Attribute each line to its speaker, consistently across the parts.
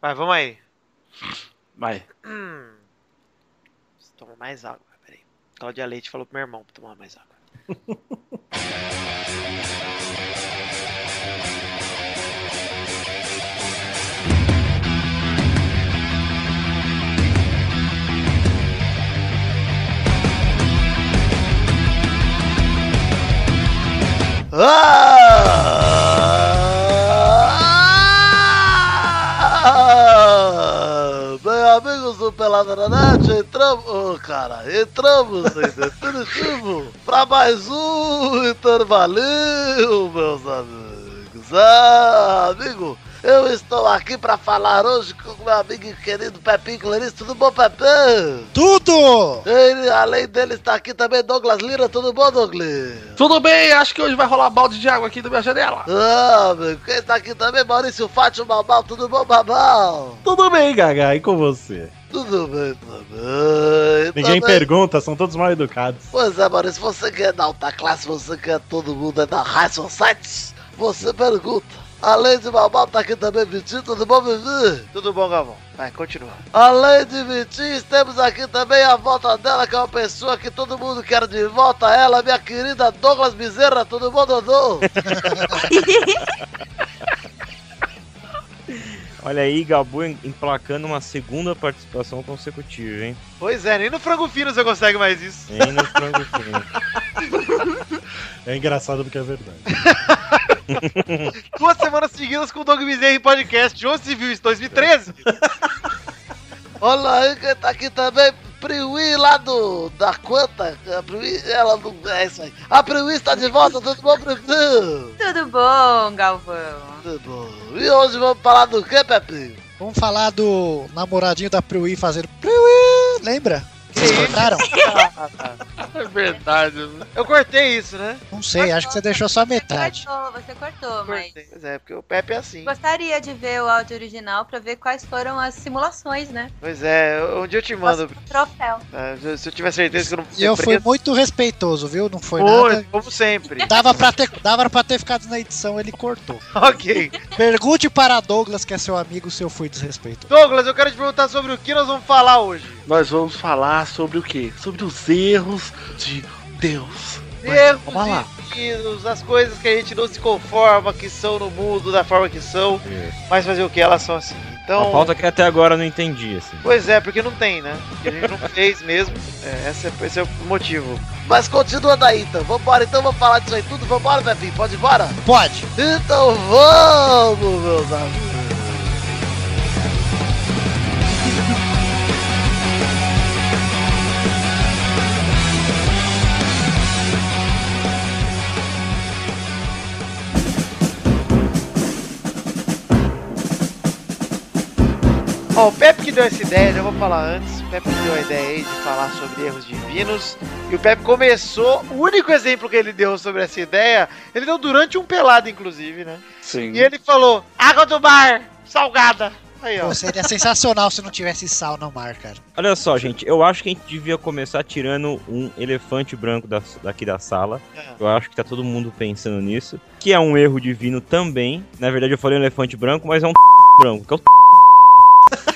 Speaker 1: Vai, vamos aí.
Speaker 2: Vai.
Speaker 1: Hum. Preciso tomar mais água, peraí. Cláudia Leite falou pro meu irmão pra tomar mais água.
Speaker 3: Ah! Bem, amigos do Pelada na Net, entramos, Ô, cara, entramos em definitivo para mais um intervalinho, meus amigos. Ah, amigo, eu estou aqui para falar hoje com o meu amigo e querido Pepinho Clarice. Tudo bom, Pepinho?
Speaker 2: Tudo!
Speaker 3: Ele, além dele, está aqui também Douglas Lira. Tudo bom, Douglas?
Speaker 2: Tudo bem, acho que hoje vai rolar balde de água aqui da minha janela.
Speaker 3: Ah, meu, quem tá aqui também, Maurício Fátio Babal, tudo bom, Babal?
Speaker 4: Tudo bem, Gaga, e com você?
Speaker 3: Tudo bem também.
Speaker 4: Ninguém
Speaker 3: também.
Speaker 4: pergunta, são todos mal educados.
Speaker 3: Pois é, Maurício, você quer da alta classe, você quer todo mundo é da Raison Sites, você pergunta. Além de Babal, tá aqui também Vitinho, tudo bom, Vivi?
Speaker 1: Tudo bom, Galvão? Vai, continua.
Speaker 3: Além de Vitinho, temos aqui também a volta dela, que é uma pessoa que todo mundo quer de volta, ela, minha querida Douglas Bezerra, tudo bom, Dodô?
Speaker 5: Olha aí, Gabu em- emplacando uma segunda participação consecutiva, hein?
Speaker 1: Pois é, nem no Frango Fino você consegue mais isso.
Speaker 5: Nem no frango fino.
Speaker 4: É engraçado porque é verdade.
Speaker 1: Duas semanas seguidas com o Doug Bezerra em podcast, onde se viu isso? 2013?
Speaker 3: Olha aí quem tá aqui também, Priwi lá do. da Quanta. A Priwi, ela não. É isso aí. A Priwi está de volta, tudo bom, Priwi?
Speaker 6: Tudo bom, Galvão?
Speaker 3: Tudo bom. E hoje vamos falar do que, Pepinho?
Speaker 7: Vamos falar do namoradinho da Priui fazendo Priui, lembra? Vocês cortaram?
Speaker 1: É verdade. Eu cortei isso, né?
Speaker 7: Não sei, acho que você deixou só a
Speaker 6: Você
Speaker 7: metade.
Speaker 6: cortou, você cortou, mas.
Speaker 1: Cortei. Pois é, porque o Pepe é assim.
Speaker 6: Gostaria de ver o áudio original pra ver quais foram as simulações, né?
Speaker 1: Pois é, onde eu te mando?
Speaker 6: Nosso troféu.
Speaker 1: tá? Se eu- se eu tiver certeza que eu não
Speaker 7: E eu fui muito né? Tá. respeitoso, viu? Não foi
Speaker 1: Foi,
Speaker 7: nada.
Speaker 1: como sempre.
Speaker 7: Dava pra, ter, dava pra ter ficado na edição, ele cortou.
Speaker 1: ok.
Speaker 7: Pergunte para Douglas, que é seu amigo, se eu fui desrespeitoso.
Speaker 1: Douglas, eu quero te perguntar sobre o que nós vamos falar hoje.
Speaker 2: Nós vamos falar sobre o quê? Sobre os erros de Deus.
Speaker 1: Erros
Speaker 2: vamos lá.
Speaker 1: e ensinos, as coisas que a gente não se conforma, que são no mundo da forma que são, mas fazer o que? Elas são assim.
Speaker 5: Uma
Speaker 1: Então,
Speaker 5: pauta que até agora eu não entendi, assim.
Speaker 1: pois é, porque não tem, né? A gente não fez mesmo. É, esse, é, esse é o motivo.
Speaker 3: Mas continua daí então. Vambora, então vamos falar disso aí tudo. Vambora, Pepinho, pode ir embora?
Speaker 7: Pode!
Speaker 3: Então vamos, meus amigos.
Speaker 1: Ó, o Pepe que deu essa ideia, já vou falar antes. O Pepe deu a ideia aí de falar sobre erros divinos. E o Pepe começou, o único exemplo que ele deu sobre essa ideia, ele deu durante um pelado, inclusive, né?
Speaker 2: Sim.
Speaker 1: E ele falou: água do mar, salgada. Aí, ó.
Speaker 7: Pô, seria sensacional se não tivesse sal no mar, cara.
Speaker 5: Olha só, gente, eu acho que a gente devia começar tirando um elefante branco da- daqui da sala.
Speaker 1: É.
Speaker 5: Eu acho que tá todo mundo pensando nisso. Que é um erro divino também. Na verdade, eu falei um elefante branco, mas é um branco. Que é o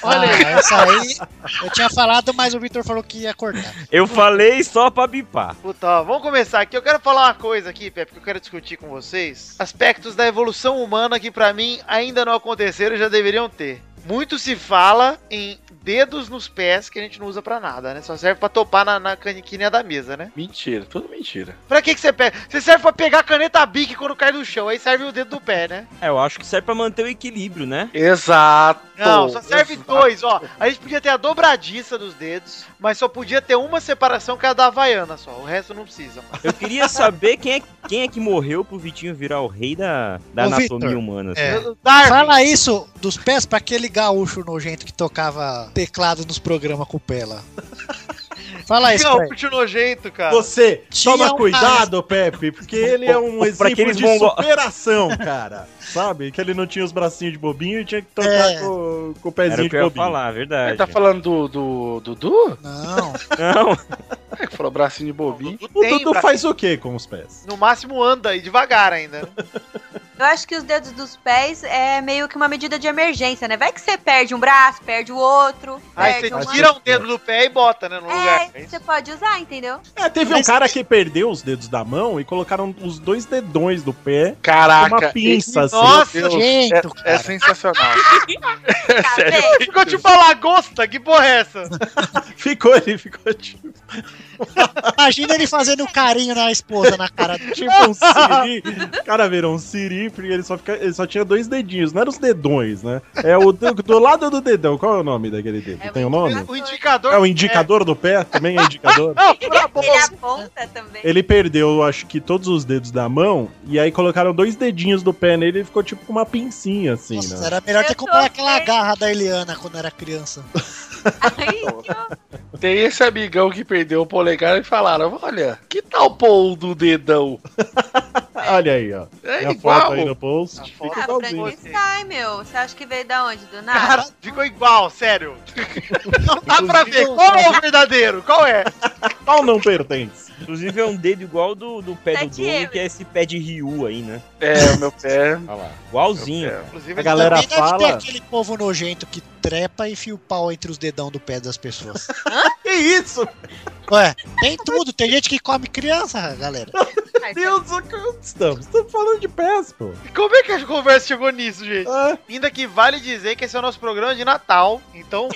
Speaker 7: Olha, Ah, essa aí eu tinha falado, mas o Victor falou que ia cortar.
Speaker 5: Eu falei só pra bipar.
Speaker 1: Puta, ó, vamos começar aqui. Eu quero falar uma coisa aqui, Pepe, que eu quero discutir com vocês. Aspectos da evolução humana que pra mim ainda não aconteceram e já deveriam ter. Muito se fala em dedos nos pés que a gente não usa pra nada, né? Só serve pra topar na, na caniquinha da mesa, né?
Speaker 2: Mentira, tudo mentira.
Speaker 1: Pra que que você pega? Você serve pra pegar a caneta bique quando cai no chão, aí serve o dedo do pé, né?
Speaker 5: É, eu acho que serve pra manter o equilíbrio, né?
Speaker 2: Exato.
Speaker 1: Não, só serve
Speaker 2: exato.
Speaker 1: dois, ó. A gente podia ter a dobradiça dos dedos, mas só podia ter uma separação que é a da Havaiana só. O resto não precisa.
Speaker 5: Eu queria saber quem é, quem é que morreu pro Vitinho virar o rei da, da
Speaker 7: Ô,
Speaker 5: anatomia
Speaker 7: Victor,
Speaker 5: humana.
Speaker 7: É.
Speaker 5: assim.
Speaker 1: Darwin,
Speaker 7: Fala isso dos pés pra aquele gaúcho nojento que tocava teclado nos programas com o pé lá. Fala isso, pra ele.
Speaker 1: Gaúcho nojento, cara.
Speaker 4: Você,
Speaker 7: Tinha
Speaker 4: toma
Speaker 7: um
Speaker 4: cuidado, Pepe, porque ele é um
Speaker 5: Pra
Speaker 4: exemplo
Speaker 5: aqueles
Speaker 4: de
Speaker 5: mongo-
Speaker 4: superação, cara. Sabe? Que ele não tinha os bracinhos de bobinho e tinha que tocar
Speaker 7: É.
Speaker 4: com, com o
Speaker 5: Era
Speaker 4: pezinho
Speaker 5: o que
Speaker 4: de
Speaker 5: eu ia
Speaker 4: bobinho.
Speaker 5: falar,
Speaker 2: Ele
Speaker 5: a Ah, verdade.
Speaker 2: tá falando do do Dudu?
Speaker 7: Não,
Speaker 5: Não,
Speaker 2: É que falou bracinho de bobinho.
Speaker 4: O
Speaker 1: Tem
Speaker 4: Dudu
Speaker 1: pra-
Speaker 4: faz o quê com os pés?
Speaker 1: No máximo anda e devagar ainda. né?
Speaker 6: Eu acho que os dedos dos pés é meio que uma medida de emergência, né? Vai que você perde um braço, perde o outro.
Speaker 1: Aí
Speaker 6: perde
Speaker 1: você
Speaker 6: uma-
Speaker 1: tira um dedo do pé e bota, né, no lugar.
Speaker 6: É, você pode usar, entendeu?
Speaker 4: É, teve um cara que perdeu os dedos da mão e colocaram os dois dedões do pé com
Speaker 2: Caraca,
Speaker 4: uma pinça, assim.
Speaker 1: Nossa,
Speaker 2: Deus.
Speaker 7: Jeito,
Speaker 2: é
Speaker 7: cara.
Speaker 2: sensacional.
Speaker 6: Tá vendo?
Speaker 1: ficou tipo uma lagosta, que porra é essa?
Speaker 4: Ficou ele,
Speaker 2: assim-
Speaker 4: ficou tipo,
Speaker 7: Imagina ele fazendo um carinho na esposa na cara do
Speaker 4: tipo um siri. O cara virou um siri, porque ele só, fica- ele só tinha dois dedinhos, não eram os dedões, né? É o do, do lado do dedão. Qual é o nome daquele dedo?
Speaker 6: É o
Speaker 4: Tem o nome?
Speaker 1: O indicador.
Speaker 4: É o indicador do pé? Também é indicador?
Speaker 1: Não, pra bom.
Speaker 6: Ele aponta também.
Speaker 4: Ele perdeu, acho que todos os dedos da mão, e aí colocaram dois dedinhos do pé nele e ficou tipo com uma pincinha, assim,
Speaker 7: Nossa,
Speaker 4: né?
Speaker 7: era melhor ter
Speaker 6: Eu tô
Speaker 7: comprado aquela
Speaker 6: bem.
Speaker 7: garra da Eliana quando era criança.
Speaker 6: Aí,
Speaker 2: Tem esse amigão que perdeu o polegar e falaram: olha, que tal pôr o do dedão?
Speaker 4: Olha aí, ó.
Speaker 2: É
Speaker 4: Tem a
Speaker 2: igual.
Speaker 4: foto aí no post.
Speaker 1: A
Speaker 4: Fica
Speaker 1: foto.
Speaker 6: ah,
Speaker 4: igualzinho.
Speaker 6: Frankenstein, meu. Você acha que veio da onde? Do nada?
Speaker 1: Cara, ficou igual, sério. Não dá pra ver qual é o verdadeiro, qual é?
Speaker 4: Qual não pertence?
Speaker 5: Inclusive é um dedo igual do, do pé
Speaker 6: Pé
Speaker 5: do
Speaker 6: de
Speaker 5: Doug,
Speaker 6: Evelyn.
Speaker 5: que é esse pé de Ryu aí, né?
Speaker 2: É, o meu pé.
Speaker 5: Olha lá. Igualzinho.
Speaker 2: Meu pé.
Speaker 1: Inclusive,
Speaker 4: A galera
Speaker 7: Também deve ter
Speaker 4: fala.
Speaker 7: aquele povo nojento que trepa e fia o pau entre os dedão do pé das pessoas.
Speaker 4: Que isso?
Speaker 7: Ué, tem tudo. Tem gente que come criança, galera.
Speaker 6: Ai,
Speaker 4: Deus, onde estamos? Estamos falando de pés, pô.
Speaker 1: tá. Como é que a conversa chegou nisso, gente?
Speaker 4: Ah,
Speaker 1: Ainda que vale dizer que esse é o nosso programa de Natal. Então,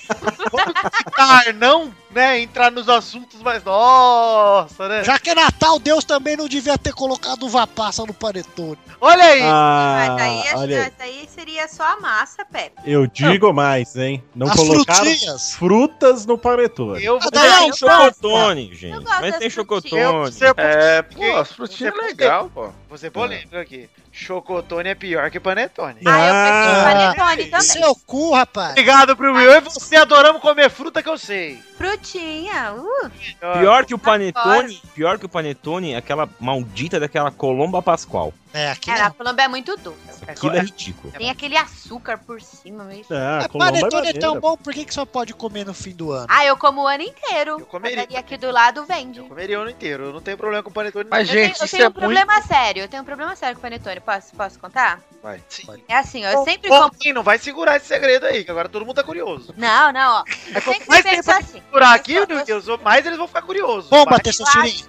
Speaker 1: quando citar, não, né, entrar nos assuntos mais. Nossa, né?
Speaker 7: Já que é Natal, Deus também não devia ter colocado uva passa no panetone.
Speaker 1: Olha aí!
Speaker 6: Mas aí, acho que
Speaker 4: Ah, olha aí.
Speaker 6: essa aí seria só a massa, Pepe.
Speaker 4: Eu digo mais, hein? Não
Speaker 7: As
Speaker 4: colocaram
Speaker 7: frutinhas.
Speaker 4: frutas no paletone.
Speaker 1: eu vou.
Speaker 7: Cada
Speaker 5: Mas
Speaker 7: um
Speaker 5: tem chocotone,
Speaker 6: Eu
Speaker 5: gente.
Speaker 6: gosto
Speaker 5: Mas tem
Speaker 6: dessa
Speaker 1: Eu,
Speaker 5: chocotone.
Speaker 1: ser,
Speaker 2: É, pô, as frutinhas é
Speaker 1: Você-
Speaker 2: legal, pô.
Speaker 1: você
Speaker 4: Ah.
Speaker 1: polêmico aqui. Chocotone é pior que panetone.
Speaker 6: Ah, eu
Speaker 7: Ah,
Speaker 6: pensei em panetone também.
Speaker 7: Seu cu, rapaz.
Speaker 1: Obrigado pro Will. Eu e você adoramos comer fruta que eu sei.
Speaker 6: Frutinha, uh,
Speaker 5: Pior que o panetone, pior que o panetone, é aquela maldita daquela colomba pascual.
Speaker 7: É, aqui
Speaker 6: cara,
Speaker 7: não.
Speaker 6: a colomba é muito doce.
Speaker 5: Aquilo é ridículo.
Speaker 6: Tem aquele açúcar por cima mesmo.
Speaker 4: Ah,
Speaker 7: Ah,
Speaker 4: Colombo é
Speaker 7: panetone é tão
Speaker 4: maneira.
Speaker 7: bom, por que, que só pode comer no fim do ano?
Speaker 6: Ah, eu como o ano inteiro.
Speaker 1: Eu comeria.
Speaker 6: Padaria aqui do lado vende.
Speaker 1: Eu comeria o ano inteiro. Eu não tenho problema com panetone.
Speaker 2: Mas,
Speaker 6: Eu tenho-
Speaker 2: gente,
Speaker 6: eu
Speaker 2: isso
Speaker 6: tenho
Speaker 2: é
Speaker 6: um
Speaker 2: muito.
Speaker 6: problema sério, eu tenho um problema sério com o panetone, posso, posso contar?
Speaker 2: Vai.
Speaker 6: É assim, ó, eu sempre
Speaker 1: Ô,
Speaker 6: como...
Speaker 1: Kim, não vai segurar esse segredo aí, que agora todo mundo tá curioso.
Speaker 6: Não, não, ó,
Speaker 2: É
Speaker 6: eu
Speaker 1: quanto
Speaker 6: sempre
Speaker 1: mais
Speaker 6: penso
Speaker 1: tempo-
Speaker 6: assim.
Speaker 1: Segurar aqui,
Speaker 6: Eu só-
Speaker 1: meu Deus, mais eles vão ficar curiosos.
Speaker 7: Bom,
Speaker 1: Vai.
Speaker 7: bater seu sirinho.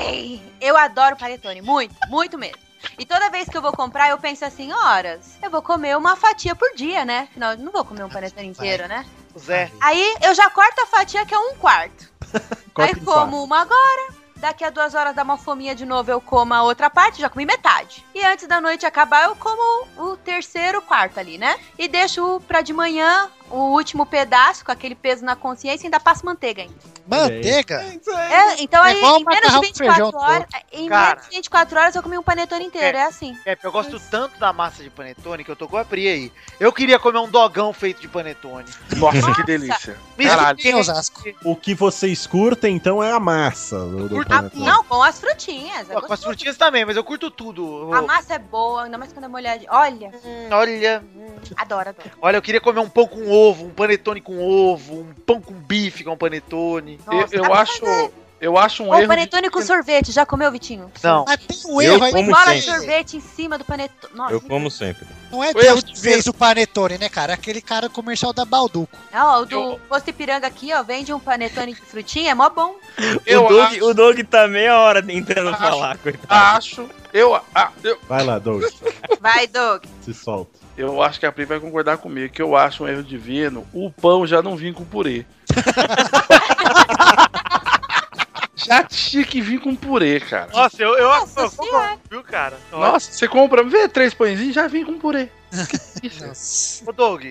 Speaker 6: Ei, Eu adoro panetone, muito, muito mesmo. E toda vez que eu vou comprar, eu penso assim, horas, eu vou comer uma fatia por dia, né? Afinal, eu não vou comer um panetone inteiro, né?
Speaker 1: Zé,
Speaker 6: Aí eu já corto a fatia que é um quarto.
Speaker 4: Corta
Speaker 6: Aí
Speaker 4: em
Speaker 6: como uma agora, daqui a duas horas dá uma fominha de novo, eu como a outra parte, já comi metade. E antes da noite acabar, eu como o terceiro quarto ali, né? E deixo pra de manhã o último pedaço, com aquele peso na consciência, e ainda passo manteiga ainda.
Speaker 7: Manteiga?
Speaker 6: É, então
Speaker 7: É
Speaker 6: aí,
Speaker 7: igual
Speaker 6: em menos de
Speaker 7: macarrão com
Speaker 6: 24
Speaker 7: feijão
Speaker 6: horas, é, em
Speaker 1: Cara.
Speaker 6: menos de 24 horas eu comi um panetone inteiro, é, assim.
Speaker 1: Pepe, eu gosto tanto da massa de panetone que eu tô com a Pri aí. Eu queria comer um dogão feito de panetone.
Speaker 2: Nossa, que delícia.
Speaker 1: Me
Speaker 2: Caralho.
Speaker 7: Em Osasco.
Speaker 4: O que vocês curtem, então, é a massa. Do, do
Speaker 1: Curto
Speaker 6: Ah,
Speaker 4: panetone.
Speaker 6: não, com as frutinhas. é
Speaker 1: Com as
Speaker 6: gostoso.
Speaker 1: frutinhas também, mas eu curto tudo.
Speaker 6: A massa é boa, ainda mais quando é molhadinha. Olha,
Speaker 1: Hum, olha,
Speaker 6: adoro, adoro.
Speaker 1: olha, eu queria comer um pão com ovo, um panetone com ovo, um pão com bife com panetone.
Speaker 2: Eu,
Speaker 6: Nossa,
Speaker 2: eu
Speaker 6: dá pra
Speaker 2: acho.
Speaker 6: fazer.
Speaker 2: Eu acho um
Speaker 6: Ou
Speaker 2: erro.
Speaker 6: panetone com sorvete, já comeu, Vitinho?
Speaker 1: Não.
Speaker 7: Mas tem um erro aí.
Speaker 5: como
Speaker 7: não
Speaker 6: Bola
Speaker 7: é-
Speaker 6: de sorvete em cima do panetone. Nossa,
Speaker 5: Eu como sempre.
Speaker 7: Não é
Speaker 2: O erro
Speaker 7: Deus
Speaker 2: de
Speaker 7: que fez o panetone, né, cara? É Aquele cara comercial da Balduco.
Speaker 6: Não, o do Posto Ipiranga aqui, ó, vende um panetone de frutinha, é mó bom.
Speaker 2: Eu
Speaker 5: o, Doug,
Speaker 2: acho-
Speaker 5: o Doug tá meia hora tentando
Speaker 2: Acho-
Speaker 5: falar, coitado.
Speaker 2: Acho. Eu, ah, eu,
Speaker 4: Vai lá, Doug.
Speaker 6: Vai, Doug.
Speaker 4: Se solta.
Speaker 2: eu acho que a Pri vai concordar comigo que eu acho um erro divino. O pão já não vim com purê. já tinha que vir com purê, cara.
Speaker 1: Nossa, eu, eu,
Speaker 6: Nossa
Speaker 1: eu
Speaker 6: senhora.
Speaker 1: concordo, viu, cara?
Speaker 2: Nossa, você compra, vê três pãezinhos, já vem com purê. Isso.
Speaker 7: Nossa.
Speaker 1: Ô, Doug,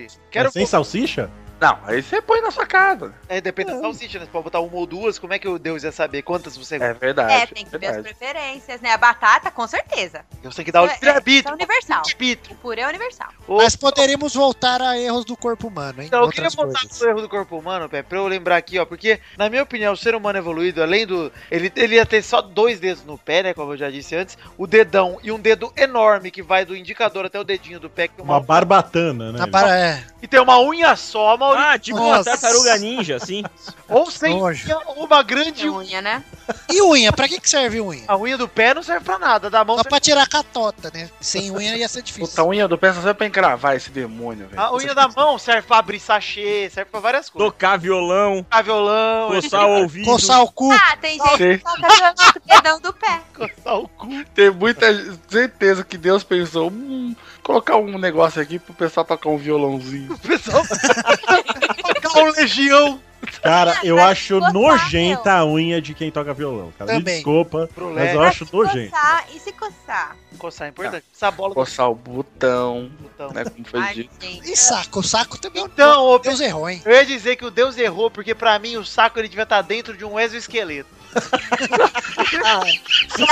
Speaker 7: É
Speaker 1: quero.
Speaker 4: Mas É sem salsicha?
Speaker 2: Não, aí você põe na sua casa.
Speaker 1: É, depende da salsicha, né? Você pode botar uma ou duas, como é que o Deus ia saber quantas você gosta?
Speaker 2: É verdade.
Speaker 6: É, tem que ver as
Speaker 2: verdade.
Speaker 6: preferências, né? A batata, com certeza.
Speaker 1: Deus tem que dar o
Speaker 6: É, é, É
Speaker 1: livre-arbítrio.
Speaker 6: universal.
Speaker 1: Arbítrio.
Speaker 6: O purê é universal.
Speaker 1: Ô,
Speaker 7: Mas poderemos voltar a erros do corpo humano, hein?
Speaker 1: Então, eu queria
Speaker 7: Outras
Speaker 1: voltar
Speaker 7: coisas.
Speaker 1: pro erro do corpo humano, Pepe, pra eu lembrar aqui, ó, porque, na minha opinião, o ser humano evoluído, além do. Ele, ele ia ter só dois dedos no pé, né? Como eu já disse antes, o dedão e um dedo enorme que vai do indicador até o dedinho do pé, que é
Speaker 4: Uma
Speaker 1: uma,
Speaker 4: barbatana, né?
Speaker 7: Na para- é,
Speaker 1: e tem uma unha só, Maurício.
Speaker 5: Ah, tipo uma
Speaker 7: Nossa.
Speaker 5: tartaruga ninja, assim.
Speaker 1: Ou sem
Speaker 7: nojo.
Speaker 1: unha, ou uma grande
Speaker 6: De
Speaker 1: unha.
Speaker 6: unha, né?
Speaker 7: E unha? Pra que, que serve unha?
Speaker 1: A unha do pé não serve pra nada, da mão
Speaker 7: Só
Speaker 1: serve-
Speaker 7: pra tirar catota, né? Sem unha ia ser difícil.
Speaker 2: Puta, a unha do pé só serve pra encravar esse demônio, velho.
Speaker 1: A unha da mão serve pra abrir sachê, serve pra várias coisas.
Speaker 5: Tocar violão,
Speaker 1: Tocar violão,
Speaker 5: coçar o ouvido.
Speaker 7: Coçar o cu.
Speaker 6: Ah, tem gente
Speaker 2: Sim.
Speaker 6: que toca violão com o dedão do pé.
Speaker 1: coçar o cu.
Speaker 2: Tem muita certeza que Deus pensou, hum, colocar um negócio aqui pro pessoal tocar um violãozinho.
Speaker 1: O pessoal tocar um legião. Ah,
Speaker 4: Cara, eu
Speaker 6: Vai
Speaker 4: acho
Speaker 6: coçar,
Speaker 4: nojenta a unha de quem toca violão, cara. Me
Speaker 7: Também.
Speaker 4: desculpa, mas eu
Speaker 1: Brulé.
Speaker 6: Pra
Speaker 4: acho
Speaker 6: se
Speaker 4: nojento.
Speaker 6: coçar e se coçar.
Speaker 1: Coçar é importante. Essa bola do
Speaker 2: Coçar o botão,
Speaker 1: botão.
Speaker 2: né, como foi
Speaker 6: Ai,
Speaker 2: dito.
Speaker 6: gente.
Speaker 7: E saco. O saco também.
Speaker 1: Então, ô,
Speaker 7: Deus errou, hein?
Speaker 1: eu ia dizer que o Deus errou, porque pra mim o saco ele devia estar dentro de um exoesqueleto.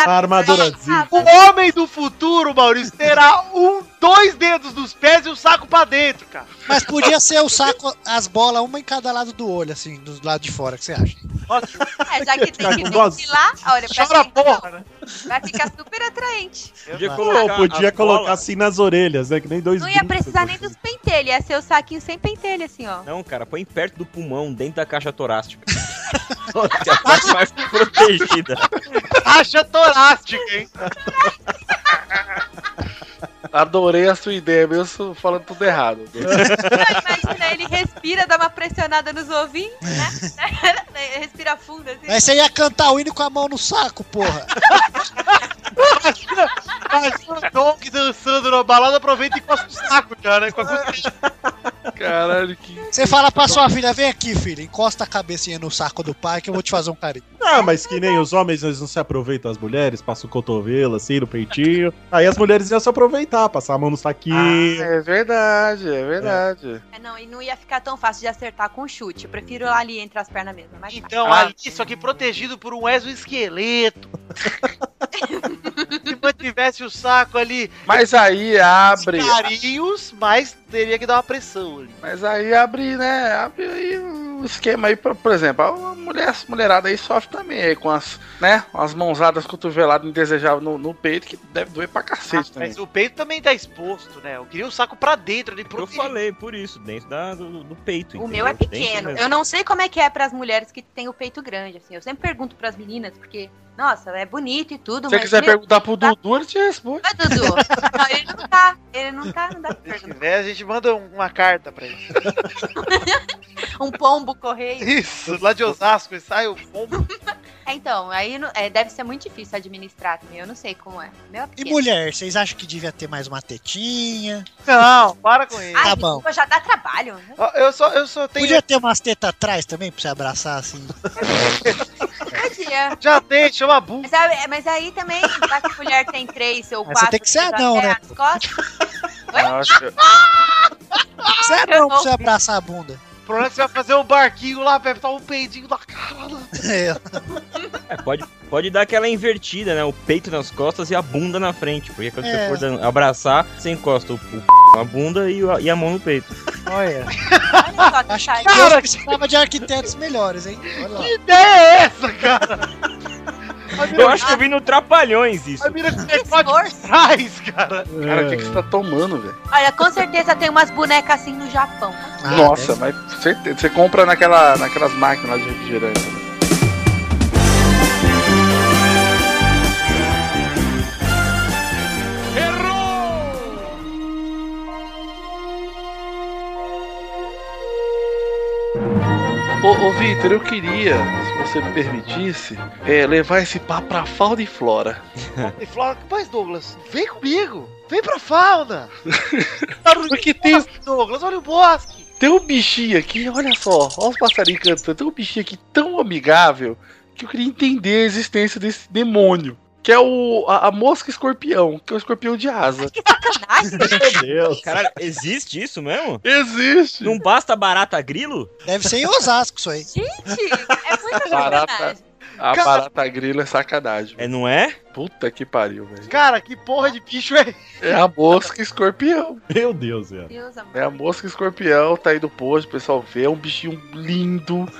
Speaker 4: A armadura zip.
Speaker 1: O homem do futuro, Maurício, terá um, dois dedos dos pés e o saco pra dentro, cara.
Speaker 7: Mas podia ser o saco, as bolas, uma em cada lado do olho, assim, do lado de fora, o que você acha?
Speaker 6: É, já que tem
Speaker 4: Tá
Speaker 6: que
Speaker 4: com dose.
Speaker 6: ventilar, olha, pra
Speaker 1: Chora
Speaker 6: quem-
Speaker 1: porra, né?
Speaker 6: vai ficar super atraente.
Speaker 5: Podia
Speaker 4: Pô, podia
Speaker 5: as
Speaker 4: colocar
Speaker 5: bolas-
Speaker 4: assim nas orelhas, né? Que nem dois
Speaker 6: Não ia
Speaker 4: brincos,
Speaker 6: precisar nem
Speaker 4: assim.
Speaker 6: dos pentelhos, ia ser o saquinho sem pentelho, assim, ó.
Speaker 5: Não, cara, põe perto do pulmão, dentro da caixa torácica. que é a parte mais protegida.
Speaker 1: Acha torácica, hein?
Speaker 2: Adorei a sua ideia, mas eu sou falando tudo errado.
Speaker 6: Não, imagina, ele respira, dá uma pressionada nos ovinhos, né? respira fundo, assim.
Speaker 7: Aí você ia cantar o hino com a mão no saco, porra.
Speaker 1: Imagina o Doug dançando na balada, aproveita e coça o saco já, né? Com a
Speaker 2: Ah.
Speaker 1: costela.
Speaker 2: Caralho, que...
Speaker 7: Você fala pra sua filha, vem aqui, filha, encosta a cabecinha no saco do pai que eu vou te fazer um carinho.
Speaker 4: Ah, mas que nem os homens, eles não se aproveitam das mulheres, passam o cotovelo assim no peitinho. Aí as mulheres iam se aproveitar, passar a mão no saquinho.
Speaker 2: É verdade, é verdade.
Speaker 6: É, Não, e não ia ficar tão fácil de acertar com chute. Eu prefiro ali entre as pernas mesmo. é Mais fácil.
Speaker 1: Então,
Speaker 2: Ah.
Speaker 1: ali, só que protegido por um exoesqueleto. Se mantivesse o saco ali
Speaker 2: Mas aí abre,
Speaker 1: carinhos, mas teria que dar uma pressão ali.
Speaker 2: mas aí abre, né, abre aí um esquema aí, pra- por exemplo, a mulher, a mulherada aí sofre também, aí com as, né, as mãozadas cotoveladas indesejáveis no, no peito, que deve doer pra cacete também.
Speaker 1: Ah, mas o peito também tá exposto, né? Eu queria um saco pra dentro ali,
Speaker 5: Eu
Speaker 1: protegido.
Speaker 5: falei, por isso, dentro da- do, do peito.
Speaker 6: O
Speaker 5: entendeu?
Speaker 6: meu é
Speaker 5: Dentro
Speaker 6: pequeno.
Speaker 5: mesmo.
Speaker 6: Eu não sei como é que é pras mulheres que têm o peito grande, assim. Eu sempre pergunto pras meninas, porque, nossa, é bonito e tudo,
Speaker 2: Se você
Speaker 6: mas.
Speaker 2: quiser
Speaker 6: meu-
Speaker 2: perguntar pro Dudu, ele te responde.
Speaker 6: Mas, Dudu, não, ele não tá. Ele não tá, não dá pra
Speaker 1: Se
Speaker 6: perguntar.
Speaker 1: tiver, a gente manda um- uma carta pra ele.
Speaker 6: Um pombo correio.
Speaker 1: Isso, lá de Osasco, sai o pombo.
Speaker 6: É, então, aí não- é, deve ser muito difícil administrar também. Eu não sei como é. O Meu é
Speaker 7: E
Speaker 6: pequeno.
Speaker 7: mulher, vocês acham que devia ter mais uma tetinha?
Speaker 1: Não, para com isso.
Speaker 6: Ai,
Speaker 7: Tá bom.
Speaker 6: desculpa, já dá trabalho. né?
Speaker 1: Ó, Eu só, eu só tenho.
Speaker 7: Podia ter umas tetas atrás também pra você abraçar assim?
Speaker 6: Podia.
Speaker 1: Já
Speaker 7: um-
Speaker 1: tem, chama Bu.
Speaker 6: Mas, aí- mas aí também, já que mulher tem três ou
Speaker 7: Aí você
Speaker 6: quatro.
Speaker 7: tem que ser
Speaker 6: já
Speaker 7: anão,
Speaker 6: até
Speaker 7: né?
Speaker 6: as costas,
Speaker 2: Eu acho-
Speaker 6: não
Speaker 7: Sério, não, é pra você abraçar a bunda.
Speaker 1: O problema é que você vai fazer um barquinho lá, vai botar um peidinho na cara. né?
Speaker 7: É,
Speaker 5: É, pode, pode dar aquela invertida, né? O peito nas costas e a bunda na frente. Porque quando
Speaker 7: É.
Speaker 5: você for dan- abraçar, você encosta o, o p na bunda e, o- e a mão no peito.
Speaker 7: olha.
Speaker 6: olha só que
Speaker 7: Acho
Speaker 6: sai.
Speaker 7: que Deus precisava de arquitetos melhores, hein? Olha lá.
Speaker 1: Que ideia é essa, cara? A
Speaker 5: Eu
Speaker 1: mina,
Speaker 5: acho que eu vi no Trapalhões isso.
Speaker 1: a mina com
Speaker 6: Que
Speaker 1: decote por
Speaker 6: esforço.
Speaker 1: trás, cara.
Speaker 2: Cara, o
Speaker 4: É.
Speaker 2: que, que você tá tomando, velho?
Speaker 6: Olha, com certeza tem umas bonecas assim no Japão.
Speaker 7: Ah,
Speaker 2: Nossa, mas certeza, você compra naquela, naquelas máquinas lá de refrigerante. né? Ô, ô Vitor, eu queria, se você me permitisse, é, levar esse papo pra Fauna e Flora.
Speaker 1: E fala, mas Douglas, vem comigo. Vem pra fauna. Tá no
Speaker 2: Porque tem,
Speaker 1: Douglas, olha o bosque.
Speaker 2: tem um bichinho aqui, olha só, olha os passarinhos cantando, tem um bichinho aqui tão amigável que eu queria entender a existência desse demônio. Que é o, a, a mosca escorpião, que é o escorpião de asa.
Speaker 6: Sacanagem.
Speaker 4: Meu Deus.
Speaker 5: Caralho, existe isso mesmo?
Speaker 2: Existe!
Speaker 5: Não basta barata grilo?
Speaker 7: Deve ser em Osasco isso aí.
Speaker 6: Gente, é muito
Speaker 2: Barata.
Speaker 6: sacanagem.
Speaker 2: A
Speaker 1: Cara-
Speaker 2: barata grila é sacanagem.
Speaker 5: É, não é?
Speaker 2: Puta que pariu, velho.
Speaker 1: Cara, que porra de bicho é
Speaker 2: É a mosca escorpião.
Speaker 4: Meu Deus, velho.
Speaker 6: Deus, amor.
Speaker 2: É a mosca escorpião, tá aí no post, o pessoal vê, é um bichinho lindo.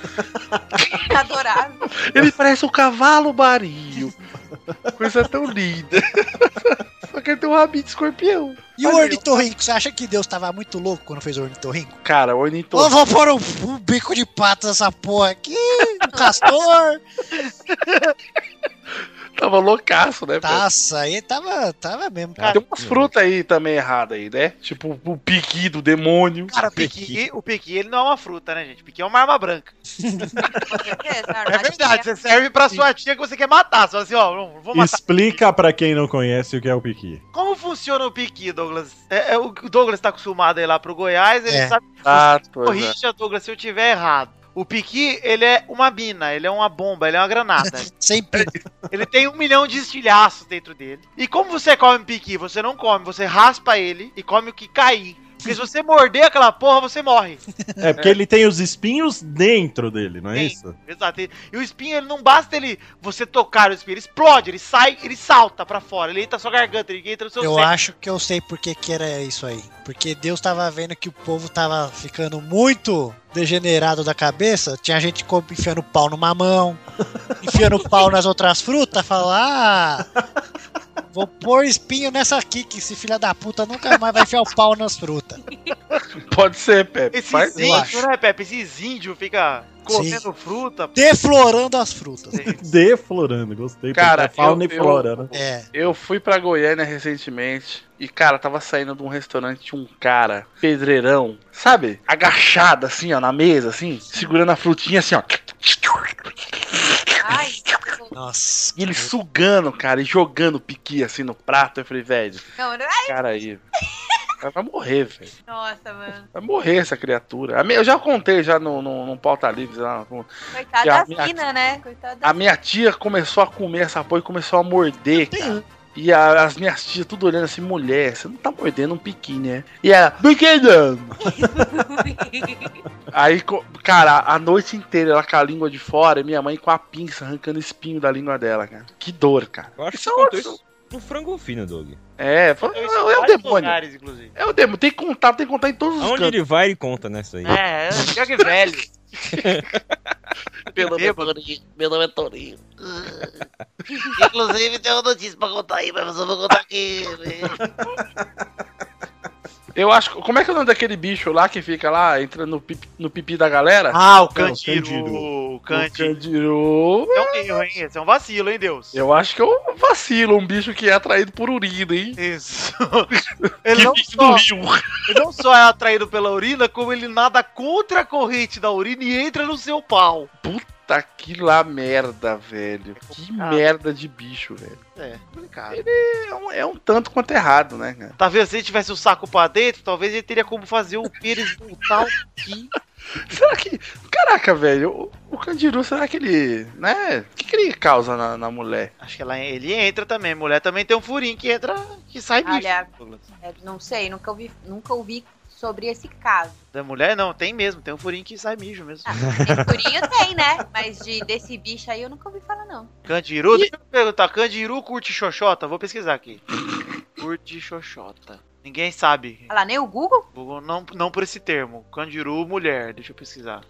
Speaker 6: Adorável.
Speaker 2: Ele parece um cavalo marinho. Coisa tão linda. Só que ele tem um rabinho de escorpião.
Speaker 7: E o ornitorrinco, você acha que Deus tava muito louco quando fez o ornitorrinco?
Speaker 2: Cara, o ornitorrinco.
Speaker 7: Ô, vou pôr um, um bico de pato nessa porra aqui, um castor.
Speaker 2: Tava loucaço, né? velho?
Speaker 7: Taça, aí tava, tava mesmo.
Speaker 1: Tá
Speaker 4: Tá
Speaker 1: assim, Cara,
Speaker 2: Tem
Speaker 4: assim.
Speaker 2: umas frutas aí também erradas aí, né? Tipo o piqui do demônio.
Speaker 1: Cara, o piqui, o piqui, ele não é uma fruta, né, gente? Piqui é uma arma branca.
Speaker 6: Com certeza, na
Speaker 1: É
Speaker 6: armadilha.
Speaker 1: verdade, você serve pra sua tia que você quer matar. Você fala assim, ó, não, vou
Speaker 4: É.
Speaker 1: matar.
Speaker 4: Explica pra quem não conhece o que é o piqui.
Speaker 1: Como funciona o piqui, Douglas? É, é, o o Douglas tá acostumado a ir lá pro Goiás, ele
Speaker 7: É.
Speaker 1: sabe.
Speaker 2: Exato, exato.
Speaker 1: Corrija, Douglas, se eu tiver errado. O piqui, ele é uma mina, ele é uma bomba, ele é uma granada.
Speaker 7: Sempre.
Speaker 1: ele tem um milhão de estilhaços dentro dele. E como você come piqui? Você não come, você raspa ele e come o que cair. Porque se você morder aquela porra, você morre.
Speaker 4: É porque ele tem os espinhos dentro dele, não é
Speaker 1: Sim.
Speaker 4: isso?
Speaker 1: Exato. E e o espinho, ele não basta ele você tocar o espinho, ele explode, ele sai, ele salta pra fora, ele entra na sua garganta, ele entra no seu
Speaker 7: Eu
Speaker 1: cérebro.
Speaker 7: acho que eu sei por que que era isso aí. Porque Deus tava vendo que o povo tava ficando muito degenerado da cabeça. Tinha gente co- enfiando pau no mamão, enfiando pau nas outras frutas. Falar, ah, vou pôr espinho nessa aqui, que esse filho da puta nunca mais vai enfiar o pau nas frutas.
Speaker 2: Pode ser, Pepe. Faz
Speaker 1: Esses
Speaker 2: um
Speaker 7: eu
Speaker 1: índios,
Speaker 7: acho.
Speaker 1: né, Pepe? Esses índios fica comendo fruta.
Speaker 7: Deflorando as frutas.
Speaker 4: Deflorando, gostei.
Speaker 2: Cara,
Speaker 4: porque é fauna
Speaker 2: eu-
Speaker 4: e flora, né?
Speaker 7: É.
Speaker 2: Eu fui pra Goiânia recentemente e, cara, tava saindo de um restaurante um cara, pedreirão, sabe? Agachado assim, ó, na mesa, assim, segurando a frutinha assim, ó.
Speaker 6: Ai,
Speaker 7: Nossa.
Speaker 2: E ele sugando, cara, e jogando piqui assim no prato. Eu falei, velho,
Speaker 6: não, não-
Speaker 2: cara aí. velho. O cara Vai morrer, velho.
Speaker 6: nossa, mano.
Speaker 2: Vai morrer essa criatura. A minha- eu já contei já no, no, no pauta livre. Lá, no-
Speaker 6: Coitada
Speaker 2: E a
Speaker 6: da
Speaker 2: minha-
Speaker 6: Fina, né? Coitada da
Speaker 2: a minha tia começou a comer essa porra e começou a morder, cara. E a- as minhas tias tudo olhando assim, mulher, você não tá mordendo um piqui, né? E ela, por que não? Aí, co- cara, a noite inteira ela com a língua de fora e minha mãe com a pinça arrancando espinho da língua dela, cara. Que dor, cara.
Speaker 5: Eu acho que
Speaker 2: Isso
Speaker 5: você
Speaker 2: é
Speaker 5: contou
Speaker 2: ótimo.
Speaker 5: isso no frango fino, Doug.
Speaker 2: É, foi-
Speaker 1: Eu
Speaker 2: é,
Speaker 1: em
Speaker 2: o
Speaker 1: vários
Speaker 2: demônio.
Speaker 1: lugares, inclusive.
Speaker 2: É o demônio. Tem que contar, tem que contar em todos os
Speaker 5: Aonde
Speaker 2: cantos.
Speaker 5: ele vai, ele conta nessa aí.
Speaker 1: É, pior que velho.
Speaker 3: Meu nome é
Speaker 1: Bêbado.
Speaker 3: Torinho. Meu nome é Torinho.
Speaker 1: Inclusive, tem uma notícia pra contar aí, mas eu vou contar aqui. né?
Speaker 2: Eu acho. que- Como é que é o nome daquele bicho lá que fica lá, entra no, pipi, no pipi da galera?
Speaker 1: Ah, o
Speaker 4: Cândido.
Speaker 1: Candiru. O
Speaker 2: O
Speaker 1: Candiru.
Speaker 2: Candiru.
Speaker 1: É um erro, hein? Esse é um vacilo, hein, Deus?
Speaker 2: Eu acho que é um vacilo, um bicho que é atraído por urina, hein?
Speaker 1: Isso. Ele
Speaker 2: que
Speaker 1: não, só,
Speaker 2: bicho rio.
Speaker 1: ele não só é atraído pela urina, como ele nada contra a corrente da urina e entra no seu pau.
Speaker 2: Tá que lá merda, velho. Que
Speaker 1: complicado.
Speaker 2: merda de bicho, velho.
Speaker 1: É, complicado.
Speaker 2: É um, é um tanto quanto errado, né, cara?
Speaker 1: Talvez se ele tivesse o saco pra dentro, talvez ele teria como fazer o Pires voltar o Kim.
Speaker 2: Será que. Caraca, velho, o, o Candiru, será que ele. né? O que, que ele causa na, na mulher?
Speaker 1: Acho que ela, ele entra também. Mulher também tem um furinho que entra, que sai bicho.
Speaker 6: Olha,
Speaker 1: Douglas.
Speaker 6: é, não sei, nunca ouvi, nunca ouvi sobre esse caso.
Speaker 1: Da mulher não, tem mesmo, tem um furinho que sai mijo mesmo.
Speaker 6: Ah, Venturinho tem, né? Mas de, desse bicho aí eu nunca ouvi falar, não.
Speaker 1: Candiru, deixa eu perguntar, Candiru curte xoxota? Vou pesquisar aqui. curte xoxota. Ninguém sabe.
Speaker 6: Olha lá, Tá nem o Google?
Speaker 1: Google Não, não por esse termo. Candiru, mulher. Deixa eu pesquisar.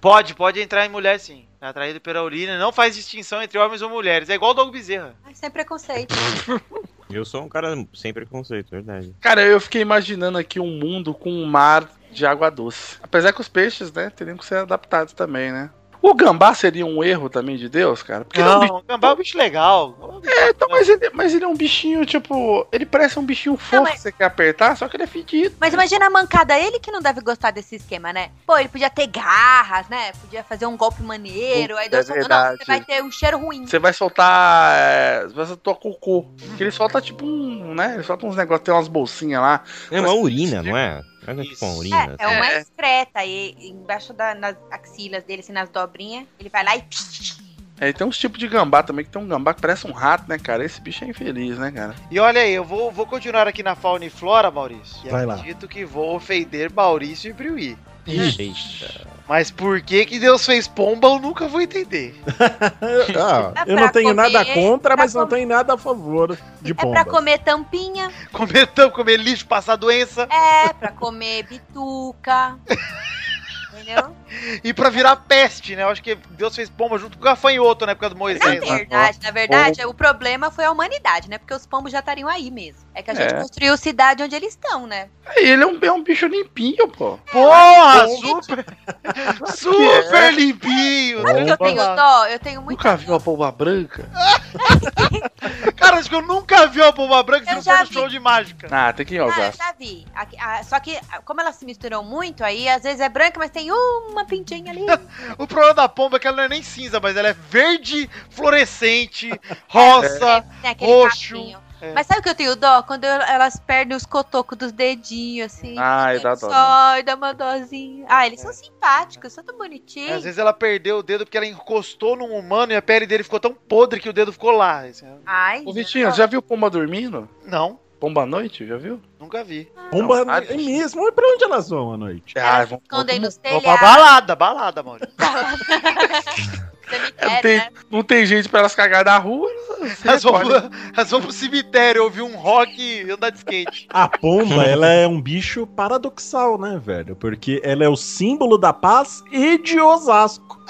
Speaker 1: Pode, pode entrar em mulher sim. É atraído pela urina, não faz distinção entre homens ou mulheres. É igual o Doug Bezerra.
Speaker 6: Ai, sem preconceito.
Speaker 5: Eu sou um cara sem preconceito, verdade.
Speaker 2: Cara, eu fiquei imaginando aqui um mundo com um mar de água doce. Apesar que os peixes, né, teriam que ser adaptados também, né? O gambá seria um erro também de Deus, cara? Porque ele é um bicho.
Speaker 1: o gambá é um bicho legal.
Speaker 2: É, então, mas, ele, mas ele é um bichinho, tipo. Ele parece um bichinho fofo
Speaker 6: mas-
Speaker 2: que você quer apertar, só que ele é fedido.
Speaker 6: Mas imagina a mancada, ele que não deve gostar desse esquema, né? Pô, ele podia ter garras, né? Podia fazer um golpe maneiro. Aí
Speaker 2: É
Speaker 6: Deus falou, não, você
Speaker 2: verdade.
Speaker 6: vai ter um cheiro ruim.
Speaker 2: Você vai soltar. é, Você vai soltar cocô. Porque ele solta tipo um. né? Ele solta uns negócios, tem umas bolsinhas lá.
Speaker 5: É uma urina, não é? Não é tipo uma
Speaker 1: Isso.
Speaker 5: urina.
Speaker 6: É, é o
Speaker 2: É.
Speaker 6: mais excreta. E embaixo das axilas dele, assim, nas dobrinhas, ele vai lá e.
Speaker 2: É, e tem uns tipos de gambá também, que tem um gambá que parece um rato, né, cara? Esse bicho é infeliz, né, cara?
Speaker 1: E olha aí, eu vou, vou continuar aqui na fauna e flora, Maurício. E
Speaker 4: Vai lá.
Speaker 1: Acredito que vou ofender Maurício e Briuí.
Speaker 5: Eita.
Speaker 1: Mas por que que Deus fez pomba, eu nunca vou entender.
Speaker 4: Ah,
Speaker 6: É
Speaker 4: eu
Speaker 6: pra
Speaker 4: não tenho
Speaker 6: comer,
Speaker 4: nada contra,
Speaker 6: pra
Speaker 4: mas não
Speaker 6: comer.
Speaker 4: tenho nada a favor de
Speaker 6: É pra
Speaker 4: pomba.
Speaker 6: comer tampinha,
Speaker 1: Comer tampo, comer lixo, passar doença.
Speaker 6: é pra comer bituca. entendeu?
Speaker 1: E pra virar peste, né? Eu acho que Deus fez pomba junto com o gafanhoto na época do
Speaker 6: Na
Speaker 1: Moisés. né?
Speaker 6: verdade, na verdade, é o problema foi a humanidade, né? Porque os pombos já estariam aí mesmo. É que a gente
Speaker 2: É.
Speaker 6: construiu cidade onde eles estão, né?
Speaker 2: Aí Ele é um, é um bicho limpinho, pô.
Speaker 1: Porra, super. Super limpinho.
Speaker 6: Sabe que eu tenho dó? Ah, Eu tenho muito.
Speaker 2: é? Nunca viu uma pomba branca?
Speaker 1: Cara, acho que eu nunca vi uma pomba branca se
Speaker 6: Eu
Speaker 1: não
Speaker 6: já
Speaker 1: for no
Speaker 6: vi.
Speaker 1: show de mágica.
Speaker 2: Ah, tem que ir ao
Speaker 6: Ah, eu
Speaker 2: gasto.
Speaker 6: já vi. Aqui- ah, só que, ah, como elas se misturam muito, aí às vezes é branca, mas tem uma pintinha ali.
Speaker 1: O problema da pomba é que ela não é nem cinza, mas ela é verde, fluorescente, rosa.
Speaker 6: Tem É, né, aquele
Speaker 1: Roxo.
Speaker 6: capinho.
Speaker 1: É.
Speaker 6: Mas sabe o que eu tenho dó? Quando eu- elas perdem os cotocos dos dedinhos,
Speaker 1: Ah,
Speaker 6: assim.
Speaker 2: Ai, dá Ah, dó,
Speaker 6: Só, dá uma dozinha. Ah, eles são simpáticos, são tão
Speaker 1: Às
Speaker 6: bonitinhos.
Speaker 1: vezes ela perdeu o dedo porque ela encostou num humano e a pele dele ficou tão podre que o dedo ficou lá. assim.
Speaker 6: Ai,
Speaker 2: Ô, Vitinho,
Speaker 6: Tá.
Speaker 2: já viu pomba dormindo?
Speaker 1: Não,
Speaker 2: Pomba à noite, já viu?
Speaker 1: nunca vi.
Speaker 4: Pomba
Speaker 2: Não, Ah,
Speaker 4: é mesmo. Mas pra onde elas vão à noite?
Speaker 6: Elas
Speaker 2: vão-
Speaker 6: escondem É, nos
Speaker 1: Vou pra
Speaker 6: telhados.
Speaker 1: balada, balada, mano.
Speaker 2: não,
Speaker 6: Cemitério,
Speaker 2: tem,
Speaker 6: né?
Speaker 2: não tem jeito pra elas cagar na rua.
Speaker 1: Elas vão,
Speaker 2: recolhe.
Speaker 1: elas vão pro cemitério ouvir um rock e andar de skate.
Speaker 4: A pomba, ela é um bicho paradoxal, né, velho? Porque ela é o símbolo da paz e de Osasco.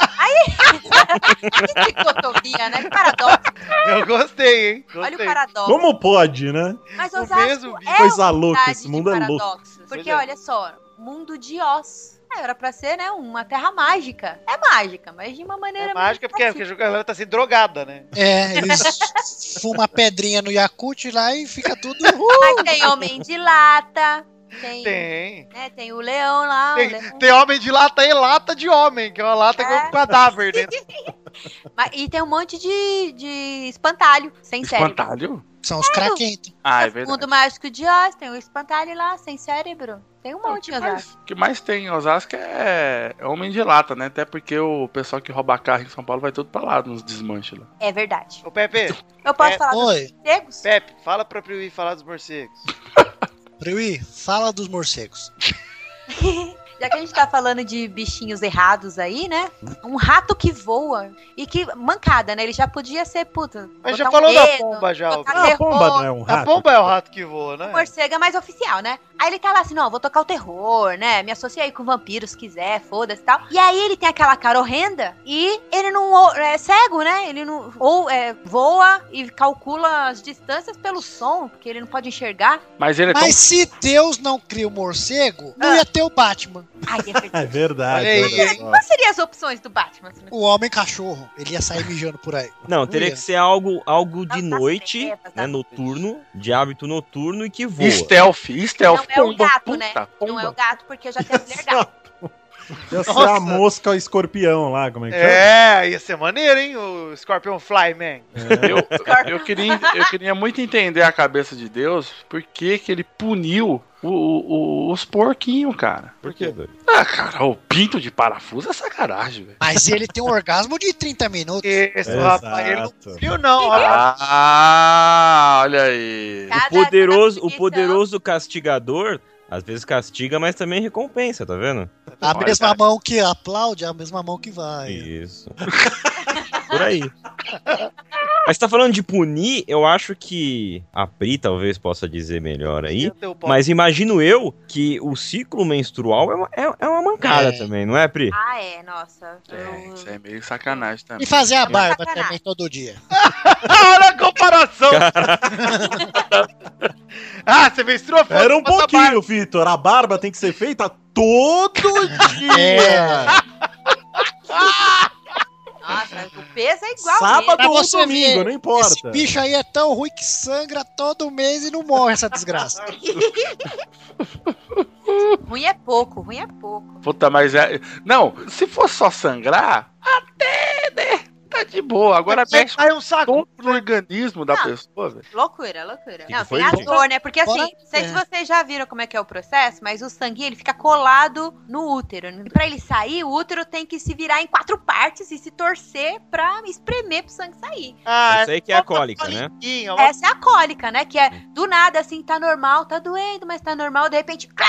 Speaker 6: Que tricotomia, né? Que paradoxo.
Speaker 1: Eu gostei, hein?
Speaker 6: Olha o
Speaker 1: Gostei.
Speaker 6: paradoxo.
Speaker 4: Como pode, né?
Speaker 6: Mas
Speaker 1: o
Speaker 6: Osasco
Speaker 1: mesmo
Speaker 6: é
Speaker 4: Coisa
Speaker 6: uma
Speaker 4: louca,
Speaker 6: cidade
Speaker 4: esse
Speaker 6: de
Speaker 4: mundo é louco.
Speaker 6: paradoxos. Porque
Speaker 1: Pois é.
Speaker 6: olha só, mundo de Oz. Ah, Era pra ser, né, uma terra mágica. É mágica, mas de uma maneira...
Speaker 1: É
Speaker 6: meio
Speaker 1: mágica porque, porque
Speaker 6: criativa.
Speaker 1: a galera tá sendo drogada, né?
Speaker 7: É, eles fumam a pedrinha no Yakut lá e fica tudo.
Speaker 6: Mas tem homem de lata, tem,
Speaker 1: Tem.
Speaker 6: né, tem o leão lá, o leão.
Speaker 1: Tem homem de lata e lata de homem, que é uma lata com
Speaker 6: É.
Speaker 1: um cadáver dentro.
Speaker 6: Mas- e tem um monte de, de espantalho, sem cérebro.
Speaker 2: Espantalho?
Speaker 7: São os craquentos.
Speaker 2: Ah, é
Speaker 6: O
Speaker 2: verdade.
Speaker 6: mundo mágico de Oz, tem o espantalho lá, sem cérebro. Tem um
Speaker 2: Não,
Speaker 6: monte,
Speaker 2: o, que
Speaker 6: Osasco.
Speaker 2: mais, o que mais tem em Osasco é, é homem de lata, né? Até porque o pessoal que rouba carro em São Paulo vai tudo pra lá, nos desmanches lá.
Speaker 6: É verdade.
Speaker 1: Ô, Pepe,
Speaker 6: Eu posso
Speaker 1: É,
Speaker 6: falar dos
Speaker 7: Oi,
Speaker 6: morcegos?
Speaker 1: Pepe, fala pra eu ir falar dos morcegos.
Speaker 7: Priui, fala dos morcegos.
Speaker 6: Já que a gente tá falando de bichinhos errados aí, né? Um rato que voa. E que mancada, né? Ele já podia ser, puta.
Speaker 1: Mas
Speaker 6: botar
Speaker 1: já
Speaker 6: um
Speaker 1: falou da
Speaker 6: dedo,
Speaker 1: pomba já, ô.
Speaker 6: botar
Speaker 4: Ah, a pomba não é um
Speaker 1: A
Speaker 4: rato.
Speaker 1: pomba é o rato que voa, né?
Speaker 6: Morcego é mais oficial, né? Aí ele tá lá assim, não, vou tocar o terror, né? Me associei com vampiros se quiser, foda-se e tal. E aí ele tem aquela cara horrenda e ele não ou- é cego, né? Ele não ou é, voa e calcula as distâncias pelo som, porque ele não pode enxergar. Ah.
Speaker 2: Mas ele é
Speaker 7: Mas se Deus não cria o morcego, não ia ter o Batman,
Speaker 6: Ai, é
Speaker 4: É
Speaker 6: verdade.
Speaker 4: verdade.
Speaker 1: Olha aí,
Speaker 4: olha
Speaker 1: hein?
Speaker 4: só.
Speaker 6: Quais seriam as opções do Batman? se não-
Speaker 7: o homem cachorro. Ele ia sair mijando por aí.
Speaker 5: Não, teria que ser algo, algo de
Speaker 6: As
Speaker 5: noite,
Speaker 6: trevas da
Speaker 5: né? Noturno, de hábito noturno e que
Speaker 2: tão...
Speaker 5: voa.
Speaker 2: Stealth, stealth,
Speaker 6: Não é o
Speaker 2: pomba,
Speaker 6: gato,
Speaker 2: puta,
Speaker 6: né?
Speaker 2: pomba.
Speaker 6: Não é o gato, porque eu já tenho a mulher gato.
Speaker 4: Ia ser
Speaker 1: Nossa.
Speaker 4: a mosca ou escorpião lá, como é que chama?
Speaker 1: É, ia ser maneiro, hein? O Scorpion
Speaker 4: É.
Speaker 1: Flyman.
Speaker 2: Eu, eu, queria, eu queria muito entender a cabeça de Deus, por que que ele puniu o- o- o- os porquinhos, cara.
Speaker 4: Por quê, doido?
Speaker 2: Ah, cara, o pinto de parafuso é sacanagem, velho.
Speaker 7: Mas ele tem um orgasmo de 30 minutos.
Speaker 1: Esse rapaz, ele não
Speaker 4: Exato.
Speaker 1: viu, não, rapaz.
Speaker 2: Ah, olha aí.
Speaker 6: Cada- cada
Speaker 5: poderoso, o
Speaker 6: punição-
Speaker 5: poderoso castigador, às vezes castiga, mas também recompensa, tá vendo?
Speaker 7: A
Speaker 2: Olha,
Speaker 7: mesma
Speaker 2: cara.
Speaker 7: mão que aplaude, a mesma mão que vai.
Speaker 5: Isso. Por aí. Mas tá falando de punir, eu acho que a Pri talvez possa dizer melhor aí.
Speaker 1: Teu pau.
Speaker 5: Mas imagino eu que o ciclo menstrual é uma, é- é uma mancada
Speaker 7: É.
Speaker 5: também, não é, Pri?
Speaker 6: Ah, é, nossa.
Speaker 2: É,
Speaker 6: Eu-
Speaker 2: isso é meio sacanagem
Speaker 7: E
Speaker 2: também.
Speaker 7: fazer a barba
Speaker 6: Sacanagem.
Speaker 7: também todo dia.
Speaker 1: Olha a comparação! ah, você menstrua? foda-se,
Speaker 4: Era um
Speaker 1: passa a barba.
Speaker 4: pouquinho, Vitor. A barba tem que ser feita todo
Speaker 2: É.
Speaker 4: dia.
Speaker 6: Nossa, o peso é igual
Speaker 4: Sábado
Speaker 7: Pra
Speaker 4: ou
Speaker 7: você
Speaker 4: domingo,
Speaker 7: ver,
Speaker 4: não importa.
Speaker 7: Esse bicho aí é tão ruim que sangra todo mês e não morre essa desgraça.
Speaker 6: mesmo. Ruim é pouco, ruim é pouco.
Speaker 2: Puta, mas é. Não, se for só sangrar, até, né? Tá de boa. Agora
Speaker 1: Você
Speaker 2: mexe
Speaker 1: cai um saco.
Speaker 2: todo no organismo da
Speaker 6: Não.
Speaker 2: pessoa, velho.
Speaker 6: Loucura, loucura.
Speaker 5: Que
Speaker 6: não,
Speaker 5: que foi,
Speaker 6: tem a
Speaker 5: gente?
Speaker 6: dor, né? Porque assim,
Speaker 7: Fora-
Speaker 6: não sei
Speaker 7: é.
Speaker 6: se vocês já viram como é que é o processo, mas o sanguinho ele fica colado no útero. né? Pra ele sair, o útero tem que se virar em quatro partes e se torcer pra espremer pro sangue sair.
Speaker 1: Ah,
Speaker 5: Isso aí que é a cólica, né?
Speaker 1: Colinha, uma-
Speaker 6: é, Essa é a cólica, né? Que é do nada, assim, tá normal, tá doendo, mas tá normal, de repente, pá!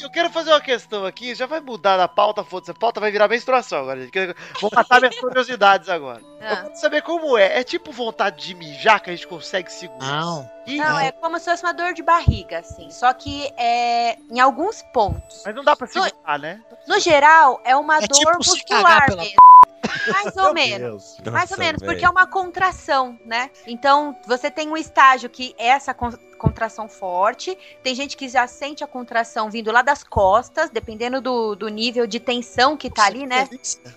Speaker 1: Eu quero fazer uma questão aqui, já vai mudar da pauta, foda-se, a pauta vai virar menstruação agora, gente. que- Vou matar minhas curiosidades agora. Eu
Speaker 6: Ah.
Speaker 1: quero saber como é. É tipo vontade de mijar que a gente consegue segurar?
Speaker 7: Não.
Speaker 1: Ih,
Speaker 6: Não, é como se fosse uma dor de barriga, assim. Só que é em alguns pontos.
Speaker 1: Mas não dá pra segurar, né?
Speaker 6: No geral, é uma
Speaker 7: É
Speaker 6: dor
Speaker 7: tipo se
Speaker 6: muscular
Speaker 7: cagar pela
Speaker 6: mesmo. Mais ou menos.
Speaker 4: Deus.
Speaker 6: Mais ou
Speaker 5: Nossa,
Speaker 6: menos, porque
Speaker 5: velho.
Speaker 6: é uma contração, né? Então, você tem um estágio que é essa con- contração forte, tem gente que já sente a contração vindo lá das costas, dependendo do, do nível de tensão que tá ali, né?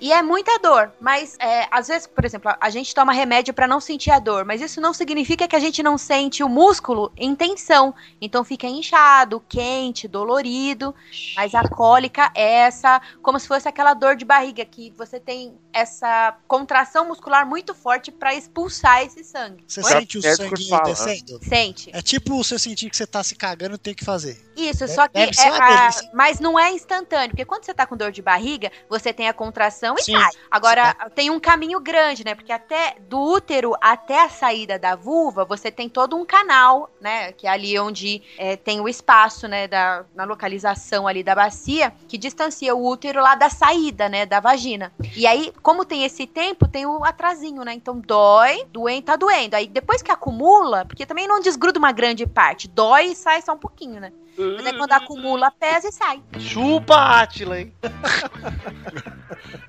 Speaker 6: E é muita dor, mas é, às vezes, por exemplo, a gente toma remédio pra não sentir a dor, mas isso não significa que a gente não sente o músculo em tensão. Então fica inchado, quente, dolorido, mas a cólica é essa, como se fosse aquela dor de barriga que você tem essa contração muscular muito forte pra expulsar esse sangue.
Speaker 7: Você né?
Speaker 6: Oi?
Speaker 7: sente o
Speaker 1: É
Speaker 2: Médico
Speaker 7: sanguinho
Speaker 1: né?
Speaker 2: fala.
Speaker 7: descendo?
Speaker 6: Sente.
Speaker 7: É tipo você sentir que você tá se cagando e tem que fazer.
Speaker 6: Isso,
Speaker 7: Deve-
Speaker 6: só que
Speaker 7: deve
Speaker 6: é,
Speaker 7: ser uma
Speaker 6: a-
Speaker 7: delícia.
Speaker 6: mas não é instantâneo, porque quando você tá com dor de barriga, você tem a contração e
Speaker 7: Sim.
Speaker 6: sai. Agora
Speaker 7: É.
Speaker 6: tem um caminho grande, né? Porque até do útero até a saída da vulva, você tem todo um canal, né? Que é ali onde é, tem o espaço, né? Da, na localização ali da bacia, que distancia o útero lá da saída, né? Da vagina. E aí, como tem esse tempo, tem o atrasinho, né? Então dói, doendo, tá doendo. Aí depois que acumula, porque também não desgruda uma grande parte, dói e sai só um pouquinho, né? Mas é quando acumula, pesa e sai.
Speaker 1: Chupa Átila, hein?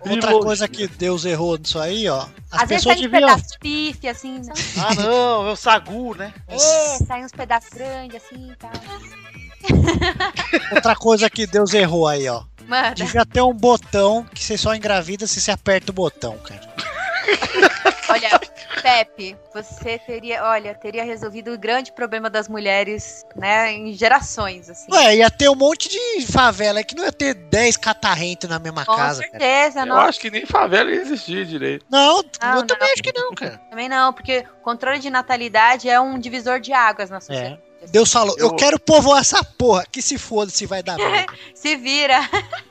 Speaker 7: Outra
Speaker 2: Vivo-
Speaker 7: coisa que Deus errou nisso aí, ó. As
Speaker 6: Às vezes tá sai
Speaker 7: pessoas
Speaker 6: uns
Speaker 7: deviam.
Speaker 6: pedaços de pife, assim, sabe?
Speaker 1: Ah, não, é o Sagu, né?
Speaker 6: É, sai uns pedaços grandes, assim, e tal.
Speaker 7: Outra coisa que Deus errou aí, ó.
Speaker 6: Manda.
Speaker 7: Devia ter um botão que você só engravida se você aperta o botão, cara.
Speaker 6: Olha, Pepe, você teria, olha, teria resolvido o grande problema das mulheres, né, em gerações, assim.
Speaker 7: Ué, ia ter um monte de favela aí que não ia ter 10 catarrentes na mesma
Speaker 6: Com
Speaker 7: casa, cara.
Speaker 6: certeza,
Speaker 2: Eu
Speaker 6: não.
Speaker 2: acho que nem favela ia existir direito.
Speaker 7: Não,
Speaker 6: Não,
Speaker 7: eu
Speaker 6: não.
Speaker 7: também acho que não, cara.
Speaker 6: Também não, porque controle de natalidade é um divisor de águas na sociedade.
Speaker 7: É. Deus falou, eu,
Speaker 2: Eu-
Speaker 7: quero povoar essa porra, que se foda se vai dar
Speaker 6: É.
Speaker 7: merda.
Speaker 6: Se vira.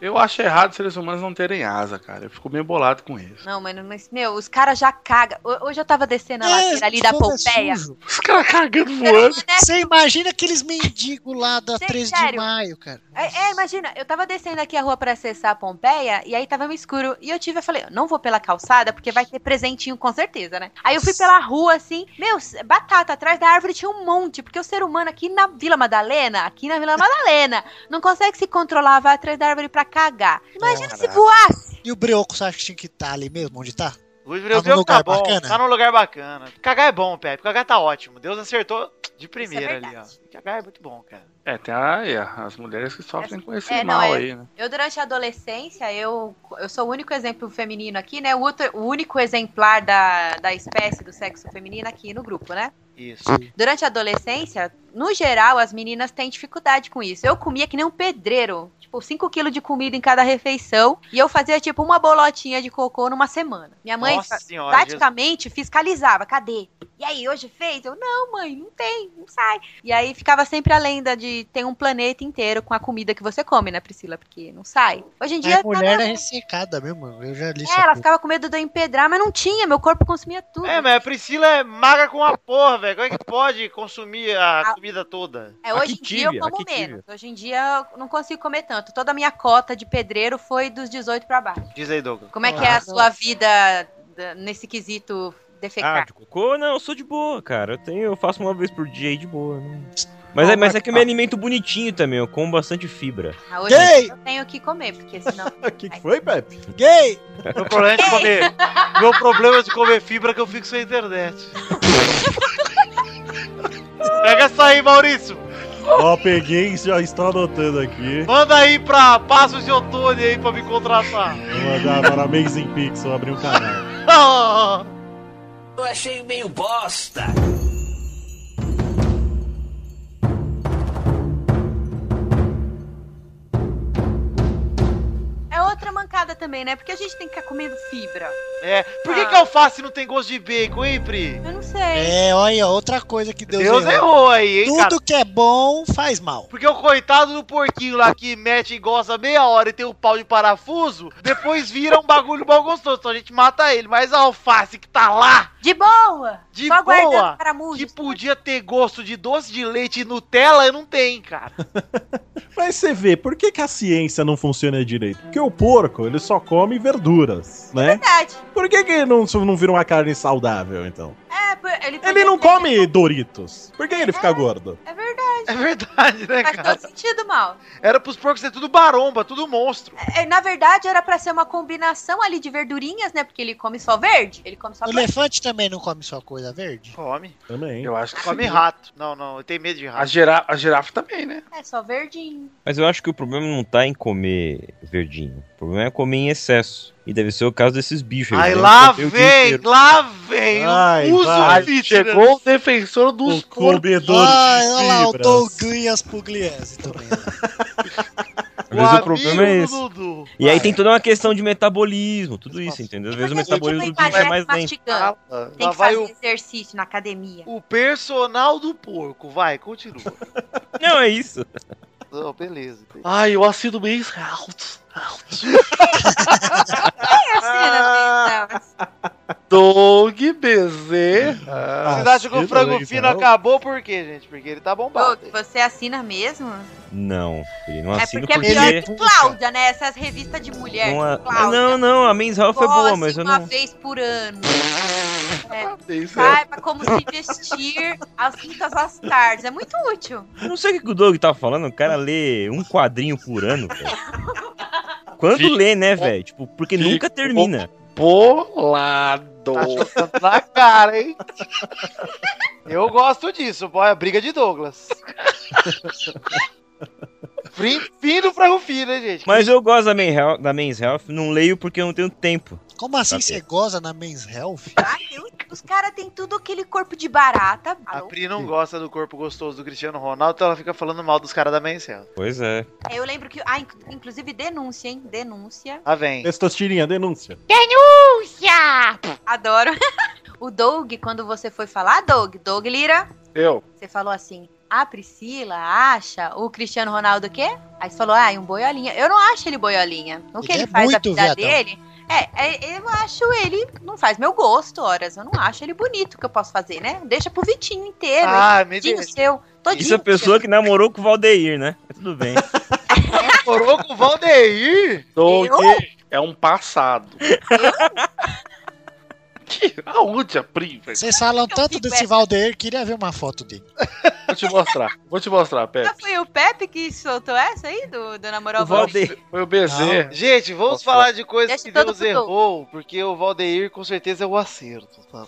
Speaker 2: Eu acho errado os seres humanos não terem asa, cara. Eu fico meio bolado com isso.
Speaker 6: Não, mano, mas, meu, os caras já cagam. Ho- Hoje eu tava descendo a ladeira ali
Speaker 7: esse
Speaker 6: da
Speaker 7: povo é
Speaker 6: Pompeia.
Speaker 7: sujo.
Speaker 2: Os caras cagando
Speaker 6: Ser humano
Speaker 2: voando.
Speaker 6: é
Speaker 7: Você imagina aqueles mendigos lá da
Speaker 6: Sim,
Speaker 7: 13 de
Speaker 6: sério.
Speaker 7: maio, cara.
Speaker 6: É, é, imagina, eu tava descendo aqui a rua pra acessar a Pompeia e aí tava meio escuro. E eu tive, eu falei, eu não vou pela calçada porque vai ter presentinho com certeza, né? Aí eu fui pela rua assim, meu, batata, atrás da árvore tinha um monte, porque o ser humano aqui na Vila Madalena, aqui na Vila Madalena, não consegue se controlar, vai atrás da árvore pra cagar. Imagina se
Speaker 2: Caraca.
Speaker 6: voasse.
Speaker 7: E o brioco, você acha que tinha que estar ali mesmo, onde tá?
Speaker 1: Luiz
Speaker 7: num
Speaker 1: Vireu Deus tá
Speaker 7: lugar
Speaker 1: bom,
Speaker 7: bacana?
Speaker 1: tá num lugar bacana. Cagar é bom, Pepe, cagar tá ótimo. Deus acertou de primeira ali, ó.
Speaker 6: é verdade.
Speaker 1: Cagar é muito bom, cara.
Speaker 2: É, tem a, é, as mulheres que sofrem com esse
Speaker 6: É, não,
Speaker 2: mal
Speaker 6: é-
Speaker 2: aí, né?
Speaker 6: Eu, durante a adolescência, eu, eu sou o único exemplo feminino aqui, né? O, outro- o único exemplar da, da espécie do sexo feminino aqui no grupo, né?
Speaker 1: Isso.
Speaker 6: Durante a adolescência, no geral, as meninas têm dificuldade com isso. Eu comia que nem um pedreiro. Tipo, 5 quilos de comida em cada refeição. E eu fazia, tipo, uma bolotinha de cocô numa semana. Minha mãe
Speaker 1: Nossa senhora,
Speaker 6: praticamente fiscalizava. Cadê? E aí, hoje fez? Eu, não, mãe, não tem, não sai. E aí ficava sempre a lenda de tem um planeta inteiro com a comida que você come, né, Priscila? Porque não sai. Hoje em dia.
Speaker 7: A mulher
Speaker 6: tá
Speaker 7: é
Speaker 6: na-
Speaker 7: ressecada mesmo, eu já li
Speaker 6: É,
Speaker 7: essa
Speaker 6: ela
Speaker 7: porra.
Speaker 6: ficava com medo de eu empedrar, mas não tinha, meu corpo consumia tudo.
Speaker 1: É, mas a Priscila é magra com a porra, velho. Como é que pode consumir a
Speaker 6: Ah.
Speaker 1: comida toda?
Speaker 6: É,
Speaker 5: Aqui
Speaker 6: hoje em dia
Speaker 5: tive,
Speaker 6: eu como
Speaker 5: aqui tive.
Speaker 6: menos. Hoje em dia eu não consigo comer tanto. Toda a minha cota de pedreiro foi dos 18 pra baixo.
Speaker 1: Diz aí, Douglas.
Speaker 6: Como é que é a
Speaker 7: Nossa.
Speaker 6: sua vida da- nesse quesito
Speaker 5: Ah,
Speaker 6: defecar?
Speaker 5: de cocô? Não, eu sou de boa, cara. Eu tenho, eu faço uma vez por dia aí de boa. né? Mas,
Speaker 2: Não,
Speaker 5: é, mas é
Speaker 2: mas-
Speaker 5: que eu me alimento bonitinho também, eu como bastante fibra.
Speaker 6: Ah, hoje em
Speaker 7: Ei!
Speaker 6: dia eu tenho que comer, porque senão.
Speaker 4: O que, que foi, Pepe?
Speaker 7: Gay!
Speaker 1: Meu problema é de comer. Meu problema é de comer fibra que eu fico sem internet. Pega essa aí, Maurício.
Speaker 4: Ó, peguei e já estou anotando aqui.
Speaker 1: Manda aí pra Passos de Otônia aí pra me contratar.
Speaker 4: Vou mandar para Amazing Pixel abrir um canal.
Speaker 8: Eu achei meio bosta.
Speaker 6: É outra mancada também, né? Porque a gente tem que ficar comendo fibra.
Speaker 1: É. Por
Speaker 8: Ah.
Speaker 1: que, que alface não tem gosto de bacon, hein, Pri?
Speaker 6: Eu não sei.
Speaker 7: É, olha, aí, ó, outra coisa que Deus,
Speaker 1: Deus
Speaker 7: errou.
Speaker 1: errou aí, hein, cara?
Speaker 7: Tudo que é bom faz mal.
Speaker 1: Porque o coitado do porquinho lá que mete e gosta meia hora e tem um pau de parafuso, depois vira um bagulho mal gostoso, então a gente mata ele. Mas a alface que tá lá,
Speaker 6: De boa!
Speaker 1: De
Speaker 6: Só
Speaker 1: boa.
Speaker 6: guardando para
Speaker 1: que
Speaker 6: murros.
Speaker 1: podia ter gosto de doce de leite e Nutella, não tem, cara.
Speaker 4: Mas você vê, por que, que a ciência não funciona direito? Porque o porco, ele só come verduras, né?
Speaker 6: Verdade.
Speaker 4: Por que, que ele não, não vira uma carne saudável, então?
Speaker 6: É, por- ele,
Speaker 4: Ele
Speaker 6: podia
Speaker 4: não
Speaker 6: ter-
Speaker 4: come Doritos. Por que ele fica gordo?
Speaker 6: É verdade,
Speaker 1: É verdade, né,
Speaker 6: faz
Speaker 1: cara?
Speaker 6: todo sentido, mal.
Speaker 1: Era pros porcos ser tudo baromba, tudo monstro.
Speaker 6: É, na verdade, era pra ser uma combinação ali de verdurinhas, né? Porque ele come só verde, ele come só
Speaker 7: O
Speaker 6: branco.
Speaker 7: elefante também não come só coisa verde?
Speaker 1: Come.
Speaker 4: Também.
Speaker 2: Eu acho que
Speaker 1: Come
Speaker 2: sim.
Speaker 1: rato. Não, não, eu tenho medo de
Speaker 2: A,
Speaker 1: rato.
Speaker 2: girafa, a girafa também, né?
Speaker 6: É só verdinho.
Speaker 5: Mas eu acho que o problema não tá em comer verdinho. O problema é comer em excesso. E deve ser o caso desses bichos. né?
Speaker 1: Aí
Speaker 5: eles
Speaker 1: lá
Speaker 5: devem comer o dia
Speaker 1: vem,
Speaker 5: inteiro.
Speaker 1: lá vem.
Speaker 4: Ai,
Speaker 1: Uso
Speaker 4: vai.
Speaker 1: fitness.
Speaker 2: Chegou o defensor dos
Speaker 4: Os
Speaker 2: porcos.
Speaker 4: comedores
Speaker 7: Ah, né? olha
Speaker 4: de
Speaker 7: lá, o
Speaker 4: fibras.
Speaker 7: Douglas Pugliese também. né?
Speaker 5: Às vezes o
Speaker 1: amigo
Speaker 5: problema é
Speaker 1: do
Speaker 5: esse.
Speaker 1: Dudu.
Speaker 5: E aí tem toda uma questão de metabolismo, tudo isso, entendeu? Às vezes o
Speaker 6: Porque a gente não
Speaker 5: metabolismo do bicho é
Speaker 6: emagrece
Speaker 5: mais lento.
Speaker 6: mastigando. Tem
Speaker 1: Lá
Speaker 6: que
Speaker 1: vai
Speaker 6: fazer
Speaker 1: o,
Speaker 6: exercício na academia.
Speaker 1: o personal do porco. Vai, continua.
Speaker 5: Não, é isso.
Speaker 1: Não, beleza.
Speaker 2: Ai, eu assino bem alto.
Speaker 6: É
Speaker 1: Ah,
Speaker 6: assim, né?
Speaker 2: Doug Bezerra.
Speaker 6: então?
Speaker 5: Ah,
Speaker 1: Vocês acham que o
Speaker 4: Assina
Speaker 1: frango
Speaker 4: aí,
Speaker 1: fino
Speaker 4: Carol.
Speaker 1: acabou por quê, gente? Porque ele tá bombado.
Speaker 6: Ô, Você assina mesmo?
Speaker 5: Não, filho, não
Speaker 6: é
Speaker 5: assino
Speaker 6: porque é
Speaker 5: porque...
Speaker 6: pior que Cláudia, né? Essas revistas de mulher.
Speaker 5: não, é-
Speaker 6: tipo Cláudia.
Speaker 5: não, não, a Men's Health é boa,
Speaker 6: Goze
Speaker 5: mas eu
Speaker 6: uma
Speaker 5: não...
Speaker 6: vez por ano. É,
Speaker 2: Isso é.
Speaker 6: saiba como se vestir às quintas às tardes. É muito útil.
Speaker 5: Eu não sei o que o Doug tá falando, o cara lê um quadrinho por ano, velho. Quando lê, né, velho? Tipo, porque
Speaker 2: Fico-
Speaker 5: nunca termina.
Speaker 2: Bolado.
Speaker 1: Tá chutando na cara, hein? Eu gosto disso, boy. A briga de Douglas. Fim fim do frango fino, né, gente?
Speaker 5: Mas eu gosto da, Man Health, da Men's Health, não leio porque eu não tenho tempo.
Speaker 7: Como assim
Speaker 5: Tá
Speaker 7: você
Speaker 5: bem.
Speaker 7: goza na Men's Health?
Speaker 6: Ai, Deus, os caras têm tudo aquele corpo de barata.
Speaker 1: A
Speaker 6: Alô?
Speaker 1: Pri não gosta do corpo gostoso do Cristiano Ronaldo, então ela fica falando mal dos caras da Mencel.
Speaker 5: Pois é.
Speaker 6: Eu lembro que. Ah, inc- inclusive denúncia, hein? Denúncia.
Speaker 1: Lá vem.
Speaker 4: Testosterinha, denúncia.
Speaker 6: Adoro. o Doug, quando você foi falar, Doug, Doug Lira,
Speaker 2: Eu.
Speaker 6: você falou assim: a Priscila acha o Cristiano Ronaldo o quê? Aí você falou, ah, um boiolinha. Eu não acho ele boiolinha. O que ele,
Speaker 7: Ele é
Speaker 6: faz da
Speaker 7: muito
Speaker 6: vida
Speaker 7: viadão.
Speaker 6: dele. É, é, eu acho ele. Não faz meu gosto, horas. Eu não acho ele bonito o que eu posso fazer, né? Deixa pro Vitinho inteiro. Ah,
Speaker 1: Ah, me
Speaker 6: Vitinho
Speaker 1: deixa.
Speaker 6: seu. Todinho.
Speaker 5: Isso é a pessoa que namorou com o Valdeir, né? Mas Tudo bem.
Speaker 1: Morou com o Valdeir?
Speaker 2: Doug
Speaker 6: Eu?
Speaker 2: é um passado. Que- Aonde a Pri, velho?
Speaker 7: Vocês falam tanto
Speaker 6: fico
Speaker 7: desse
Speaker 6: essa.
Speaker 7: Valdeir, queria ver uma foto dele.
Speaker 2: Vou te mostrar. Vou te mostrar,
Speaker 6: Ah,
Speaker 2: Pepe.
Speaker 6: Foi o Pepe que soltou essa aí do, do namorado
Speaker 5: O Valdeir.
Speaker 2: Foi o Bezerra.
Speaker 1: Gente, vamos
Speaker 2: Nossa.
Speaker 1: falar de coisas
Speaker 6: Deixa
Speaker 1: que
Speaker 6: todo
Speaker 1: Deus
Speaker 6: mundo.
Speaker 1: errou, porque o Valdeir com certeza é o acerto. tá?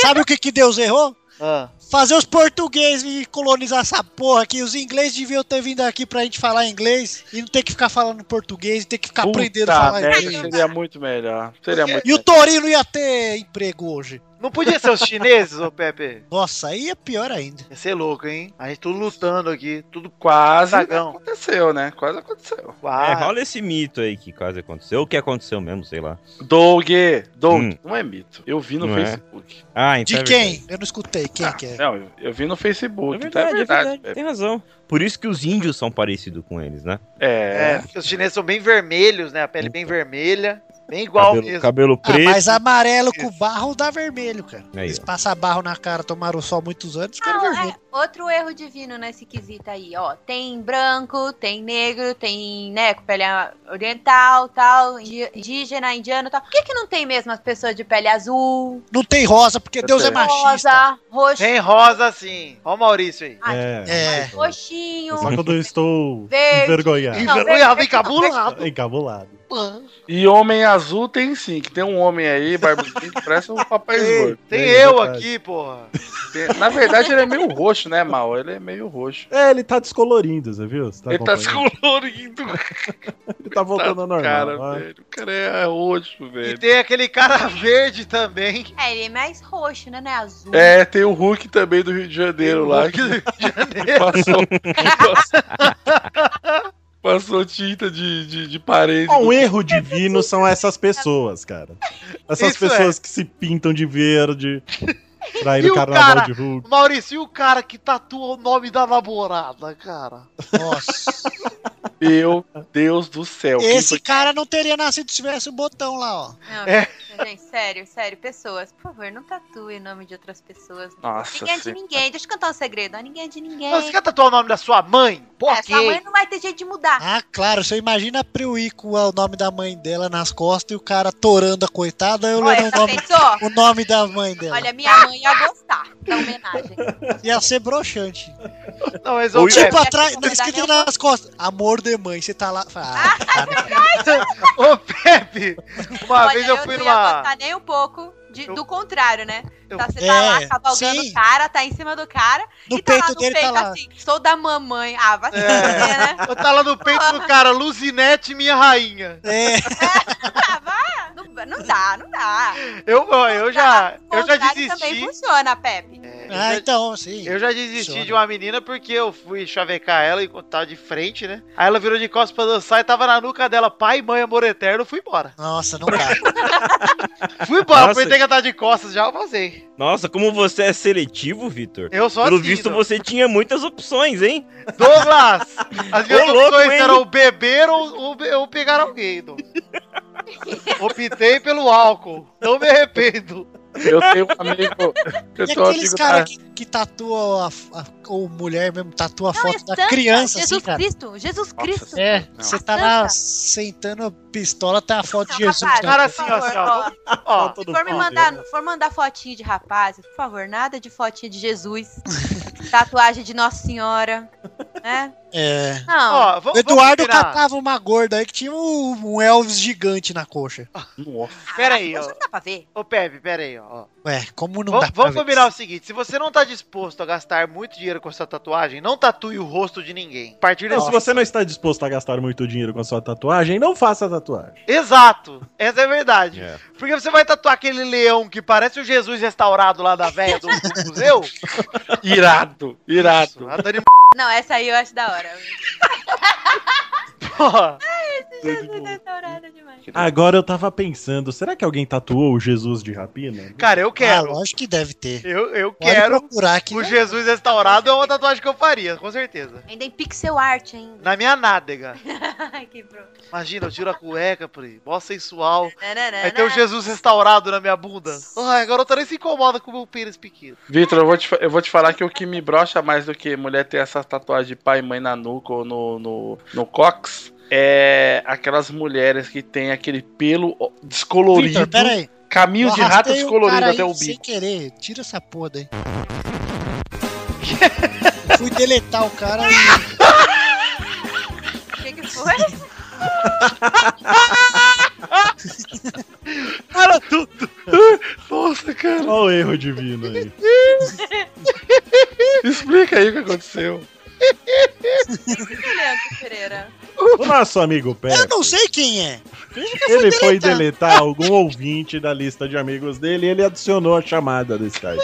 Speaker 7: Sabe o que, que Deus errou?
Speaker 1: Ah.
Speaker 7: Fazer os portugueses e colonizar essa porra aqui. Os ingleses deviam ter vindo aqui pra gente falar inglês e não ter que ficar falando português e ter que ficar Tá aprendendo a falar
Speaker 2: merda,
Speaker 7: inglês.
Speaker 2: seria muito melhor. Seria muito
Speaker 7: E o Torino ia ter emprego hoje.
Speaker 1: Não podia ser os chineses, ô Pepe?
Speaker 7: Nossa, aí é pior ainda.
Speaker 1: Ia ser louco, hein? A gente tudo lutando aqui, tudo
Speaker 2: Quase
Speaker 1: Sagão.
Speaker 2: aconteceu, né? Quase aconteceu.
Speaker 5: É,
Speaker 1: quase.
Speaker 5: rola esse mito aí que quase aconteceu. Ou que aconteceu mesmo, sei lá.
Speaker 2: Doug, Doug,
Speaker 5: Hum.
Speaker 2: não é mito. Eu vi no
Speaker 5: Não é?
Speaker 2: Facebook.
Speaker 5: Ah,
Speaker 7: De
Speaker 5: então. é verdade.
Speaker 7: quem? Eu não escutei. Quem que é?
Speaker 2: Ah, Não, eu, eu vi no Facebook.
Speaker 5: É
Speaker 2: então
Speaker 5: verdade, é verdade, Tem razão. Por isso que os índios são parecidos com eles, né?
Speaker 2: Pepe. É. Então.
Speaker 1: É, porque os chineses são bem vermelhos, né? A pele bem vermelha, bem igual
Speaker 5: cabelo,
Speaker 1: mesmo.
Speaker 5: cabelo
Speaker 7: Ah,
Speaker 5: preto.
Speaker 7: mas amarelo com barro dá vermelho, cara.
Speaker 5: Aí,
Speaker 7: Eles
Speaker 5: ó.
Speaker 7: passam barro na cara, tomaram sol muitos anos, ficaram
Speaker 6: Ah,
Speaker 7: vermelho.
Speaker 6: é, outro erro divino nesse quesito aí, ó. Tem branco, tem negro, tem, né, com pele oriental, tal, indi- indígena, indiano, tal. Por que que não tem mesmo as pessoas de pele azul,
Speaker 7: Não tem rosa, porque
Speaker 2: Eu
Speaker 7: Deus é
Speaker 2: sei.
Speaker 7: machista.
Speaker 6: rosa, roxo,
Speaker 1: Tem rosa sim. Ó o Maurício aí.
Speaker 6: Ah,
Speaker 7: É.
Speaker 6: roxinho,
Speaker 4: Só quando eu estou
Speaker 6: verde.
Speaker 4: envergonhado.
Speaker 6: Não,
Speaker 1: vergonha,
Speaker 6: verde,
Speaker 1: vem
Speaker 6: verde, não, verde.
Speaker 1: cabulado.
Speaker 4: Encabulado.
Speaker 2: E homem azul tem sim, que tem um homem aí, barbudinho, que parece um papai
Speaker 1: Ei,
Speaker 2: esgoto.
Speaker 1: tem
Speaker 4: É,
Speaker 1: eu
Speaker 4: verdade.
Speaker 1: aqui, porra.
Speaker 2: Tem- Na verdade, ele é meio roxo, né, Mal? Ele é meio roxo.
Speaker 4: É, ele tá descolorindo, você viu? Você
Speaker 2: ele tá
Speaker 4: acompanhando?
Speaker 2: descolorindo,
Speaker 4: Ele tá voltando ao normal.
Speaker 2: cara,
Speaker 4: vai.
Speaker 2: velho. O cara é roxo,
Speaker 1: E
Speaker 2: velho.
Speaker 1: tem aquele cara verde também.
Speaker 6: É, ele é mais roxo, né, não é
Speaker 1: um
Speaker 6: azul.
Speaker 2: É, tem o Hulk também do Rio de Janeiro lá, que
Speaker 1: Janeiro.
Speaker 2: passou. passou- passou tinta de, de, de parede.
Speaker 4: Ó, Um erro divino são essas pessoas, cara. Essas
Speaker 1: Isso é.
Speaker 4: pessoas que se pintam de verde pra ir
Speaker 1: E
Speaker 4: no
Speaker 1: o
Speaker 4: carnaval
Speaker 1: cara?
Speaker 4: de Hulk.
Speaker 1: Maurício, e o cara que tatua o nome da namorada, cara?
Speaker 7: Nossa.
Speaker 2: Meu Deus do
Speaker 1: É
Speaker 2: céu. quem
Speaker 7: Esse
Speaker 2: foi-
Speaker 7: cara não teria nascido se tivesse o botão lá, ó.
Speaker 6: Não,
Speaker 1: É.
Speaker 6: Gente, sério, sério, pessoas, por favor, não tatue o nome de outras pessoas.
Speaker 2: Nossa,
Speaker 6: ninguém é de
Speaker 2: sim.
Speaker 6: ninguém, deixa eu cantar um segredo. ó, Ninguém é de ninguém.
Speaker 1: Mas Você quer tatuar o nome da sua mãe? Por
Speaker 6: É, sua mãe não vai ter jeito de mudar.
Speaker 7: Ah, claro, você imagina a Priui com o nome da mãe dela nas costas e o cara torando a coitada, eu
Speaker 6: Olha,
Speaker 7: lendo o
Speaker 6: já
Speaker 7: nome,
Speaker 6: pensou?
Speaker 7: o nome da mãe dela.
Speaker 6: Olha, minha mãe ia gostar da homenagem.
Speaker 7: Ia ser broxante.
Speaker 1: Não, mas ô,
Speaker 5: Ou-
Speaker 1: Pepe,
Speaker 7: Tipo,
Speaker 6: é,
Speaker 7: atrás,
Speaker 6: é,
Speaker 7: na-
Speaker 6: é,
Speaker 7: escrito
Speaker 6: é,
Speaker 7: nas costas, amor de mãe, você tá lá. Ah, cara,
Speaker 1: ô Pepe, uma
Speaker 6: é Olha,
Speaker 1: vez eu fui
Speaker 6: não ia
Speaker 1: numa.
Speaker 6: gostar nem um pouco de-
Speaker 1: Eu-
Speaker 6: do contrário, né?
Speaker 1: eu-
Speaker 6: Tá, você tá lá
Speaker 7: É,
Speaker 6: cavalgando
Speaker 7: sim.
Speaker 6: o cara, tá em cima do cara,
Speaker 7: no
Speaker 6: e tá lá
Speaker 7: peito
Speaker 6: no
Speaker 7: dele
Speaker 6: peito
Speaker 7: tá lá.
Speaker 6: assim, sou da mamãe. Ah, vai se
Speaker 1: É.
Speaker 6: fuder, né?
Speaker 1: Eu tava lá no peito do cara, Luzinete, minha rainha.
Speaker 7: É,
Speaker 6: Ah, vai. Não, não dá, não dá.
Speaker 1: Eu, ó, eu já,
Speaker 6: O
Speaker 1: eu já
Speaker 6: contrário Tá, também
Speaker 1: desisti.
Speaker 6: funciona, Pepe.
Speaker 7: ah, então, sim.
Speaker 1: Eu já desisti
Speaker 7: Funciona.
Speaker 1: de uma menina porque eu fui chavecar ela e tava de frente, né? Aí ela virou de costas pra dançar e tava na nuca dela, pai, mãe, amor eterno, eu fui embora.
Speaker 7: Nossa, não dá.
Speaker 1: Fui embora,
Speaker 5: Nossa.
Speaker 1: aproveitei que ela tava de costas, já eu vazei.
Speaker 5: Nossa, como você é seletivo, Vitor.
Speaker 1: Eu só
Speaker 5: Pelo
Speaker 1: assim,
Speaker 5: visto,
Speaker 1: né?
Speaker 5: você tinha muitas opções, hein?
Speaker 1: Douglas! As minhas
Speaker 5: Ô, louco,
Speaker 1: opções
Speaker 5: hein?
Speaker 1: eram beber ou, ou, be- ou pegar alguém, Douglas. Optei pelo álcool. Não me arrependo.
Speaker 2: Eu tenho um amigo. Eu
Speaker 7: E
Speaker 2: tenho um
Speaker 7: aqueles
Speaker 2: amigo
Speaker 7: caras
Speaker 1: é.
Speaker 2: da,
Speaker 7: que, que tatuam, a, a- ou mulher mesmo, tatua a
Speaker 6: Não, é
Speaker 7: foto da
Speaker 6: santa,
Speaker 7: criança, assim,
Speaker 6: Jesus
Speaker 7: cara.
Speaker 6: Cristo, Jesus Cristo.
Speaker 7: É,
Speaker 2: Não.
Speaker 7: você tá lá sentando a pistola, tá a foto de
Speaker 6: Não,
Speaker 7: Jesus.
Speaker 6: rapaz,
Speaker 7: cara.
Speaker 1: Cara,
Speaker 6: por
Speaker 1: assim, ó,
Speaker 6: favor,
Speaker 1: assim, ó.
Speaker 6: ó.
Speaker 1: Ó,
Speaker 6: Se for me mandar, for mandar fotinho de rapaz, por favor, nada de fotinha de Jesus. Tatuagem de Nossa Senhora, né?
Speaker 7: É.
Speaker 6: Não.
Speaker 1: ó
Speaker 7: O Eduardo
Speaker 1: Catar.
Speaker 7: catava uma gorda aí que tinha um, um Elvis gigante na coxa.
Speaker 2: Nossa,
Speaker 1: Pera
Speaker 7: Ah,
Speaker 1: aí,
Speaker 6: Mas
Speaker 1: ó.
Speaker 6: não dá pra ver.
Speaker 1: Ô, Pepe, pera aí, ó.
Speaker 7: Ué, como não
Speaker 1: Vam-
Speaker 7: dá pra
Speaker 1: vamos
Speaker 7: ver?
Speaker 1: combinar o seguinte: se você não tá disposto a gastar muito dinheiro com essa tatuagem, não tatue o rosto de ninguém. A partir
Speaker 4: Não,
Speaker 1: desse...
Speaker 4: se você não está disposto a gastar muito dinheiro com a sua tatuagem, não faça tatuagem.
Speaker 1: Exato, essa é a verdade.
Speaker 5: É.
Speaker 1: Porque você vai tatuar aquele leão que parece o Jesus restaurado lá da velha do do museu.
Speaker 2: irado, irado.
Speaker 1: A Dani
Speaker 6: Não, essa aí eu acho da hora.
Speaker 1: Porra.
Speaker 6: Jesus restaurado demais.
Speaker 4: Agora eu tava pensando, será que alguém tatuou o Jesus de rapina?
Speaker 1: Cara, eu
Speaker 7: Ah,
Speaker 1: quero.
Speaker 7: lógico que deve ter.
Speaker 1: Eu, eu
Speaker 7: Pode
Speaker 1: quero.
Speaker 7: procurar aqui. né?
Speaker 1: O Jesus restaurado é uma tatuagem que eu faria, com certeza.
Speaker 6: Ainda em pixel art ainda.
Speaker 1: Na minha nádega.
Speaker 6: Ai, que pronto.
Speaker 1: Imagina, eu tiro a cueca, Pri. Mó sensual.
Speaker 6: Nananana.
Speaker 1: Aí tem o Jesus restaurado na minha bunda. Ai, a garota nem se incomoda com o meu pênis pequeno.
Speaker 2: Vitor, eu, vou te fa- eu vou te falar que o que me brocha mais do que mulher ter essa tatuagem de pai e mãe na nuca ou no, no, no cox é aquelas mulheres que tem aquele pelo descolorido,
Speaker 7: Vitor, pera aí.
Speaker 2: caminho de
Speaker 7: Eu
Speaker 2: rato
Speaker 7: arrastei o
Speaker 2: descolorido
Speaker 7: cara
Speaker 2: até
Speaker 7: aí
Speaker 2: o
Speaker 7: Sem
Speaker 2: bico.
Speaker 7: querer, tira essa porra daí. Fui deletar o cara e
Speaker 6: O que, que foi?
Speaker 1: Cara, tudo.
Speaker 2: Nossa, cara,
Speaker 4: Olha o erro divino aí.
Speaker 2: explica aí o que aconteceu.
Speaker 6: Que Leandro Pereira.
Speaker 4: O nosso amigo Pepe,
Speaker 7: eu não sei quem é.
Speaker 4: ele foi deletar algum ouvinte da lista de amigos dele e ele adicionou a chamada do Skype.